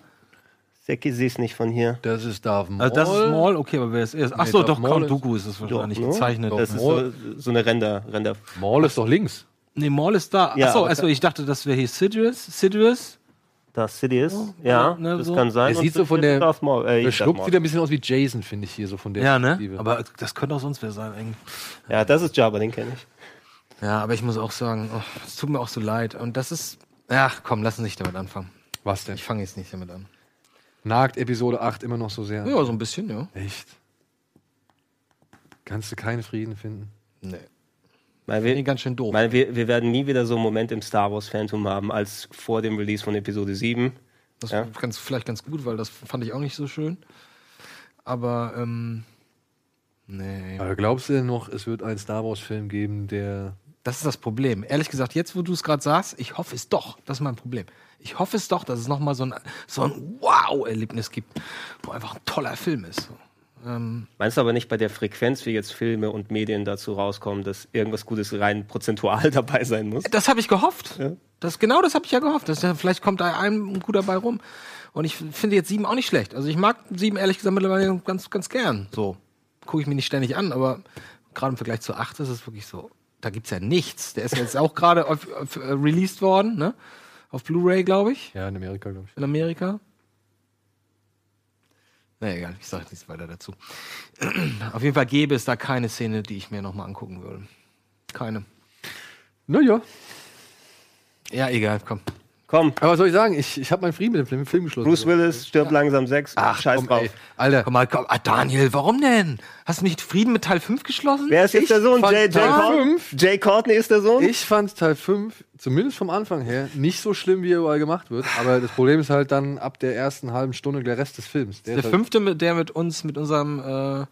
B: Seki sehe es nicht von hier.
A: Das ist Darth Maul.
C: Also das ist Maul, okay, aber wer ist er? Achso, doch,
A: Nee, Darth Maul
C: Count
A: ist-
C: Dooku ist es wahrscheinlich
B: ne?
C: gezeichnet.
B: Das ist
A: ne?
B: so, so eine Render. Render.
A: Maul ist doch links.
C: Nee, Maul ist da.
B: Ja,
C: Achso,
B: aber-
C: also ich dachte, das wäre hier Sidious. Sidious?
B: Das Sidious. ja,
C: ne,
B: das
C: so.
B: kann sein.
A: Er sieht
B: Und
A: so von der-
B: Darth Maul, äh,
A: Er
B: ich Darth
A: schluckt
B: Maul.
A: wieder ein bisschen aus wie Jason, finde ich hier so von der
C: Ja, ne? Aber das könnte auch sonst wer sein eigentlich.
B: Ja, das ist Jabba, den kenne ich.
C: Ja, aber ich muss auch sagen, oh, es tut mir auch so leid. Und das ist. Ach komm, lass uns nicht damit anfangen.
A: Was denn?
C: Ich fange jetzt nicht damit an.
A: Nagt Episode 8 immer noch so sehr.
C: Ja, so ein bisschen, ja.
A: Echt? Kannst du keinen Frieden finden?
C: Nee.
B: Weil
C: Nee,
B: wir,
C: ganz schön doof.
B: Weil wir, wir werden nie wieder so einen Moment im Star Wars Phantom haben als vor dem Release von Episode 7.
C: Das
B: Ja.
C: ist ganz, vielleicht ganz gut, weil das fand ich auch nicht so schön. Aber, ähm. Nee.
A: Aber glaubst du denn noch, es wird einen Star Wars-Film geben, der.
C: Das ist das Problem. Ehrlich gesagt, jetzt, wo du es gerade sagst, ich hoffe es doch. Das ist mein Problem. Ich hoffe es doch, dass es nochmal so ein, so ein Wow-Erlebnis gibt, wo einfach ein toller Film ist. So. Ähm,
B: Meinst du aber nicht bei der Frequenz, wie jetzt Filme und Medien dazu rauskommen, dass irgendwas Gutes rein prozentual dabei sein muss?
C: Das habe ich gehofft. Das, genau das habe ich ja gehofft. Dass, da- vielleicht kommt da einem ein guter bei rum. Und ich finde jetzt sieben auch nicht schlecht. Also ich mag sieben ehrlich gesagt mittlerweile ganz, ganz gern. So. Gucke ich mir nicht ständig an, aber gerade im Vergleich zu acht ist es wirklich so. Da gibt's ja nichts. Der ist ja jetzt auch gerade auf, auf, äh, released worden, ne? Auf Blu-ray, glaube ich.
A: Ja, in Amerika, glaube ich.
C: In Amerika. Na egal, ich sage nichts weiter dazu. Auf jeden Fall gäbe es da keine Szene, die ich mir nochmal angucken würde. Keine.
A: Naja.
C: Ja, egal, komm.
B: Komm.
A: Aber was soll ich sagen? Ich, ich habe meinen Frieden mit dem Film, Film geschlossen.
B: Bruce Willis stirbt langsam sechs. Ach, scheiß drauf.
A: Alter.
C: Komm mal, komm. Ah, Daniel, warum denn? Hast du nicht Frieden mit Teil 5 geschlossen?
B: Wer ist jetzt der Sohn?
A: fand
B: Jay, Jay,
A: Teil
B: Courtney? Jay Courtney ist der Sohn?
A: Ich fand Teil 5, zumindest vom Anfang her, nicht so schlimm, wie er überall gemacht wird. Aber das Problem ist halt dann ab der ersten halben Stunde der Rest des Films.
C: Der
A: ist halt
C: fünfte, mit- der mit uns, mit unserem, äh,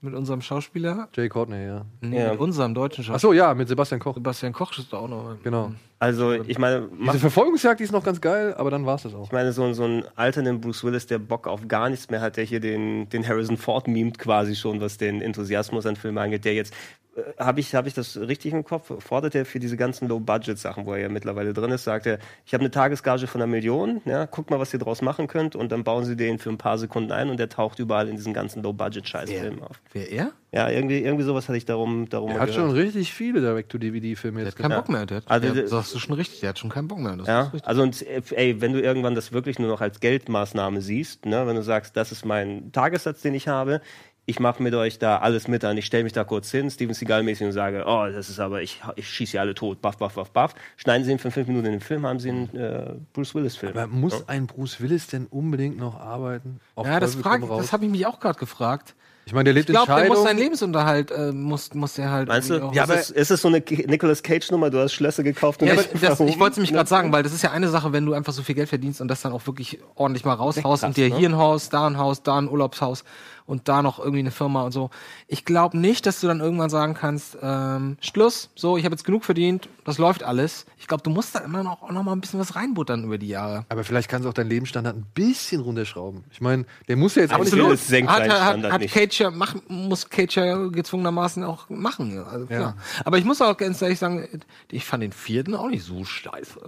C: mit unserem Schauspieler?
A: Halt Jay Courtney, ja.
C: Nee, mit unserem deutschen Schauspieler.
A: Achso, ja, mit Sebastian Koch.
C: Sebastian Koch ist da auch noch.
A: Genau.
B: Also, ich meine, mach,
A: Diese Verfolgungsjagd, die ist noch ganz geil, aber dann war es das auch.
B: ich meine so, ein- so ein alternden Bruce Willis, der Bock auf gar nichts mehr hat, der hier den, den Harrison Ford mimt quasi schon, was den Enthusiasmus an Filmen angeht, der jetzt. äh, Habe ich, hab ich das richtig im Kopf? Fordert er für diese ganzen Low-Budget-Sachen, wo er ja mittlerweile drin ist, sagt er, ich habe eine Tagesgage von einer Million, ja, guckt mal, was ihr draus machen könnt und dann bauen sie den für ein paar Sekunden ein und der taucht überall in diesen ganzen Low-Budget-Scheiß-Filmen auf.
C: Wer er?
B: Ja, irgendwie, irgendwie sowas hatte ich darum, darum
A: Er
B: mal
A: hat
B: gehört.
A: schon richtig viele Direct-to-DVD-Filme jetzt
C: Kein
A: gemacht.
C: Bock mehr. Der hat,
B: Also,
C: der,
B: der-
C: sagst du schon richtig, der hat schon keinen Bock mehr. Das
B: Ja,
C: ist richtig.
B: also und, äh, ey, wenn du irgendwann das wirklich nur noch als Geldmaßnahme siehst, ne, wenn du sagst, das ist mein Tagessatz, den ich habe, ich mache mit euch da alles mit an, ich stelle mich da kurz hin, Steven Seagal-mäßig und sage, oh, das ist aber, ich, ich schieße sie alle tot, baff, baff, baff, baff. Schneiden sie ihn für fünf Minuten in den Film, haben sie einen äh, Bruce Willis-Film.
A: Aber muss ein Bruce Willis denn unbedingt noch arbeiten? Auf
C: Ja, das,
A: Teufel
C: frag,
A: komm raus.
C: das habe ich mich auch gerade gefragt.
A: Ich meine, der lebt
C: Ich glaube,
A: in
C: der
A: Scheidung.
C: muss seinen Lebensunterhalt, äh, muss, muss er halt.
B: Meinst du,
C: irgendwie auch-
B: ja, ist, es, ist es so eine Ki- Nicolas Cage-Nummer, du hast Schlösser gekauft und
C: Ja, aber
B: nicht
C: das, ich
B: verhoben?
C: wollte es mich gerade sagen, weil das ist ja eine Sache, wenn du einfach so viel Geld verdienst und das dann auch wirklich ordentlich mal raushaust und dir
B: ne?
C: hier ein Haus, da ein Haus, da ein Urlaubshaus und da noch irgendwie eine Firma und so. Ich glaube nicht, dass du dann irgendwann sagen kannst, ähm, Schluss, so, ich habe jetzt genug verdient, das läuft alles. Ich glaube, du musst da immer noch, auch noch mal ein bisschen was reinbuttern über die Jahre.
A: Aber vielleicht kannst du auch deinen Lebensstandard ein bisschen runterschrauben. Ich meine, der muss ja jetzt auch
B: Absolut.
A: nicht-
B: Das senkt
C: Hat,
B: seinen
C: hat,
B: Standard
C: hat
B: nicht.
C: Cage ja, mach, muss Cage ja gezwungenermaßen auch machen. ja, Also klar. Aber ich muss auch ganz ehrlich sagen, ich fand den vierten auch nicht so scheiße.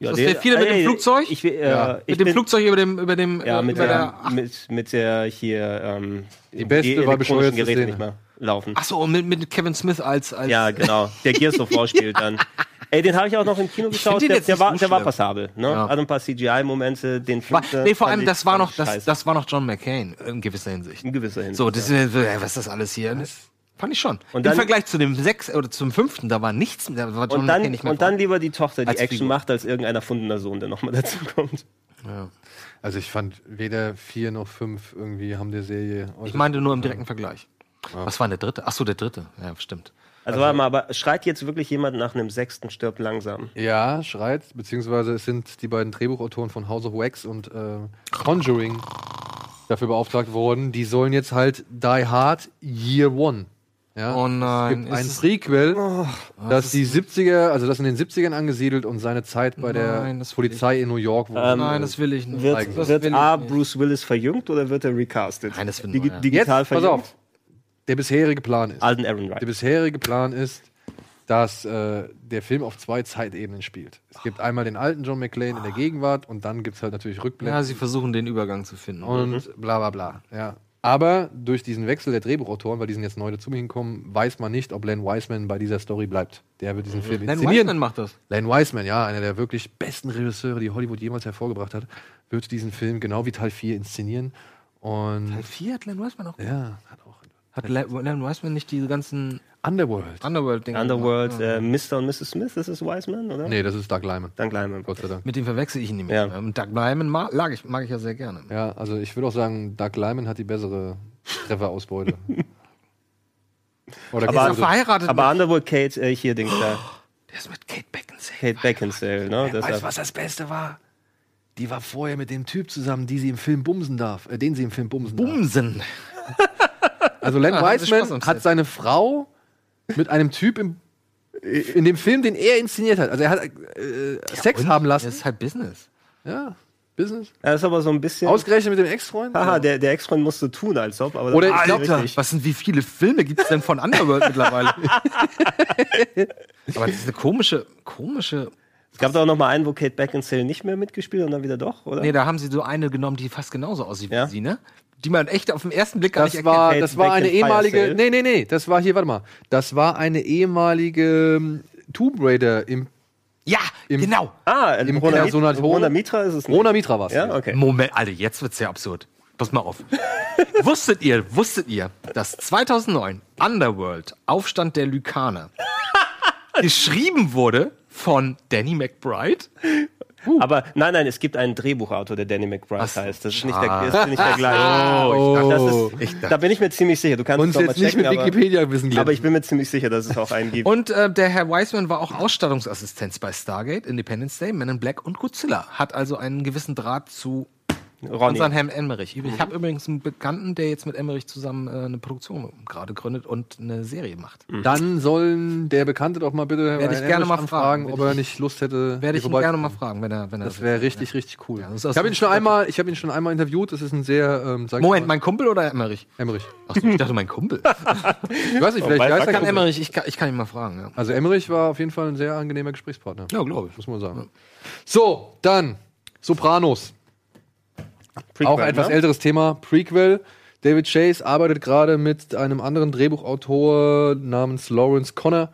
B: Ja,
C: ist das der vierte mit
B: ey,
C: dem Flugzeug?
B: Ich, will, äh,
C: Ja.
B: ich
C: mit dem
B: bin-
C: Flugzeug über dem, über dem,
B: Ja,
C: äh,
B: mit
C: über
B: der,
C: der
B: mit, mit der hier ähm, die
A: beste war
B: elektronischen
A: bescheuerte
B: Geräte
A: Szene.
B: nicht mehr laufen.
C: Achso, mit, mit Kevin Smith als. als
B: Ja, genau. Der Gears of War spielt dann. Ey, den habe ich auch noch im Kino
C: Ich
B: geschaut.
C: find den
B: Der,
C: jetzt
B: der,
C: nicht
B: war,
C: so
B: der war
C: schlimm.
B: passabel. Ne?
C: Ja.
B: Hat ein paar CGI-Momente, den
C: War,
B: fünften
C: nee, vor
B: fand
C: allem,
B: ich-
C: das war
B: fand
C: noch,
B: ich
C: das,
B: scheiße.
C: das war noch John McCain in gewisser Hinsicht.
B: in gewisser Hinsicht.
C: So, das, ist, äh, was ist das alles hier? Das fand ich schon.
B: Und
C: Im
B: dann-
C: Vergleich zu dem sechs äh, oder zum fünften, da war nichts, da war John
B: und dann,
C: McCain nicht mehr.
B: und dann lieber die Tochter, die
C: Als
B: Action
C: Figur.
B: macht, als irgendein erfundener Sohn, der nochmal dazu kommt.
A: Also ich fand weder vier noch fünf irgendwie haben der Serie.
C: ich meinte nur im direkten Vergleich. Was war denn der dritte? Achso, der dritte. Ja, stimmt.
B: Also, warte mal, aber schreit jetzt wirklich jemand nach einem sechsten Stirb langsam?
A: Ja, schreit, beziehungsweise es sind die beiden Drehbuchautoren von House of Wax und äh, Conjuring dafür beauftragt worden. Die sollen jetzt halt Die Hard Year One. Ja,
C: Oh nein,
A: es gibt
C: ist
A: ein
C: es- Oh,
A: Prequel, das die 70er, also das in den 70ern angesiedelt und seine Zeit
C: Nein,
A: bei der
C: das will ich- Ähm,
A: Polizei in New York. wo-
C: Nein, das will ich nicht.
B: Wird,
C: das
B: wird
C: will
B: A.
C: ich nicht.
B: Bruce Willis verjüngt oder wird er recastet?
C: Nein, das will
B: Digi
C: ich nicht.
A: Jetzt,
B: digital
A: pass auf, der bisherige Plan ist,
B: Alden Aaron Wright.
A: Der bisherige Plan ist, dass äh, der Film auf zwei Zeitebenen spielt. Es gibt einmal den alten John McClane in der Gegenwart und dann gibt es halt natürlich
C: Ja, Mhm.
A: Rückblenden
C: sie versuchen den Übergang zu finden.
B: Oh,
A: und bla bla bla. Ja. Aber durch diesen Wechsel der Drehbuchautoren, weil die sind jetzt neu dazu hinkommen, weiß man nicht, ob Len Wiseman bei dieser Story bleibt. Der wird diesen Film
C: Nein,
A: inszenieren.
C: Mhm. Wiseman macht das.
A: Len Wiseman, ja, einer der wirklich besten Regisseure, die Hollywood jemals hervorgebracht hat, wird diesen Film genau wie Teil 4 inszenieren. Und
C: Teil 4 hat Len Wiseman auch.
A: ja, hat auch
C: Hat Le- Len Wiseman nicht diese ganzen
A: Underworld.
C: Underworld-Dinger
B: Underworld, äh, Mr. und Mrs. Smith, ist es Wiseman, oder?
A: Nee, das ist Doug Lyman.
B: Dann gleich mal.
A: Gott sei Dank.
C: Mit dem verwechsel ich ihn nicht mehr.
B: Ja.
C: Und Doug Lyman mag, lag ich, mag ich ja sehr gerne.
A: Ja, also ich würde auch sagen, Doug Lyman hat die bessere Trefferausbeute. Oder
B: Aber-
C: ist er verheiratet
B: Also, Aber
C: mit,
B: Underworld Kate, äh, hier Dings da.
C: der ist mit Kate Beckinsale.
B: Kate Beckinsale, ne? Das
A: weißt du, was das Beste war? Die war vorher mit dem Typ zusammen, die sie im Film bumsen darf, äh, den sie im Film bumsen
C: Bumsen.
A: darf. Also Len
C: Ja, hatten sie Spaß am
A: Wiseman
C: Set.
A: hat seine Frau mit einem Typ im, in dem Film, den er inszeniert hat. Also er hat äh, Sex haben lassen.
C: Das ist halt Business.
A: Ja. Business?
B: Er ist aber so ein bisschen.
A: Ausgerechnet mit dem Ex-Freund?
B: Haha, der, der Ex-Freund musste tun, als ob. Aber das
C: Oder Äh,
B: war
C: ich
B: nicht
C: glaube,
B: richtig.
C: was sind, wie viele Filme gibt es denn von Underworld mittlerweile? aber das ist eine komische, komische.
B: Es gab da auch noch mal einen, wo Kate Beckinsale nicht mehr mitgespielt und dann wieder doch, oder?
C: Nee, da haben sie so eine genommen, die fast genauso aussieht wie sie, ne? Die man echt auf den ersten Blick gar
A: Das
C: nicht
A: war,
C: erkennt.
A: das war eine ehemalige. Nee, nee, nee. Das war hier, warte mal. Das war eine ehemalige ähm, Tomb Raider im.
C: Ja, genau.
B: Ah,
A: im
B: Rona-
A: Personator.
B: Rona Mitra ist es nicht.
A: Rona Mitra war es.
B: Ja, okay.
C: Moment, Alter, jetzt wird's ja absurd. Pass mal auf. wusstet ihr, wusstet ihr, dass 2009 Underworld, Aufstand der Lykaner, geschrieben wurde von Danny McBride?
B: Aber nein, nein, es gibt einen Drehbuchautor, der Danny McBride heißt. Das ist nicht der,
C: schade.
B: ist nicht der gleiche.
C: Oh, ich dachte-
B: das ist,
C: ich dachte-
B: da bin ich mir ziemlich sicher. Du kannst
A: Uns
B: es noch mal
A: jetzt nicht
B: checken,
A: mit Wikipedia-Wissen
B: aber,
A: glänzen.
B: aber ich bin mir ziemlich sicher, dass es auch einen gibt.
C: Und äh, der Herr Wiseman war auch Ausstattungsassistenz bei Stargate, Independence Day, Men in Black und Godzilla. Hat also einen gewissen Draht zu
B: Ronny.
C: unseren Herrn Emmerich. Ich habe übrigens einen Bekannten, der jetzt mit Emmerich zusammen äh, eine Produktion gerade gründet und eine Serie macht.
A: Dann sollen der Bekannte doch mal bitte
C: Werde ich
A: Herrn
C: gerne
A: Emmerich
C: mal
A: anfragen,
C: fragen.
A: ob
C: Werd
A: er
C: ich-
A: nicht Lust hätte.
C: Werde
A: hier
C: ich ihn
A: vorbei-
C: gerne mal fragen, wenn er, wenn er
A: Das wäre richtig, richtig cool.
C: das ist aus
A: ich habe
C: dem
A: ihn schon einmal, ich habe ihn schon einmal interviewt. Das ist ein sehr, ähm, sag ich
C: Moment,
A: mal,
C: mein Kumpel oder Emmerich?
A: Emmerich.
C: Achso, ich dachte mein Kumpel.
A: Ich weiß nicht,
C: ich
A: vielleicht heißt er
C: kann
A: Kumpel.
C: Emmerich, ich kann, ich kann ihn mal fragen. Ja.
A: Also Emmerich war auf jeden Fall ein sehr angenehmer Gesprächspartner.
C: Ja, glaube ich.
A: Muss man sagen. So, dann Sopranos.
B: Prequel,
A: Auch etwas
B: ne?
A: älteres Thema, Prequel. David Chase arbeitet gerade mit einem anderen Drehbuchautor namens Lawrence Connor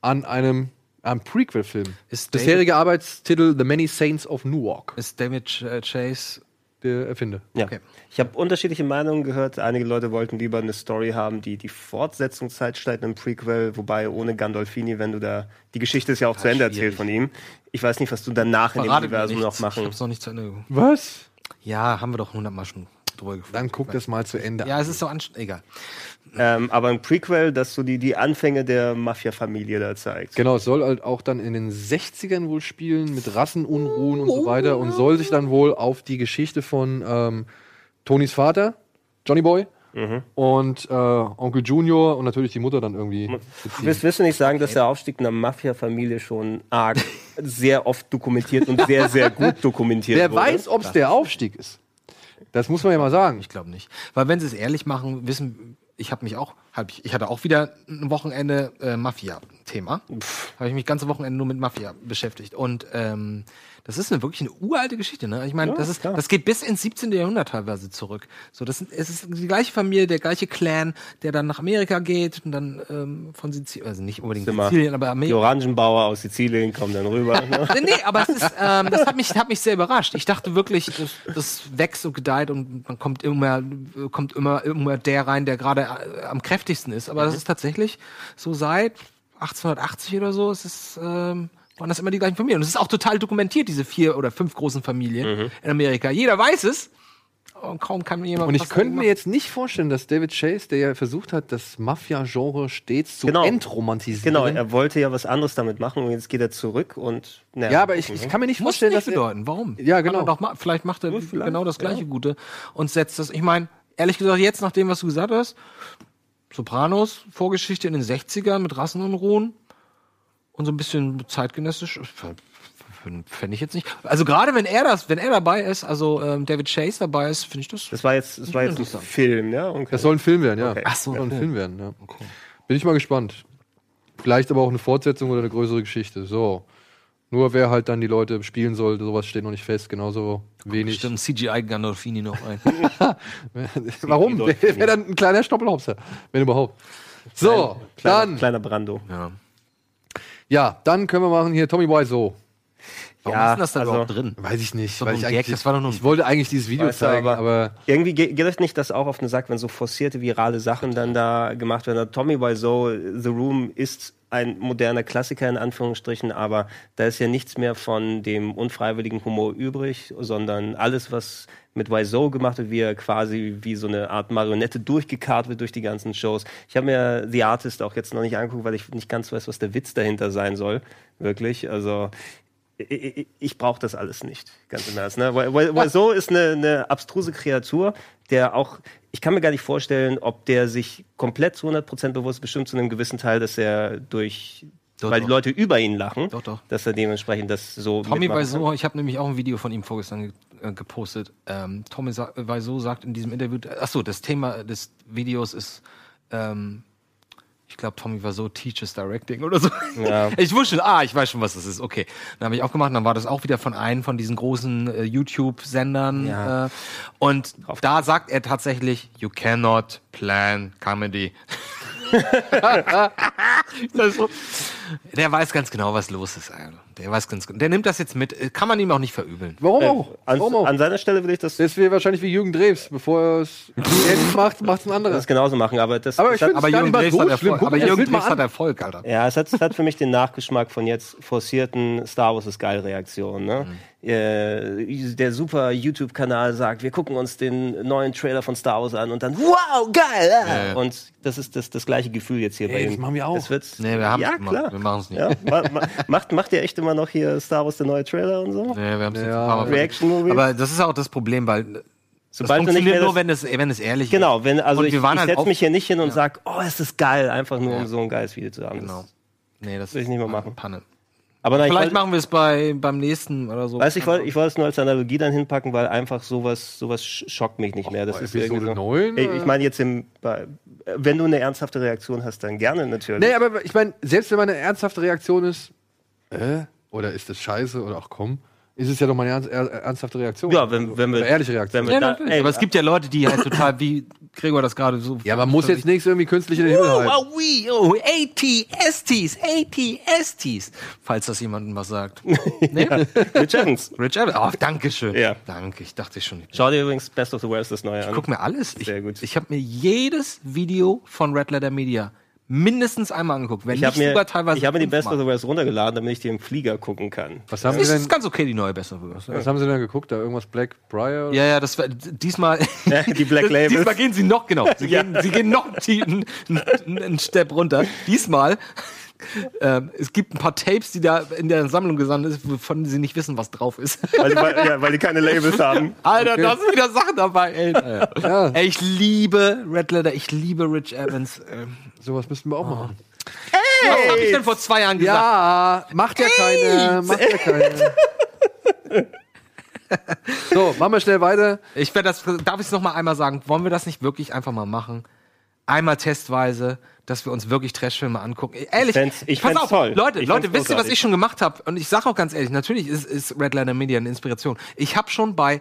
A: an einem, äh, einem Prequel-Film.
C: Ist
A: Bisheriger Arbeitstitel The Many Saints of Newark,
C: Ist Damage äh, Chase.
A: der Erfinder.
B: Ja.
C: Okay.
B: Ich habe unterschiedliche Meinungen gehört. Einige Leute wollten lieber eine Story haben, die die Fortsetzungszeit steigt im Prequel, wobei ohne Gandolfini, wenn du da die Geschichte ist ja auch zu Ende erzählt von ihm. Ich weiß nicht, was du danach in dem
C: Verratet mir
B: Universum noch
C: nichts. Ich
B: machen.
C: hab's noch nicht zu Ende geguckt.
A: Was?
C: Ja, haben wir doch hundertmal schon drüber gefragt.
A: Dann guck das mal zu Ende
C: Ja, es ist so anstrengend. Egal.
B: Ähm, aber ein Prequel, dass so die, die Anfänge der Mafia-Familie da zeigt.
A: Genau, es soll halt auch dann in den 60ern wohl spielen mit Rassenunruhen und so weiter und soll sich dann wohl auf die Geschichte von ähm, Tonys Vater, Johnny Boy, und äh, Onkel Junior und natürlich die Mutter dann irgendwie.
B: Du wirst, wirst du nicht sagen, dass der Aufstieg einer Mafia-Familie schon arg sehr oft dokumentiert und sehr, sehr gut dokumentiert
A: Wer
B: wurde?
A: weiß, ob es der Aufstieg ist. Das muss man ja mal sagen.
C: Ich glaube nicht. Weil wenn sie es ehrlich machen, wissen, ich habe mich auch, hab ich, ich hatte auch wieder ein Wochenende äh, Mafia-Thema. Habe ich mich ganze Wochenende nur mit Mafia beschäftigt. Und ähm, das ist eine, wirklich eine uralte Geschichte. Ne? Ich meine,
B: Ja,
C: das ist,
B: klar.
C: das geht bis ins 17. Jahrhundert teilweise zurück. So, das sind, es ist die gleiche Familie, der gleiche Clan, der dann nach Amerika geht und dann ähm, von Sizilien, also nicht unbedingt
B: Immer
C: Sizilien, aber
B: Die
C: Amerika.
B: Orangenbauer aus Sizilien kommen dann rüber. Ne?
A: Genau.
C: Nee, Äh, nee, aber es ist, ähm, das hat mich, hat mich sehr überrascht. Ich dachte wirklich, das, das wächst und gedeiht und man kommt immer, kommt immer, immer der rein, der gerade äh, am kräftigsten ist.
A: Mhm.
C: Aber das ist tatsächlich so seit 1880 oder so, es ist, ähm, waren das immer die gleichen Familien. Und es ist auch total dokumentiert, diese vier oder fünf großen Familien
A: Mhm.
C: in Amerika. Jeder weiß es. Und kaum kann jemand
A: Und ich
C: was
A: könnte mir
C: dagegen
A: jetzt nicht vorstellen, dass David Chase, der ja versucht hat, das Mafia-Genre stets zu
B: Genau.
A: entromantisieren.
B: Genau, er wollte ja was anderes damit machen und jetzt geht er zurück und. naja,
A: ja, aber ich,
B: gucken,
A: ich
B: ne?
A: kann mir nicht
C: machen. muss
A: vorstellen,
C: nicht
A: dass er,
C: bedeuten. Warum?
A: Ja,
C: Kann
A: genau.
C: er Doch ma vielleicht macht er
B: vielleicht,
C: genau das gleiche
B: ja.
C: Gute und setzt das. Ich meine, ehrlich gesagt, jetzt nach dem, was du gesagt hast, Sopranos, Vorgeschichte in den 60ern mit Rassenunruhen und so ein bisschen zeitgenössisch. äh, Fände ich jetzt nicht. Also gerade wenn er das, wenn er dabei ist, also ähm, David Chase dabei ist, finde ich das.
B: Das war jetzt, das war jetzt ein
C: Interessant.
B: Film, ja? Okay.
A: Das soll ein Film werden, ja.
B: Okay.
C: Ach so,
A: soll ein
C: okay.
A: Film werden, ja. Bin ich mal gespannt. Vielleicht aber auch eine Fortsetzung oder eine größere Geschichte. So. Nur wer halt dann die Leute spielen soll, sowas steht noch nicht fest, genauso wenig.
C: Stimmt, CGI Gandolfini noch ein.
A: Warum?
B: Die Leute-
A: Wäre dann ein kleiner Stoppelhopser, wenn überhaupt. So,
B: kleiner,
A: dann,
B: kleiner Brando.
C: ja.
A: ja, dann können wir machen hier Tommy Boy so.
C: Warum ist
B: Ja,
C: denn das da
B: also-
C: überhaupt drin?
A: Weiß ich nicht,
C: So
A: weil
C: ein
A: ich
C: Gag,
A: eigentlich,
C: das war doch nur ein-
A: ich wollte eigentlich dieses Video
B: Weißt du,
A: zeigen,
B: aber-
A: aber
B: Irgendwie ge- geht euch nicht das auch auf den Sack, wenn so forcierte virale Sachen dann da gemacht werden. Also Tommy Wiseau, The Room ist ein moderner Klassiker in Anführungsstrichen, aber da ist ja nichts mehr von dem unfreiwilligen Humor übrig, sondern alles, was mit Wiseau gemacht wird, wie er quasi wie so eine Art Marionette durchgekarrt wird durch die ganzen Shows. Ich habe mir The Artist auch jetzt noch nicht angeguckt, weil ich nicht ganz weiß, was der Witz dahinter sein soll. Wirklich. Also ich- ich, ich brauche das alles nicht, ganz im Ernst. Ne? Weil, weil, weil so ist eine, eine abstruse Kreatur, der auch, ich kann mir gar nicht vorstellen, ob der sich komplett zu 100% bewusst, bestimmt zu einem gewissen Teil, dass er durch,
C: Doch,
B: weil
C: doch.
B: die Leute über ihn lachen,
C: Doch, doch.
B: dass er dementsprechend das so
C: Tommy
B: mitmachen
C: Wiseau, ich habe nämlich auch ein Video von ihm vorgestern ge- äh, gepostet. Ähm, Tommy Sa Wiseau sagt in diesem Interview, achso, das Thema des Videos ist, ähm, ich glaube, Tommy Wiseau teaches directing oder so.
B: Ja.
C: Ich wusste schon, ah, ich weiß schon, was das ist. Okay. Dann habe ich aufgemacht und dann war das auch wieder von einem von diesen großen äh, YouTube-Sendern.
B: Ja.
C: Äh, und da sagt er tatsächlich, you cannot plan comedy. Das ist so. Der weiß ganz genau, was los ist. Alter. Der weiß ganz genau. Der nimmt das jetzt mit. Kann man ihm auch nicht verübeln.
A: Warum auch? Warum auch?
B: seiner Stelle will ich das.
A: Das wäre wahrscheinlich wie Jürgen Drews. Bevor er es jetzt macht, macht es ein anderer.
B: das genauso machen, aber das.
A: Aber ich
B: das hat-
A: find's gar nicht mal so schlimm. Guck
C: aber
A: dir das
C: Jürgen
A: Bild mal
C: Drews hat
A: an.
C: Erfolg, Alter.
B: Ja, es hat, es hat für mich den Nachgeschmack von jetzt forcierten Star Wars ist geil Reaktion. Ne?
C: Mhm.
B: Äh, der super YouTube-Kanal sagt, wir gucken uns den neuen Trailer von Star Wars an und dann wow geil. ah!
C: Ja, ja.
B: Und das ist das, das gleiche Gefühl jetzt hier
A: Ey,
B: bei ihm.
A: das machen wir auch.
B: Das wird's,
C: Nee, wir haben
B: ja
C: es gemacht.
B: klar.
C: Wir machen es nicht.
B: Ja, ma, ma, macht macht ihr echt immer noch hier Star Wars der neue Trailer und so?
C: Nee, wir haben es jetzt ein
A: Ja.
C: paar Mal versucht.
B: Reaction-Movies?
C: Aber das ist auch das Problem, weil das
B: Sobald du nicht
C: funktioniert
B: mehr
C: nur,
B: das-
C: wenn es, wenn es ehrlich
B: Genau, wenn also
C: Und
B: ich,
C: wir waren
B: ich
C: halt
B: setze
C: auf-
B: mich hier nicht hin und sag, oh, es ist geil, einfach nur um so ein geiles Video zu haben.
C: Genau.
B: Das
C: ist. Nee, das
B: will ich
C: ist
B: nicht mehr
C: eine
B: machen.
C: Panne.
B: Aber nein, ich
C: Vielleicht
B: wollte-
C: machen wir es bei, beim nächsten oder so. Genau.
B: Weiß ich wollte, ich wollte es nur als Analogie dann hinpacken, weil einfach sowas, sowas sch- schockt mich nicht mehr. Das ist irgendwie so.
A: neun,
B: Ich,
C: äh?
B: ich meine jetzt im, bei- wenn du eine ernsthafte Reaktion hast, dann gerne natürlich.
A: Nee, aber ich meine, selbst wenn meine ernsthafte Reaktion ist, äh, oder ist das scheiße, oder ach komm, ist es ja doch meine ernst, er, ernsthafte Reaktion.
B: ja, wenn, wenn wir
A: Eine ehrliche Reaktion.
B: Wenn wir
C: Ja,
B: da,
C: natürlich.
B: ey,
C: aber es gibt ja Leute, die halt total, wie Gregor das gerade so.
A: ja, man muss jetzt nichts irgendwie künstlich in den Himmel halten.
C: Wow, wee, oh, ATSTs, ATSTs. Falls das jemandem was sagt. Nee?
B: Mitch Evans.
C: Rich Evans. Oh, Dankeschön.
B: Ja.
C: Danke, ich dachte schon. Ich
B: Schau dir übrigens Best of the Worst das neue an.
C: guck mir alles. Ich,
B: Sehr gut.
C: ich habe mir jedes Video von Red Letter Media mindestens einmal angeguckt. Wenn
B: Ich habe
C: nicht
B: mir,
C: sogar teilweise.
B: ich hab mir die Best of
C: fünfmal.
B: the Worst runtergeladen, damit ich die im Flieger gucken kann.
A: Was haben,
C: Es
A: sie
C: ist
A: denn,
C: ganz okay, die neue Best of the Worst.
A: was haben sie denn geguckt? Da irgendwas Black Briar?
C: Ja, ja, das war diesmal.
B: Ja, die Black Labels.
C: Diesmal gehen sie noch, genau. Sie,
B: Ja.
C: gehen, sie gehen noch tie- n- n- einen Step runter. Diesmal. Ähm, es gibt ein paar Tapes, die da in der Sammlung gesammelt ist, wovon sie nicht wissen, was drauf ist.
B: Weil die, weil, ja, weil die keine Labels haben.
C: Alter, da sind wieder Sachen dabei, ey.
A: Ja.
C: ey ich liebe Red Letter, ich liebe Rich Evans. Ähm,
A: Sowas müssten wir auch machen.
C: Was hab ich denn vor zwei Jahren gesagt?
A: Ja, macht ja keine. Macht ja keine. so, machen wir schnell weiter.
C: Ich werde das, darf ich es noch mal einmal sagen? Wollen wir das nicht wirklich einfach mal machen? Einmal testweise, dass wir uns wirklich Trashfilme angucken. Ehrlich,
B: fänd's- ich
C: pass
B: fänd's
C: auf,
B: toll.
C: Leute,
B: Ich
C: Leute,
B: fänd's
C: wisst ihr, was
B: großartig.
C: ich schon gemacht habe? Und ich sage auch ganz ehrlich, natürlich ist, ist Redliner Media eine Inspiration. Ich habe schon bei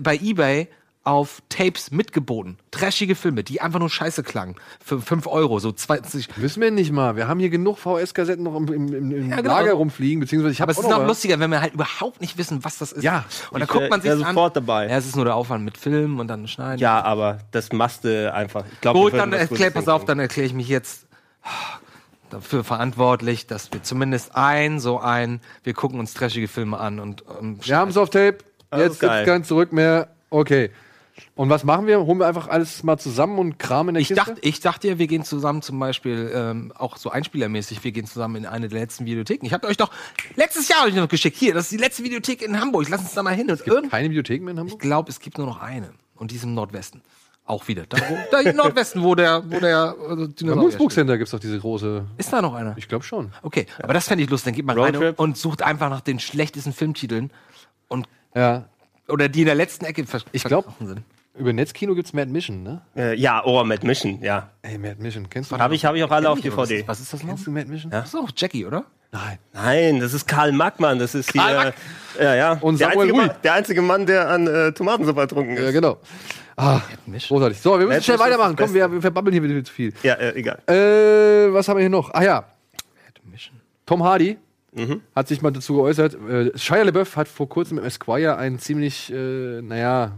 C: bei eBay auf Tapes mitgeboten, trashige Filme, die einfach nur Scheiße klangen für 5 Euro, so 20.
A: Müssen wir nicht mal. Wir haben hier genug VS-Kassetten noch im, im, im, im
C: Ja, genau.
A: Lager rumfliegen, beziehungsweise ich
C: Aber
A: habe
C: es ist noch lustiger, wenn wir halt überhaupt nicht wissen, was das ist.
A: Ja,
C: und dann
B: ich wär-
C: guckt man
B: ich
C: sich
B: wär
C: an.
B: sofort dabei.
C: Ja, es ist nur der Aufwand mit Filmen und dann schneiden.
B: Ja, aber das machst du einfach. Ich glaub,
C: Gut,
B: wir würden
C: dann
B: was
C: erklär,
B: Gutes
C: pass auf,
B: hinkriegen.
C: dann erkläre ich mich jetzt ah, dafür verantwortlich, dass wir zumindest ein, so ein, wir gucken uns trashige Filme an und, ähm, und
A: Wir haben es auf Tape.
B: Ah,
A: Jetzt
B: geil.
A: gibt's kein Zurück mehr. Okay. Und was machen wir? Holen wir einfach alles mal zusammen und kramen in der
C: ich
A: Kiste?
C: dachte, ich dachte ja, wir gehen zusammen zum Beispiel ähm, auch so einspielermäßig, wir gehen zusammen in eine der letzten Videotheken. Ich habe euch doch letztes Jahr hab ich noch geschickt. Hier, das ist die letzte Videothek in Hamburg. Lass uns da mal hin. Und irgend
A: Keine Bibliotheken mehr in Hamburg?
C: ich glaube, es gibt nur noch eine und die ist im Nordwesten. Auch wieder. Da, wo, da im Nordwesten, wo der, wo der äh,
A: Beim
C: Dinosaurier
A: Booksbook
C: steht.
A: Center gibt's doch diese große.
C: Ist da noch einer?
A: Ich glaube schon.
C: Okay, aber das fände ich lustig. Dann geht man rein
B: Roadtrip.
C: und sucht einfach nach den schlechtesten Filmtiteln und
A: Ja.
C: oder die in der letzten Ecke ver
A: Ich glaub-
C: verkrochen sind.
A: Über Netzkino gibt's Mad Mission, ne?
B: Äh, ja, oh, Mad Mission, ja.
A: Ey, Mad Mission. Kennst du
B: Habe ich, hab ich auch alle auf
C: Was
B: DVD.
C: ist, was ist das noch?
A: Kennst du Mad Mission?
C: Das ist auch Jackie, oder?
A: Nein.
B: Nein, das ist Karl Mackmann, das ist
C: Karl
B: hier.
C: Mack.
B: Ja, ja.
A: Und
B: der,
A: Samuel
B: einzige
A: Rui.
B: Mann, der einzige Mann, der an äh, Tomatensuppe ertrunken
A: Ja,
B: ist.
A: genau. Ah,
C: Mission.
A: großartig. So, wir müssen
B: Mad
A: schnell
B: Mission ist
A: weitermachen.
B: das
A: Komm, wir, wir verbabbeln hier wieder zu viel.
B: Ja, äh, egal.
A: Äh, was haben wir hier noch? Ah ja,
C: Mission.
A: Tom Hardy
C: Mhm.
A: hat sich mal dazu geäußert. Äh, Shia LaBeouf hat vor kurzem im Esquire ein ziemlich, äh, naja,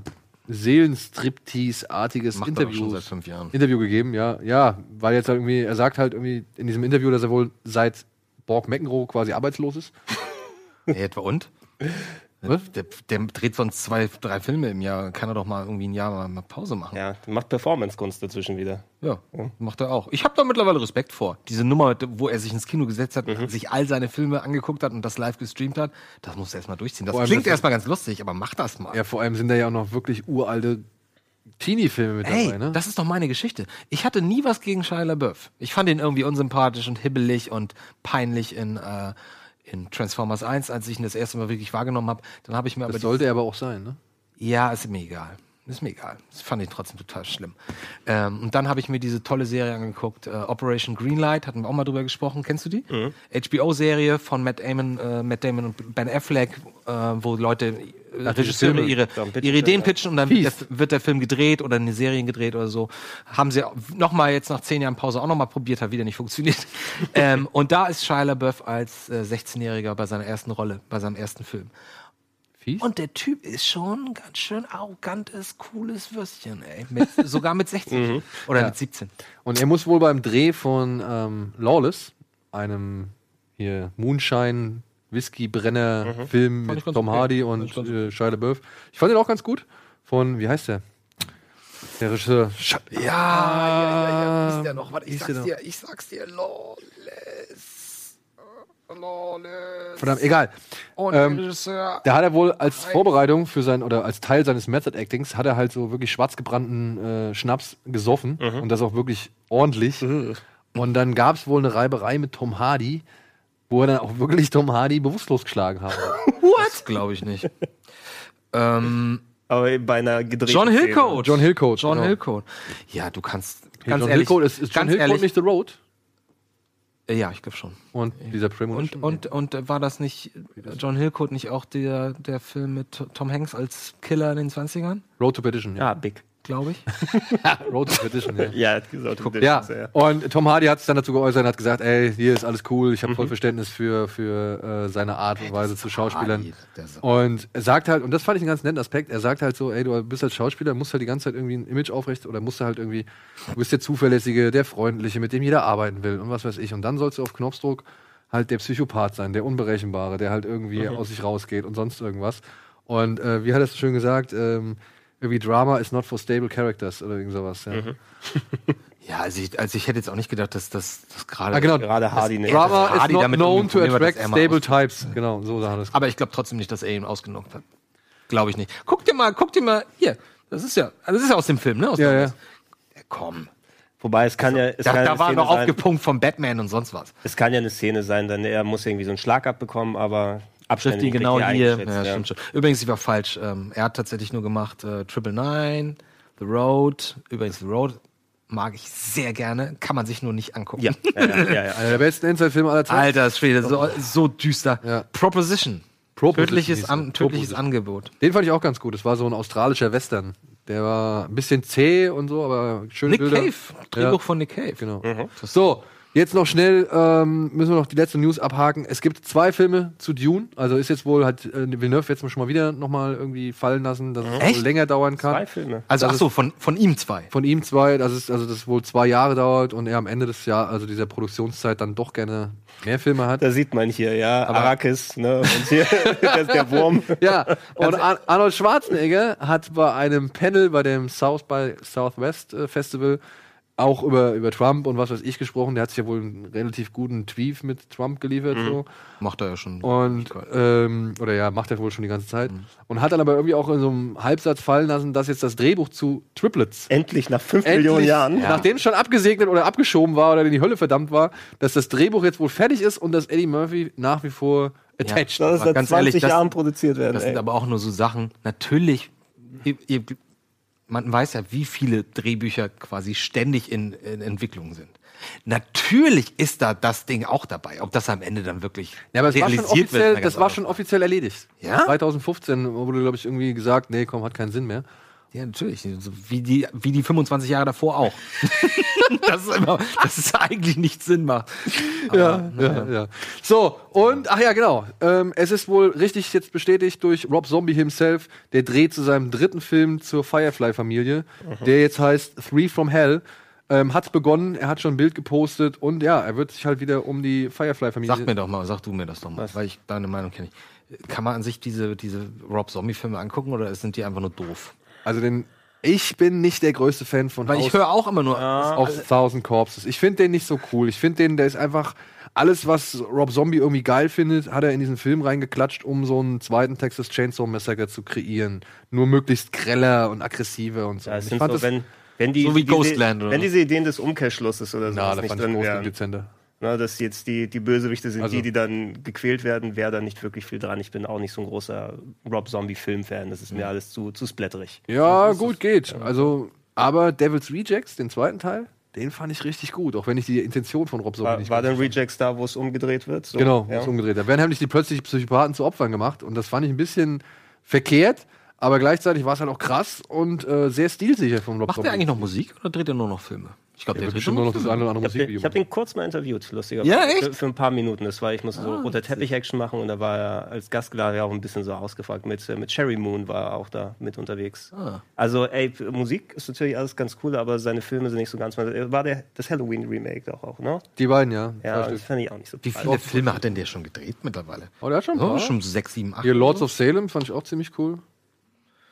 A: Seelenstriptease-artiges
C: Macht er doch schon
A: Interview,
C: seit fünf Jahren.
A: Interview gegeben. Ja, ja, weil jetzt halt irgendwie, er sagt halt irgendwie in diesem Interview, dass er wohl seit Borg McEnroe quasi arbeitslos ist.
C: Ey, etwa und?
A: Was?
C: Der, der dreht sonst zwei, drei Filme im Jahr. Kann er doch mal irgendwie ein Jahr mal, mal Pause machen.
B: Ja, macht Performance-Kunst dazwischen wieder.
C: Ja,
A: Oh.
C: macht er auch. Ich habe da mittlerweile Respekt vor. Diese Nummer, wo er sich ins Kino gesetzt hat,
A: Mhm.
C: sich all seine Filme angeguckt hat und das live gestreamt hat, das muss er erstmal durchziehen. Das
A: Vor allem
C: klingt
A: das-
C: erstmal ganz lustig, aber mach das mal.
A: Ja, vor allem sind da ja auch noch wirklich uralte Teenie-Filme mit
C: Hey,
A: dabei, ne?
C: das ist doch meine Geschichte. Ich hatte nie was gegen Shia LaBeouf. Ich fand ihn irgendwie unsympathisch und hibbelig und peinlich in, äh, in Transformers 1, als ich ihn das erste Mal wirklich wahrgenommen habe. Dann habe ich mir aber
A: Das
C: die-
A: sollte er aber auch sein, ne?
C: ja, ist mir egal. Ist mir egal. Das fand ich trotzdem total schlimm. Ähm, und dann habe ich mir diese tolle Serie angeguckt, äh, Operation Greenlight, hatten wir auch mal drüber gesprochen. Kennst du die?
B: Mhm.
C: HBO-Serie von Matt Damon, äh, Matt Damon und Ben Affleck, äh, wo Leute, äh,
B: Ach, die
C: Regisseure
B: Filme.
C: ihre,
B: Ja, pitchen,
C: ihre Ideen
B: ja.
C: pitchen und dann wird der, wird der Film gedreht oder eine Serie gedreht oder so. Haben sie nochmal jetzt nach zehn Jahren Pause auch nochmal probiert, hat wieder nicht funktioniert. ähm, und da ist Shia LaBeouf als äh, 16-Jähriger bei seiner ersten Rolle, bei seinem ersten Film. Und der Typ ist schon ein ganz schön arrogantes, cooles Würstchen, ey. Mit, sogar mit 16 oder
A: Ja.
C: mit 17.
A: Und er muss wohl beim Dreh von ähm, Lawless, einem hier
C: Mhm.
A: Moonshine-Whisky-Brenner-Film
C: Fand ich
A: mit
C: ganz
A: Tom
C: okay.
A: Hardy und äh, Shia LaBeouf. Ich fand den auch ganz gut. Von, wie heißt der? Der Regisseur. Sch ja,
C: Wie ist der Ah, noch? Warte,
A: Wie
C: ich
A: ist
C: sag's
A: der noch?
C: dir, ich sag's dir, lawless. Lawless.
A: Verdammt, egal.
C: Und
A: Ähm,
C: Oh, Regisseur.
A: Der hat er wohl als
C: Nein.
A: Vorbereitung für sein oder als Teil seines Method Actings hat er halt so wirklich schwarz gebrannten äh, Schnaps gesoffen
C: Mhm.
A: und das auch wirklich ordentlich. Und dann gab es wohl eine Reiberei mit Tom Hardy, wo er dann auch wirklich Tom Hardy bewusstlos geschlagen hat.
C: What? Glaube ich nicht. ähm,
B: Aber bei einer gedrehten
C: John
B: Szene.
C: Hillcoat.
A: John Hillcoat.
C: John
A: genau.
C: Hillcoat. Ja, du kannst.
A: Hey,
C: Ganz
A: John
C: ehrlich,
A: Hillcoat ist, ist John
C: ganz
A: Hillcoat
C: ehrlich,
A: nicht The Road
C: äh, Ja, ich glaube schon.
A: und dieser
C: Und,
A: Premonition.
C: und, und äh, war das nicht äh, John Hillcoat nicht auch der, der Film mit T- Tom Hanks als Killer in den 20ern,
A: Road to Perdition. Ja,
B: Ah, big.
C: glaube ich? Ah.
A: Road to Perdition. Ja.
B: Ja, hat gesagt.
A: Ja, und Tom Hardy hat es dann dazu geäußert und hat gesagt, ey, hier ist alles cool, ich habe voll Verständnis für, für äh, seine Art und Weise zu Schauspielern. Und er sagt halt, und das fand ich einen ganz netten Aspekt, er sagt halt so, ey, du bist als Schauspieler, musst halt die ganze Zeit irgendwie ein Image aufrecht oder musst du halt irgendwie, du bist der Zuverlässige, der Freundliche, mit dem jeder arbeiten will und was weiß ich. Und dann sollst du auf Knopfdruck halt der Psychopath sein, der Unberechenbare, der halt irgendwie
B: Mhm.
A: aus sich rausgeht und sonst irgendwas. Und äh, wie hat er es so schön gesagt, ähm, irgendwie Drama is not for stable characters oder irgend sowas. Ja.
C: Ja, also ich, also ich hätte jetzt auch nicht gedacht, dass das dass gerade.
A: Ah, genau.
B: Gerade Hardy ne?
C: dass
B: nicht.
A: Drama
C: dass Hardy
A: is not
C: damit
A: known to
C: umgekommen ist, weil
A: attract
C: das er mal
A: stable
C: aus-
A: types. Genau, so sah das.
C: Aber ich glaube trotzdem nicht, dass er ihn ausgenockt hat. Glaube ich nicht. Guck dir mal, guck dir mal, hier. Das ist ja, also das ist ja aus dem Film, ne? Aus
A: Ja,
C: dem-
A: ja.
C: Komm.
B: Wobei es kann ja. Es kann
C: Da,
B: ja
C: da
B: eine
C: war
B: Szene
C: noch
B: sein-
C: aufgepumpt von Batman und sonst was.
B: Es kann ja eine Szene sein, dann er muss irgendwie so einen Schlag abbekommen, aber Abstände
C: Trifft ihn
B: nicht
C: genau
B: richtig
C: hier.
B: eingeschätzt,
C: Ja,
B: ja.
C: Stimmt schon. Übrigens, ich war falsch. Ähm, er hat tatsächlich nur gemacht äh, Triple Nine, The Road. Übrigens, The Road mag ich sehr gerne. Kann man sich nur nicht angucken.
B: Ja, ja, ja, ja, ja.
A: Einer der besten Endzeit-Filme aller Zeiten.
C: Alter Schwede, so, so düster.
A: Ja.
C: Proposition.
A: Proposition hieß
C: Tödliches,
A: er.
C: An tödliches
A: Proposition.
C: Angebot.
A: Den fand ich auch ganz gut. Das war so ein australischer Western. Der war ein bisschen zäh und so, aber schön.
C: Nick
A: Bilder.
C: Cave. Drehbuch von Nick Cave. Mhm.
A: Genau. So, jetzt noch schnell ähm, müssen wir noch die letzte News abhaken. Es gibt zwei Filme zu Dune. Also ist jetzt wohl, hat äh, Villeneuve jetzt schon mal wieder nochmal irgendwie fallen lassen, dass es wohl
C: Mhm. Echt?
A: länger dauern kann.
B: Zwei Filme.
C: Also,
A: Das
C: ach so, von, von ihm zwei.
A: Von ihm zwei, dass es also das wohl zwei Jahre dauert und er am Ende des Jahr, also dieser Produktionszeit, dann doch gerne mehr Filme hat.
B: Da sieht man hier, ja, Arrakis, ne? Und hier das ist der Wurm.
A: Ja, und Ar Arnold Schwarzenegger hat bei einem Panel bei dem South by Southwest äh, Festival auch über, über Trump und was weiß ich gesprochen. Der hat sich ja wohl einen relativ guten Tweet mit Trump geliefert. So.
C: Macht er ja schon.
A: Und, ähm, oder ja, macht er wohl schon die ganze Zeit. Und hat dann aber irgendwie auch in so einem Halbsatz fallen lassen, dass jetzt das Drehbuch zu Triplets
B: Endlich nach fünf Millionen
A: endlich,
B: Jahren.
A: Nachdem es schon abgesegnet oder abgeschoben war oder in die Hölle verdammt war, dass das Drehbuch jetzt wohl fertig ist und dass Eddie Murphy nach wie vor attached
B: Soll das
C: Aber
B: seit
C: ganz
B: 20
C: ehrlich, das-
B: Jahren produziert werden.
C: Das
B: ey.
C: sind aber auch nur so Sachen. Natürlich, ihr, ihr, man weiß ja, wie viele Drehbücher quasi ständig in, in Entwicklung sind. Natürlich ist da das Ding auch dabei. Ob das am Ende dann wirklich
A: Ja, aber es war schon
C: realisiert wird,
A: offiziell,
C: ist eine ganz
A: das war
C: andere
A: schon offiziell erledigt.
C: Ja?
A: 2015 wurde, glaube ich, irgendwie gesagt, nee, komm, hat keinen Sinn mehr.
C: Ja, natürlich. So wie, die, wie die 25 Jahre davor auch. das ist immer, dass es eigentlich nicht Sinn macht.
A: Ah, ja,
C: Äh,
A: ja, ja. So, und, ach ja, genau. Ähm, es ist wohl richtig jetzt bestätigt durch Rob Zombie himself, der dreht zu seinem dritten Film zur Firefly-Familie,
C: Mhm.
A: der jetzt heißt Three from Hell. Ähm, hat's begonnen, er hat schon ein Bild gepostet und ja, er wird sich halt wieder um die Firefly-Familie.
C: Sag mir doch mal, sag du mir das doch mal, weil ich deine Meinung kenne. ich. Kann man an sich diese, diese Rob Zombie-Filme angucken oder sind die einfach nur doof?
A: Also den, ich bin nicht der größte Fan von
C: Weil
A: House
C: ich höre auch immer nur.
B: Ah, also-
A: auf Thousand Corpses. Ich finde den nicht so cool. Ich finde den, der ist einfach alles, was Rob Zombie irgendwie geil findet, hat er in diesen Film reingeklatscht, um so einen zweiten Texas Chainsaw Massacre zu kreieren. Nur möglichst greller und aggressiver und so.
B: Ja,
A: Und
B: es
A: ich
B: sind
A: fand
B: so,
A: das,
B: wenn, wenn die,
C: So wie
B: diese-
C: Ghostland oder
B: wenn
C: was?
B: diese Ideen des Umkehrschlusses oder so
A: na, da
B: nicht
A: fand ich
B: drin
A: groß
B: wären.
A: dezenter.
B: Na, dass jetzt die, die Bösewichte sind
A: Also-
B: die, die dann gequält werden, wäre da nicht wirklich viel dran. Ich bin auch nicht so ein großer Rob-Zombie-Film-Fan. Das ist
A: Mhm.
B: mir alles zu, zu splatterig.
A: Ja, gut, geht. Also, aber Devil's Rejects, den zweiten Teil, den fand ich richtig gut, auch wenn ich die Intention von Rob Zombie
B: War,
A: nicht
B: war dann Rejects da, wo es umgedreht wird? So,
A: Genau,
B: ja.
A: ist umgedreht. Da werden nämlich die plötzlich Psychopathen zu Opfern gemacht und das fand ich ein bisschen verkehrt, aber gleichzeitig war es halt auch krass und äh, sehr stilsicher von Rob
C: Macht der eigentlich noch Musik oder dreht er nur noch Filme? Ich glaube,
A: Der wird bestimmt nur noch das eine oder andere
B: Ich habe den,
A: Musikvideo.
B: ich hab
A: machen.
B: den kurz mal interviewt, lustigerweise.
C: Ja, echt?
B: Für, für ein paar Minuten. Das war, ich musste so unter Teppich-Action machen und da war er als Gastgeber ja auch ein bisschen so ausgefragt. Mit, äh, mit Sherry Moon war er auch da mit unterwegs.
C: Ah.
B: Also, ey, p- Musik ist natürlich alles ganz cool, aber seine Filme sind nicht so ganz. mein- War der, das Halloween-Remake doch auch, ne?
A: Die beiden, ja.
B: Ja,
A: Zwei
B: das
A: Stück.
B: fand ich auch nicht so
C: Wie viele Filme hat denn der schon gedreht mittlerweile?
A: Oh, der hat schon ein
C: Oh,
A: paar.
C: schon sechs, sieben, acht.
A: Hier Lords of Salem fand ich auch ziemlich cool.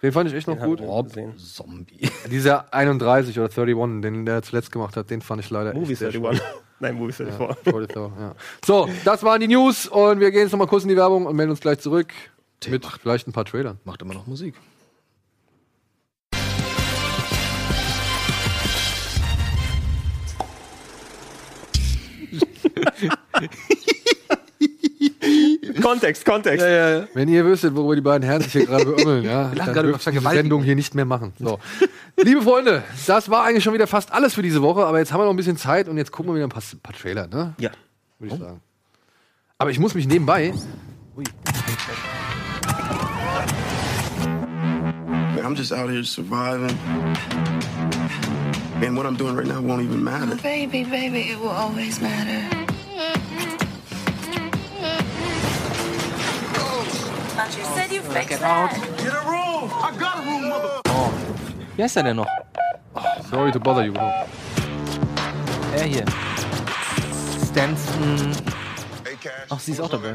A: Den fand ich echt noch
B: Den hab
A: gut.
B: ich nicht gesehen.
C: Zombie.
A: Dieser 31 oder 31, den der zuletzt gemacht hat, den fand ich leider
B: Movie
A: echt sehr
B: 31. Nein, Movie
A: schwach. Ja,
B: 34.
A: 44, ja. So, das waren die News und wir gehen jetzt nochmal kurz in die Werbung und melden uns gleich zurück mit vielleicht ein paar Trailern.
C: Macht immer noch Musik.
B: Kontext, Kontext.
A: Wenn ihr wüsstet, worüber die beiden Herren sich hier gerade beümmeln, ja,
C: lachen
A: dann
C: gerade über
A: dürft ihr die
C: Vergewaltigung.
A: Sendung hier nicht mehr machen. So. Liebe Freunde, das war eigentlich schon wieder fast alles für diese Woche, aber jetzt haben wir noch ein bisschen Zeit und jetzt gucken wir wieder ein paar, paar Trailer, ne?
B: Ja.
A: Würde
C: Oh.
A: ich sagen. Aber ich muss mich nebenbei.
P: Man, I'm just out here surviving. Man, what I'm doing right now won't even matter.
Q: baby, baby, it will always matter.
E: You said you fixed
C: out.
E: Get a room. I got a room, mother.
C: Wie heißt der denn noch?
A: Sorry to bother you. Bro.
C: Er hier. Stanson. Ach, sie ist auch dabei.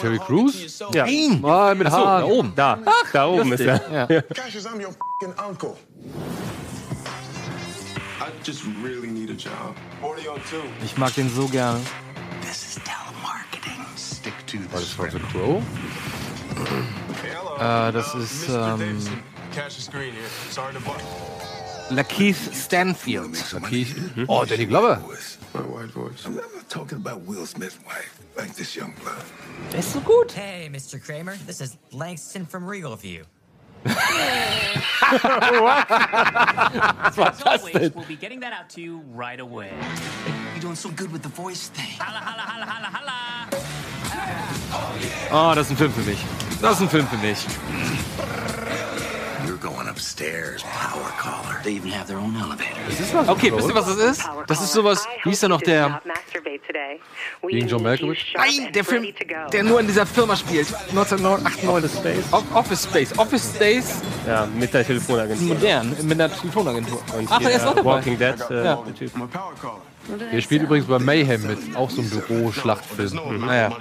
A: Terry Crews?
B: Ja.
A: Mal ah, mit
B: Ach so,
A: Haaren.
C: oh.
B: da oben. Da, da oben ist
A: lustig.
B: er.
A: Ja.
P: Cassius, I'm your fing uncle. I just really need a job. 40 on two.
C: Ich mag den so gerne.
P: Stick to
A: War das House of Crow?
C: Äh, das ist ähm,
P: Cassius Green here. Sorry to bother.
C: Lakeith Stanfield.
A: Lakeith. Oh, Danny Glover.
P: My white voice. I'm never talking about Will Smith's wife like this young blood.
C: Der ist so gut.
R: Hey, Mr. Kramer, this is Langston from Regal View.
E: Was war
R: As
E: das
R: always,
E: denn?
R: we'll be getting that out to you right away. You're doing so good with the voice thing.
C: Oh,
A: Ah,
C: das ist ein Film für mich. Das ist ein Film für mich.
P: You're going upstairs, power caller. They even have their own elevator.
C: Okay, wisst ihr, was das ist? Das ist sowas, wie ist denn noch der.
A: Gegen John Malkovich?
C: Nein, der Film, der nur in dieser Firma spielt. 1998 Space. Office Space. Office Space
B: Ja, mit der
C: ist
B: Telefonagentur.
C: modern, mit einer Telefonagentur.
B: Und
C: Ach, er
B: hier,
C: ist auch dabei.
B: Walking Dead, äh,
C: Ja.
B: der Typ.
A: Der spielt übrigens bei Mayhem mit, auch so ein Büro-Schlachtfilm.
P: Mhm.
A: Ah, ja.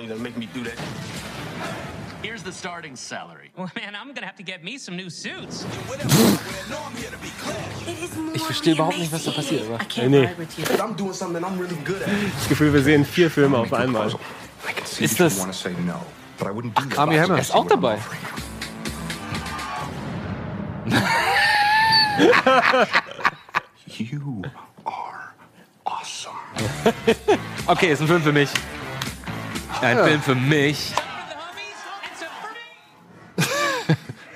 R: Here's the starting salary. Well, man, I'm gonna have to get me some new suits.
C: Ich verstehe überhaupt nicht, was da passiert. Aber.
B: Nee, nee.
P: I'm doing something I'm really good at.
B: Das Gefühl, wir sehen vier Filme auf einmal.
C: Ist das. Ach, Army Hammer. Ist auch dabei.
P: You are awesome.
C: Okay, ist ein Film für mich. Ein
A: Ja.
C: Film für mich.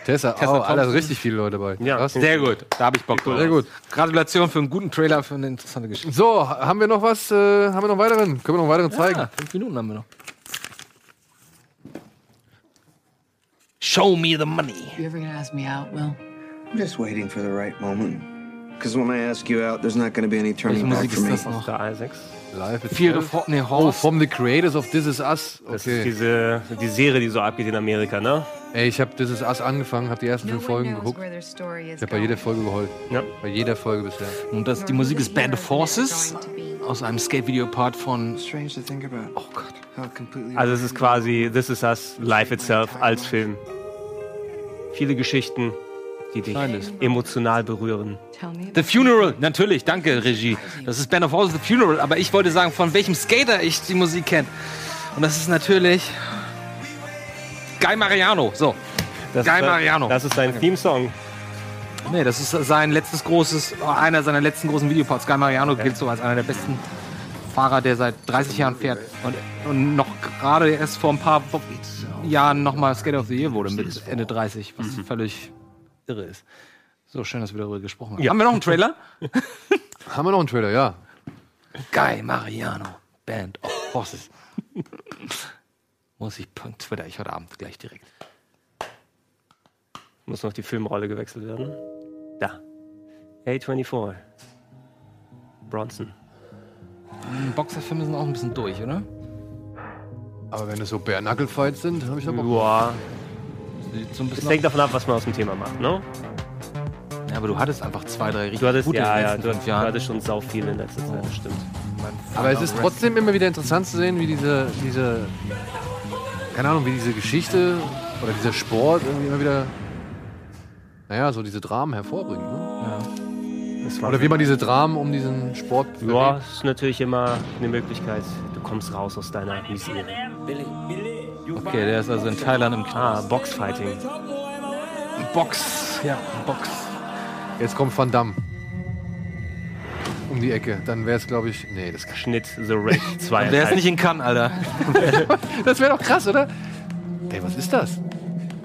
A: Tessa,
C: Tessa
A: oh, Alter,
C: Thompson.
A: richtig viele Leute dabei.
B: Ja,
A: Krass.
C: Sehr gut. Da habe ich Bock drauf.
A: Sehr gut.
C: Gratulation für einen guten Trailer, für eine interessante Geschichte.
A: So, haben wir noch was? Äh, haben wir noch weiteren? Können wir noch weiteren zeigen?
C: Ja, fünf Minuten haben wir noch. Show me the money.
S: You ever gonna ask me out, Will?
L: I'm just waiting for the right moment. Because when I ask you out, there's not going to be any turning back for me.
B: Star Isaacs.
A: Live itself.
C: Field of Ho nee,
A: Oh,
C: Horse.
A: from the creators of This Is Us. Okay.
B: Das ist diese die Serie, die so abgeht in Amerika, ne?
A: Ey, ich habe This Is Us angefangen, habe die ersten fünf Folgen geguckt. Ich habe bei jeder Folge geheult.
B: Ja.
A: Bei jeder Folge bisher.
C: Und das, die Musik ist Band of Forces aus einem Skate-Video-Part von.
L: Strange to think about. Oh, God. How completely.
B: Also es ist quasi Ah, This Is Us, Life Itself als Film. Viele Geschichten, die dich emotional berühren.
C: The Funeral, natürlich, danke, Regie. Das ist Band of Horses, The Funeral, aber ich wollte sagen, von welchem Skater ich die Musik kenne. Und das ist natürlich. Guy Mariano, so.
B: Das
C: Guy
B: ist,
C: Mariano.
B: Das ist sein Theme-Song.
C: Nee, das ist sein letztes großes, einer seiner letzten großen Videoparts. Sky Mariano gilt so als einer der besten Fahrer, der seit 30 Jahren fährt. Und, und noch gerade erst vor ein paar Wo- Jahren nochmal Skate of the Year wurde mit Ende 30, was völlig irre ist. So, schön, dass wir darüber gesprochen haben.
A: Ja.
C: Haben wir noch einen Trailer?
A: Haben wir noch einen Trailer, ja.
C: Guy Mariano, Band of Horses. Muss ich twitter ich heute Abend gleich direkt.
B: Muss noch die Filmrolle gewechselt werden. Da. A24. Bronson.
C: Hm, Boxerfilme sind auch ein bisschen durch, oder?
A: Aber wenn es so bare knuckle fights sind, habe ich da Bock.
B: Boah.
C: So ein bisschen
B: Es hängt davon ab, was man aus dem Thema macht, ne?
C: Ja, aber du hattest einfach zwei, drei richtig
B: du hattest,
C: gute in
B: ja,
C: den
B: ja,
C: letzten
B: du,
C: fünf
B: hattest- du
C: Jahren.
B: hattest schon sau viel in letzter Zeit, stimmt.
A: Aber es ist trotzdem immer wieder interessant zu sehen, wie diese, diese, keine Ahnung, wie diese Geschichte oder dieser Sport irgendwie immer wieder, naja, so diese Dramen hervorbringt. Ne? Oder wie man diese Dramen um diesen Sport
B: Ja, ist natürlich immer eine Möglichkeit. Du kommst raus aus deiner Misere.
C: Okay, der ist also in Thailand im Knast.
B: Ah, Boxfighting.
C: Box, ja, Box.
A: Jetzt kommt Van Damme. Um die Ecke. Dann wäre es, glaube ich, nee, das kann
B: Schnitt The Rage 2.
C: Und der ist nicht in Cannes, Alter.
A: Das wäre doch krass, oder? Ey, was ist das?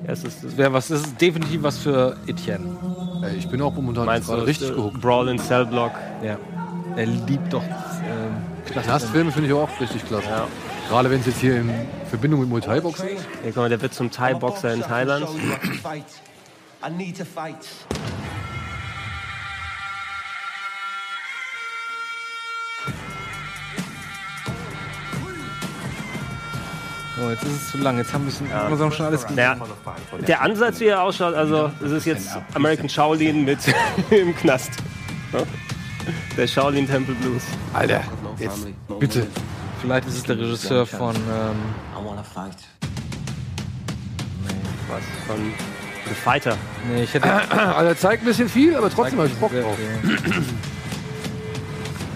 B: Es ist, es
C: Wer was das ist definitiv was für Etienne.
A: Ey, ich bin auch momentan
B: Meinst du,
A: gerade richtig
B: äh,
A: gehuckt.
B: Brawl in Cell Block.
C: Ja. Er liebt doch ähm,
A: Knastfilme finde ich auch richtig klasse.
B: Ja.
A: Gerade wenn es jetzt hier in Verbindung mit Muay Thai Boxen ist.
B: Ja, guck mal, der wird zum Thai-Boxer in Thailand.
R: I need to fight.
C: Oh, jetzt ist es zu lang. Jetzt haben wir
B: Ja.
C: ja. schon alles gesehen.
B: Naja, der Ansatz, wie er ausschaut, also es ist jetzt American Shaolin mit im Knast. Ja. Der Shaolin Temple Blues.
A: Alter, jetzt, bitte.
C: Vielleicht ist es der Regisseur von. Ähm,
R: I wanna fight.
B: Was von The Fighter.
C: nee, ich hätte.
A: Alter, zeigt Also, ein bisschen viel, aber trotzdem habe ich Bock drauf.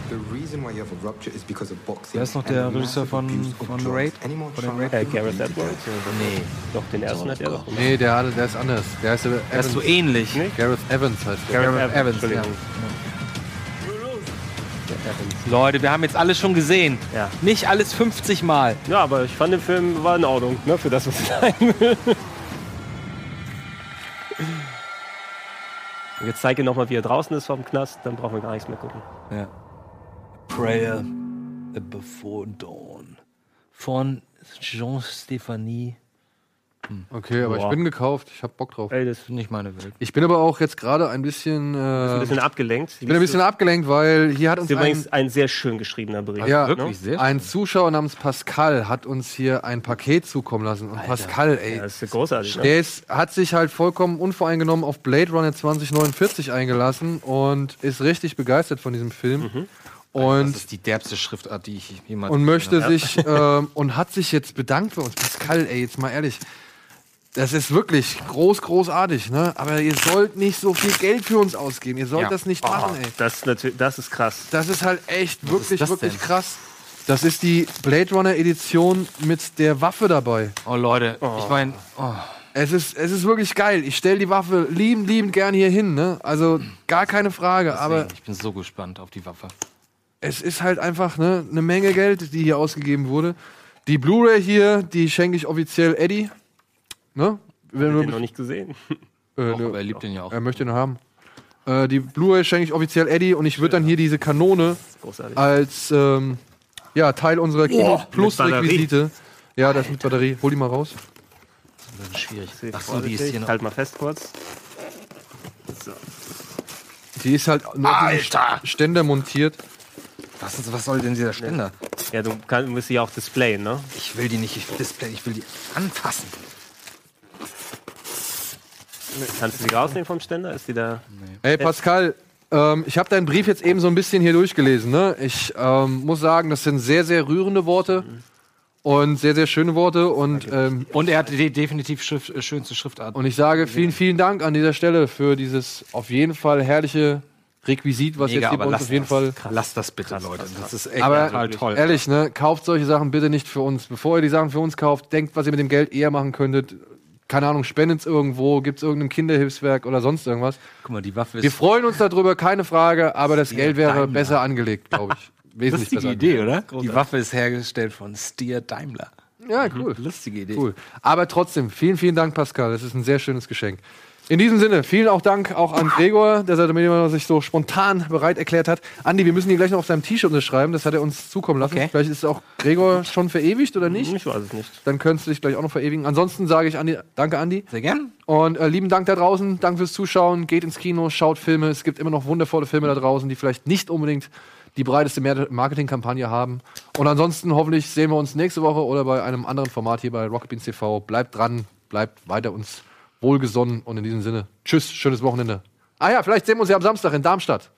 S: The reason why you have a rupture is because of boxing.
C: Wer ist noch der Regisseur von, von Raid? Von dem Raid?
B: Äh, Gareth Edwards.
C: Nee.
B: Doch, den ersten hat er doch. gemacht.
A: Nee, der, hatte, der ist anders. Der ist Evans.
C: Er ist so ähnlich.
A: Gareth Evans heißt der.
B: Gareth Evans,
C: Evans, ja.
B: Entschuldigung. Der Evans.
C: Leute, wir haben jetzt alles schon gesehen.
B: Ja.
C: Nicht alles 50 Mal.
B: ja, aber ich fand den Film war in Ordnung, ne, für das, was es sein will. Und Jetzt zeige ich nochmal, wie er draußen ist vom Knast, dann brauchen wir gar nichts mehr gucken.
C: Ja. Prayer Before Dawn von Jean-Stéphanie.
A: Okay, aber
B: Boah.
A: ich bin gekauft. Ich habe Bock drauf.
B: Ey, das ist
C: Nicht meine Welt.
A: Ich bin aber auch jetzt gerade ein bisschen. Äh,
B: ein bisschen abgelenkt.
A: ich bin ein bisschen abgelenkt, weil hier hat
B: Das
A: uns
B: ist übrigens
A: ein,
B: ein sehr schön geschriebener Bericht.
A: ja, ne?
C: wirklich sehr
A: ein Zuschauer namens Pascal hat uns hier ein Paket zukommen lassen. Und Pascal, ey,
B: Ja, das ist großartig. Ne?
A: Der ist, hat sich halt vollkommen unvoreingenommen auf Blade Runner 2049 eingelassen und ist richtig begeistert von diesem Film.
C: Mhm. Das
A: Und,
C: ist die derbste Schriftart, die ich jemals
A: und möchte
C: gesehen habe.
A: sich ähm, und hat sich jetzt bedankt für uns. Pascal, ey, jetzt mal ehrlich. Das ist wirklich groß, großartig, ne? Aber ihr sollt nicht so viel Geld für uns ausgeben. Ihr sollt
C: Ja. Oh.
A: das nicht
B: Ah,
A: machen, ey.
B: das, ist natürlich, das ist krass.
A: Das ist halt echt wirklich,
C: das
A: wirklich
C: denn?
A: krass. Das ist die Blade Runner Edition mit der Waffe dabei.
C: Oh, Leute, ich meine, oh,
A: Es ist, es ist wirklich geil. Ich stelle die Waffe liebend, liebend gern hier hin. Ne? Also gar keine Frage. Aber
C: ich bin so gespannt auf die Waffe.
A: es ist halt einfach ne, eine Menge Geld, die hier ausgegeben wurde. Die Blu-ray hier, die schenke ich offiziell Eddie. Ne? Wenn
B: Den
A: du-
B: noch nicht gesehen.
A: äh,
C: Och,
A: ne,
C: aber er liebt den ja auch.
A: er möchte ihn haben. Äh, die Blu-ray schenke ich offiziell Eddie und ich würde dann hier diese Kanone Ah.
B: Großartig.
A: als ähm, ja, Teil unserer Kino Plus
B: mit Batterie.
A: Requisite. Ja, das mit Batterie. Hol die mal raus.
C: Das ist schwierig. Ach so, die
B: Vorsichtig.
C: ist hier noch.
B: Halt mal fest kurz. So.
A: Die ist halt nur auf diesem Ständer montiert.
C: Was, ist, was soll denn dieser Ständer?
B: Ja, du kann, musst sie ja auch displayen, ne?
C: Ich will die nicht ich display, ich will die anfassen.
B: Kannst du sie rausnehmen vom Ständer? Ist die da?
A: Hey Pascal, ähm, ich habe deinen Brief jetzt eben so ein bisschen hier durchgelesen. Ne? Ich ähm, muss sagen, das sind sehr, sehr rührende Worte und sehr, sehr schöne Worte. Und, ähm,
C: Und er hat die definitiv Schrift, äh, schönste Schriftart.
A: und ich sage vielen, vielen Dank an dieser Stelle für dieses auf jeden Fall herrliche Requisit, was jetzt hier bei uns auf jeden Fall.
C: Lass das bitte, Leute. das ist echt
A: Aber halt
C: total toll.
A: ehrlich, ne, kauft solche Sachen bitte nicht für uns. Bevor ihr die Sachen für uns kauft, denkt, was ihr mit dem Geld eher machen könntet. keine Ahnung, spendet's irgendwo, gibt's irgendeinem Kinderhilfswerk oder sonst irgendwas.
C: Guck mal, die Waffe ist.
A: Wir freuen uns darüber, keine Frage, aber das Geld wäre
C: Daimler.
A: besser angelegt, glaube ich. Wesentlich
C: Lustige
A: besser.
C: Idee, oder?
A: angelegt.
C: Die Waffe ist hergestellt von Steer Daimler.
A: Ja, cool.
C: Lustige Idee.
A: Cool. Aber trotzdem, vielen, vielen Dank, Pascal. Das ist ein sehr schönes Geschenk. In diesem Sinne, vielen auch Dank auch an Gregor, dass er damit immer sich so spontan bereit erklärt hat. Andi, wir müssen ihn gleich noch auf seinem T-Shirt unterschreiben. Das hat er uns zukommen lassen.
B: Okay.
A: Vielleicht ist auch Gregor schon verewigt oder nicht.
B: Hm, Ich weiß es nicht.
A: Dann könntest du dich gleich auch noch verewigen. Ansonsten sage ich Andi, danke Andi.
C: Sehr gern.
A: Und äh, lieben Dank da draußen. Danke fürs Zuschauen. Geht ins Kino, schaut Filme. Es gibt immer noch wundervolle Filme da draußen, die vielleicht nicht unbedingt die breiteste Mer- Marketingkampagne haben. Und ansonsten hoffentlich sehen wir uns nächste Woche oder bei einem anderen Format hier bei Rocket Beans TV. Bleibt dran, bleibt weiter uns wohlgesonnen und in diesem Sinne. Tschüss, schönes Wochenende. Ah ja, vielleicht sehen wir uns ja am Samstag in Darmstadt.